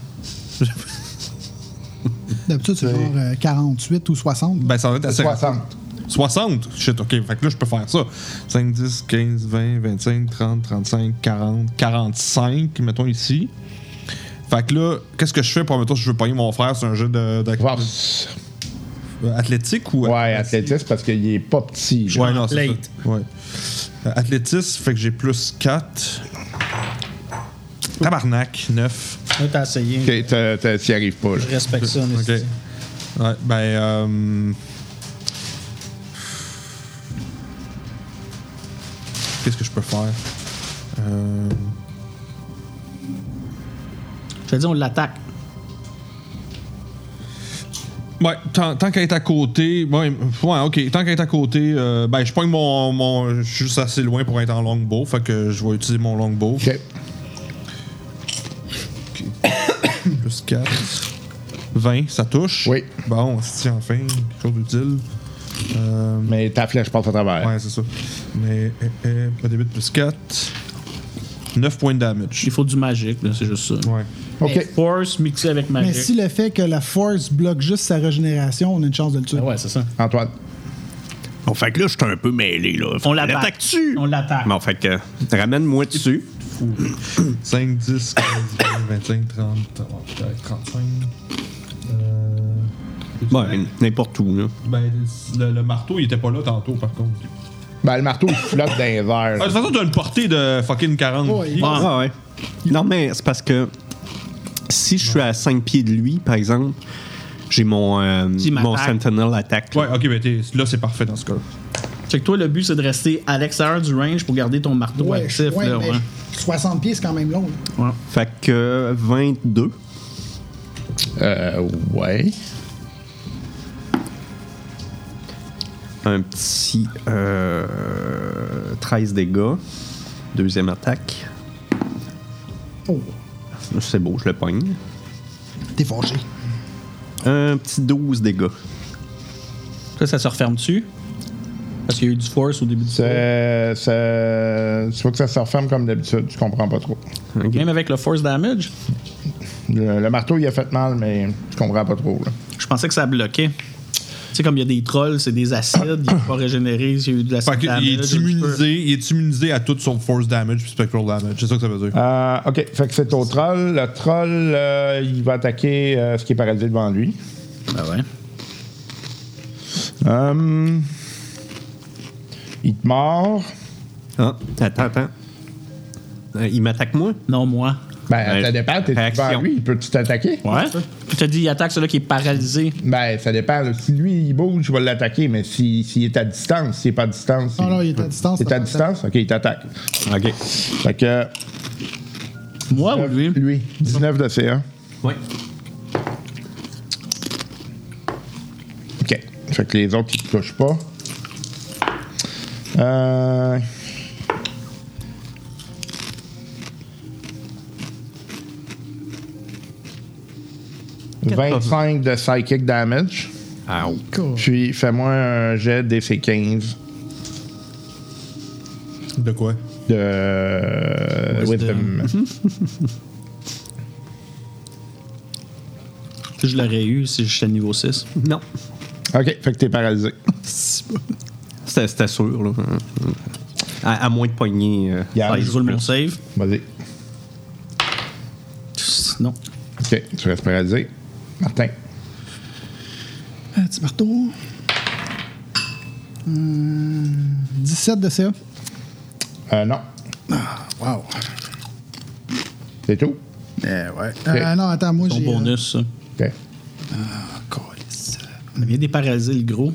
Speaker 6: D'habitude, c'est genre euh, 48 ou 60.
Speaker 3: Ben, ça va être assez
Speaker 2: 60.
Speaker 3: 60? Shit, OK. Fait que là, je peux faire ça. 5, 10, 15, 20, 25, 30, 35, 40, 45, mettons ici. Fait que là, qu'est-ce que je fais pour, mettons, si je veux pogner mon frère sur un jeu de, de-
Speaker 2: Force.
Speaker 3: euh, athlétique ou...
Speaker 2: Ouais, athlétisme parce qu'il est pas petit. genre.
Speaker 3: Ouais, non, c'est
Speaker 4: Late.
Speaker 3: ça. Ouais. Euh, athlétisme, fait que j'ai plus 4. Tabarnak, 9.
Speaker 4: Là, t'as essayé.
Speaker 2: Ok, t'as- t'as- t'y arrives pas, là.
Speaker 4: Je respecte ça.
Speaker 3: OK.
Speaker 4: mais
Speaker 3: Ouais, ben... Euh... Qu'est-ce que je peux faire? Euh...
Speaker 4: Je te dis, on l'attaque.
Speaker 3: Ouais, tant, tant qu'elle est à côté. Ouais, ouais, ok. Tant qu'elle est à côté, euh, ben, je pogne mon. mon je suis juste assez loin pour être en longbow. Fait que je vais utiliser mon longbow.
Speaker 2: Ok.
Speaker 3: Plus 4. 20, ça touche.
Speaker 2: Oui.
Speaker 3: Bon, si enfin, quelque chose d'utile. Euh,
Speaker 2: Mais ta flèche passe à travers.
Speaker 3: ouais, c'est ça. Mais, euh, euh, pas de bite, plus 4. 9 points de damage.
Speaker 4: Il faut du magique, là, c'est juste ça.
Speaker 3: Ouais.
Speaker 4: Mais
Speaker 2: Ok.
Speaker 4: Force mixé avec magique.
Speaker 6: Mais si le fait que la force bloque juste sa régénération, on a une chance de le tuer.
Speaker 4: Ah ouais, c'est ça.
Speaker 2: Antoine.
Speaker 7: Bon, fait que là, je suis un peu mêlé, là.
Speaker 4: On l'attaque.
Speaker 7: dessus.
Speaker 4: On l'attaque.
Speaker 5: Bon, fait que ramène-moi dessus.
Speaker 3: 5, 10, 15, 20, 25, 30, euh, 35. Euh,
Speaker 5: Ouais, n'importe où, là.
Speaker 3: Ben, le, le marteau, il était pas là tantôt, par contre.
Speaker 2: Ben, le marteau, il flotte dans les airs.
Speaker 3: Ah, de toute façon, t'as une portée de fucking 40
Speaker 6: Ouais,
Speaker 3: pieds.
Speaker 4: Ah.
Speaker 5: Ah ouais. Non, mais c'est parce que si je suis à 5 pieds de lui, par exemple, j'ai mon, euh,
Speaker 4: Qui
Speaker 5: mon
Speaker 4: m'attaque.
Speaker 5: Sentinel attaque. là.
Speaker 3: Ouais, ok, ben t'es- là, c'est parfait dans ce cas-là.
Speaker 4: Fait que toi, le but, c'est de rester à l'extérieur du range pour garder ton marteau
Speaker 6: Ouais,
Speaker 4: actif.
Speaker 6: ouais,
Speaker 4: là,
Speaker 6: mais
Speaker 4: ouais.
Speaker 6: 60 pieds, c'est quand même long. là.
Speaker 5: Fait que 22.
Speaker 2: Euh, ouais.
Speaker 5: Un petit euh, 13 dégâts. Deuxième attaque.
Speaker 6: Oh,
Speaker 5: C'est beau, je le pogne.
Speaker 6: t'es fâché.
Speaker 5: Un petit 12 dégâts.
Speaker 4: Ça, ça se referme dessus. Parce qu'il y a eu du force au début du tour.
Speaker 2: C'est- c'est- Tu vois que ça se referme comme d'habitude, tu comprends pas trop.
Speaker 5: Ok.
Speaker 4: Même avec le force damage,
Speaker 2: Le, le marteau, il a fait mal, mais tu comprends pas trop. là.
Speaker 4: je pensais que ça bloquait. Tu sais, comme il y a des trolls, c'est des acides, il n'est pas régénéré, il y a eu de l'acide
Speaker 3: Fait que il
Speaker 4: damage,
Speaker 3: est immunisé, il est immunisé à tout sauf force damage puis spectral damage. C'est ça que ça veut dire.
Speaker 2: Euh, ok, fait que c'est au troll. Le troll, euh, il va attaquer euh, ce qui est paralysé devant lui.
Speaker 4: Ben ouais.
Speaker 2: Hum. il te mord.
Speaker 5: Ah, attends, attends. Euh, il m'attaque moi?
Speaker 4: Non, moi.
Speaker 2: Ben,
Speaker 5: Ouais.
Speaker 2: ça dépend, t'es
Speaker 5: Réaction.
Speaker 2: devant lui, il peut-tu t'attaquer?
Speaker 4: Ouais. Tu t'as dit, il attaque celui qui est paralysé.
Speaker 2: Ben, ça dépend. là. Si lui, il bouge, je vais l'attaquer, mais s'il si, s'il est à distance, s'il n'est pas à distance.
Speaker 6: Non, non, il est à distance,
Speaker 2: Il est à
Speaker 6: ça
Speaker 2: distance? Ok, il t'attaque.
Speaker 5: Ok.
Speaker 2: Fait que.
Speaker 4: Moi ou lui?
Speaker 2: Lui, 19 de CA.
Speaker 5: Ouais.
Speaker 2: OK. Fait que les autres, ils ne touchent pas. Euh...
Speaker 5: Quatre-vingts.
Speaker 2: 25 de psychic damage.
Speaker 5: Ow.
Speaker 6: Cool.
Speaker 2: Puis fais-moi un jet d'effet 15
Speaker 3: Ah. De quoi?
Speaker 2: de euh, Wisdom.
Speaker 4: Je l'aurais eu si j'étais niveau 6.
Speaker 5: Non.
Speaker 2: OK, fait que t'es paralysé.
Speaker 5: C'était c'était sûr, là. À, à moins de poigner. euh,
Speaker 2: Yann,
Speaker 4: Ah, je roule mon save.
Speaker 2: Vas-y.
Speaker 4: Non.
Speaker 2: OK, tu restes paralysé. Martin.
Speaker 6: Un petit marteau. Hum, 17 de CA.
Speaker 2: Euh, non.
Speaker 6: Wow.
Speaker 2: C'est tout?
Speaker 6: Eh ouais. Euh, non, attends, moi
Speaker 4: Ton
Speaker 6: j'ai.
Speaker 4: bonus, ça.
Speaker 2: OK.
Speaker 4: On vient déparaser le gros.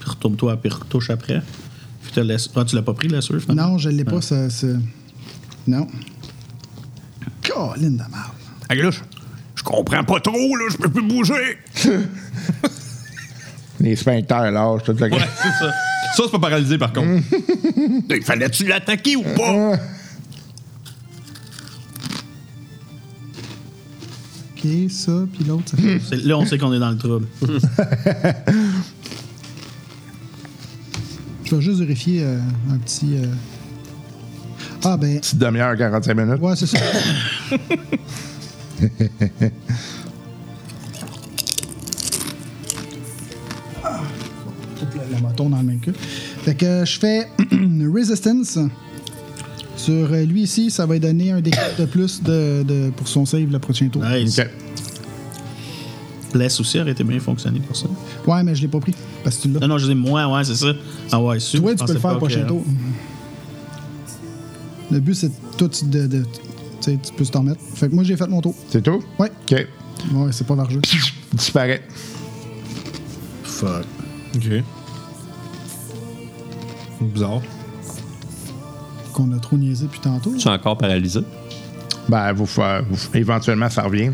Speaker 4: Puis retourne-toi, puis retouche après. Puis te laisse. Ah, tu l'as pas pris, la sueur?
Speaker 6: euh, non, je l'ai pas, ça. ça- Non. Colline de merde.
Speaker 7: Agluche, je comprends pas trop, là, je peux plus bouger.
Speaker 2: Les sphincters lâchent toute la
Speaker 3: Ouais, c'est ça. Ça, c'est pas paralysé par contre.
Speaker 7: Il fallait-tu l'attaquer ou pas?
Speaker 6: Ok, ça, puis l'autre, ça fait.
Speaker 4: C'est- Là, on sait qu'on est dans le trouble.
Speaker 6: Je vais juste vérifier euh, un petit. euh, Ah, ben.
Speaker 2: petite demi-heure, 45 minutes.
Speaker 6: Ouais, c'est ça. Ah, hop là, Le bâton dans le même cul. Fait que je fais Resistance. Sur euh, lui ici, ça va lui donner un dé de plus de, de- pour son save le prochain tour.
Speaker 4: Nice.
Speaker 2: OK.
Speaker 4: Bless aussi aurait été bien fonctionné pour ça.
Speaker 6: Ouais, mais je l'ai pas pris parce que tu l'as.
Speaker 4: Non, non, je dis moi, ouais, c'est ça. Ah ouais, sûr.
Speaker 6: Toi,
Speaker 4: je
Speaker 6: tu peux le
Speaker 4: pensais
Speaker 6: faire
Speaker 4: pas
Speaker 6: le prochain
Speaker 4: que-
Speaker 6: tour. Le but, c'est tout de. de- tu sais, tu peux t'en remettre. Fait que moi, j'ai fait mon tour.
Speaker 2: C'est tout?
Speaker 6: Ouais.
Speaker 2: OK.
Speaker 6: Ouais, c'est pas l'argent.
Speaker 2: Disparaît.
Speaker 4: Fuck.
Speaker 3: Ok. Bizarre.
Speaker 6: qu'on a trop niaisé depuis tantôt.
Speaker 5: Je suis encore paralysé.
Speaker 2: Ben, vous, fa- vous- éventuellement, ça revient. là.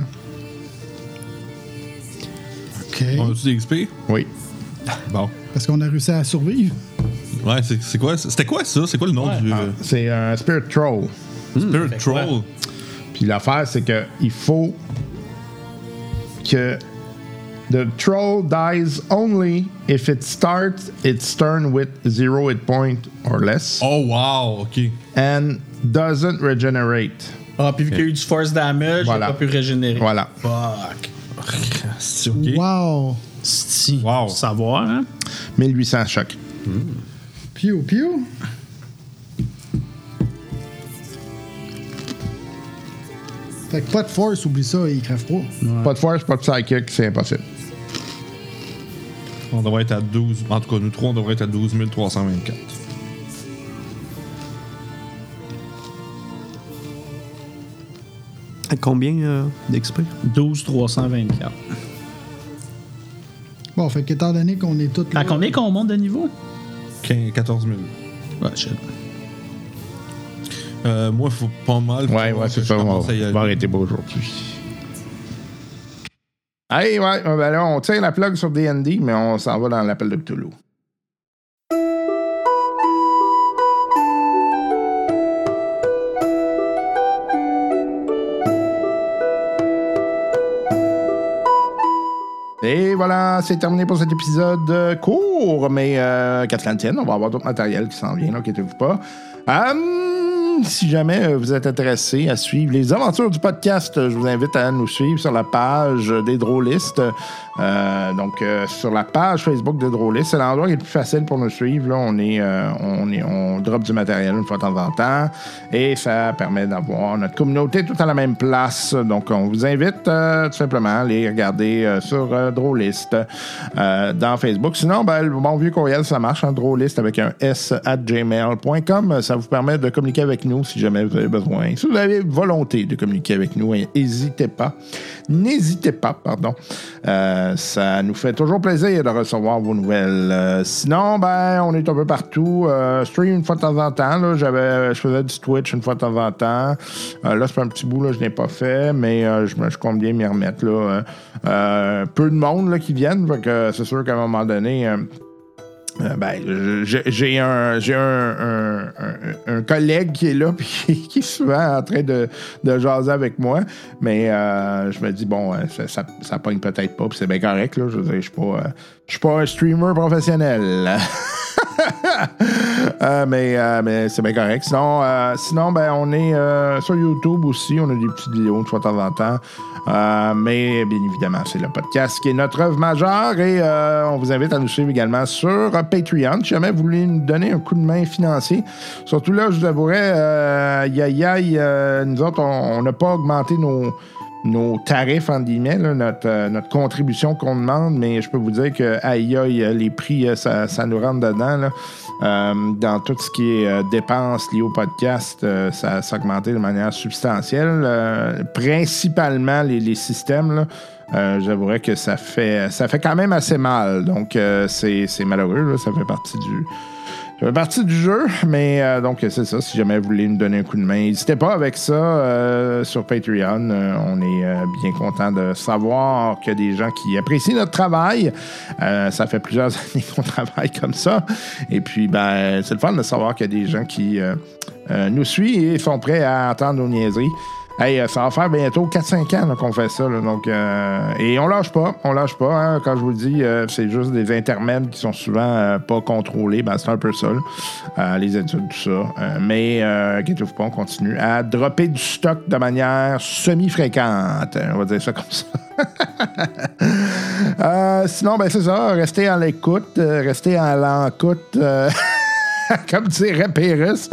Speaker 6: OK.
Speaker 3: On a-tu des XP?
Speaker 2: Oui.
Speaker 3: Bon.
Speaker 6: Parce qu'on a réussi à survivre.
Speaker 3: Ouais, c'est c'est quoi? ça? C'était quoi ça? C'est quoi le nom du. euh,
Speaker 2: C'est un Spirit Troll.
Speaker 3: Spirit Troll?
Speaker 2: Puis l'affaire, c'est que il faut que the troll dies only if it starts its turn with zero hit point or less
Speaker 3: Oh, wow, ok.
Speaker 2: and doesn't regenerate.
Speaker 4: Ah, puis vu qu'il y a eu du force damage,
Speaker 2: Voilà.
Speaker 4: j'ai pas pu régénérer.
Speaker 2: Voilà.
Speaker 4: Fuck.
Speaker 3: C'est ok.
Speaker 6: Wow!
Speaker 4: Si.
Speaker 3: Wow.
Speaker 4: Savoir, hein?
Speaker 2: 1800 choc.
Speaker 6: Piu, piu! Fait que pas de force, oublie ça, il crève pas.
Speaker 2: Pas de force, pas de psychic, c'est impossible.
Speaker 3: On devrait être à 12. En tout cas, nous trois, on devrait être à 12 324.
Speaker 5: À combien euh, d'XP?
Speaker 4: 12 324.
Speaker 6: Bon, fait qu'étant donné qu'on est tous là,
Speaker 4: À combien qu'on monte de niveau?
Speaker 3: 15 14 000.
Speaker 4: Ouais, shit.
Speaker 3: Euh, moi, faut pas mal.
Speaker 2: Ouais,
Speaker 3: faut
Speaker 2: ouais,
Speaker 3: que
Speaker 2: c'est
Speaker 3: je
Speaker 2: ça. On
Speaker 3: commence à y
Speaker 2: va,
Speaker 3: aller.
Speaker 2: on va arrêter beau aujourd'hui. Hey, ouais, ben là, on tire la plug sur D&D, mais on s'en va dans l'appel de Cthulhu. voilà, c'est terminé pour cet épisode euh, court, mais euh, l'antennes, on va avoir d'autres matériels qui s'en viennent, inquiétez-vous pas. Hum, si jamais euh, vous êtes intéressé à suivre les aventures du podcast, euh, je vous invite à nous suivre sur la page euh, des drôlistes. Euh, donc, euh, sur la page Facebook des drôlistes, c'est l'endroit qui est le plus facile pour nous suivre. Là, on, est, euh, on, est, on drop du matériel une fois de temps en temps et ça permet d'avoir notre communauté tout à la même place. Donc, on vous invite euh, tout simplement à aller regarder euh, sur euh, Drawlist euh, dans Facebook. Sinon, ben, le bon vieux courriel, ça marche, en Drawlist avec un S at gmail.com. Ça vous permet de communiquer avec nous si jamais vous avez besoin. Si vous avez volonté de communiquer avec nous, hein, n'hésitez pas. N'hésitez pas, pardon. Euh, ça nous fait toujours plaisir de recevoir vos nouvelles. Euh, sinon, ben, on est un peu partout. Euh, stream une fois de temps en temps. Là, j'avais, je faisais du Twitch une fois de temps en temps. Euh, là, c'est un petit bout, là, je n'ai pas fait, mais euh, je, me- je compte bien m'y remettre. Là, Euh, euh, peu de monde là, qui viennent, fait que c'est sûr qu'à un moment donné. euh, euh, ben, je- je- j'ai un, j'ai un, un, un- un collègue qui est là puis qui- qui est souvent en train de, de jaser avec moi. Mais euh, je me dis, bon, euh, ça, ça, ça pogne peut-être pas, puis c'est bien correct. Là, je veux dire, je suis pas, euh, je suis pas un streamer professionnel. Euh, mais euh, mais c'est bien correct. Sinon, euh, sinon ben, on est euh, sur YouTube aussi. On a des petites vidéos de fois de temps en temps. Euh, mais bien évidemment, c'est le podcast qui est notre œuvre majeure et euh, on vous invite à nous suivre également sur euh, Patreon. Si jamais vous voulez nous donner un coup de main financier, surtout là, je vous avouerais, euh, aïe, aïe, aïe, euh, nous autres, on on n'a pas augmenté nos, nos tarifs, entre guillemets, là, notre, euh, notre contribution qu'on demande, mais je peux vous dire que aïe aïe, euh, les prix, euh, ça, ça nous rentre dedans. là. Euh, dans tout ce qui est euh, dépenses liées au podcast, euh, ça, ça a augmenté de manière substantielle. euh, principalement les, les systèmes. là. Euh, J'avouerais que ça fait ça fait quand même assez mal. Donc euh, c'est c'est malheureux, là, ça fait partie du, ça fait partie du jeu, mais euh, donc c'est ça. Si jamais vous voulez nous donner un coup de main, n'hésitez pas avec ça euh, sur Patreon. Euh, on est euh, bien content de savoir qu'il y a des gens qui apprécient notre travail. Euh, ça fait plusieurs années qu'on travaille comme ça. Et puis, ben, c'est le fun de savoir qu'il y a des gens qui euh, euh, nous suivent et sont prêts à entendre nos niaiseries. Hey, euh, ça va faire bientôt 4-5 ans là, qu'on fait ça. là, donc, euh, et on lâche pas. On lâche pas. hein. quand je vous le dis, euh, c'est juste des intermèdes qui sont souvent euh, pas contrôlés. Ben, c'est un peu ça. là. Euh, les études, tout ça. Euh, mais euh, inquiétez-vous pas, on continue à dropper du stock de manière semi-fréquente. On va dire ça comme ça. Euh, sinon, ben c'est ça. Restez à l'écoute. euh, restez à l'encoute. euh, comme dirait Pérus.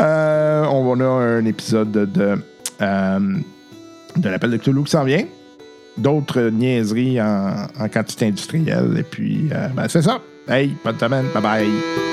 Speaker 2: Euh, on a un épisode de, de, euh, de l'appel de Cthulhu qui s'en vient. D'autres niaiseries en, en quantité industrielle. Et puis, euh, ben, c'est ça. Hey, bonne semaine. Bye bye.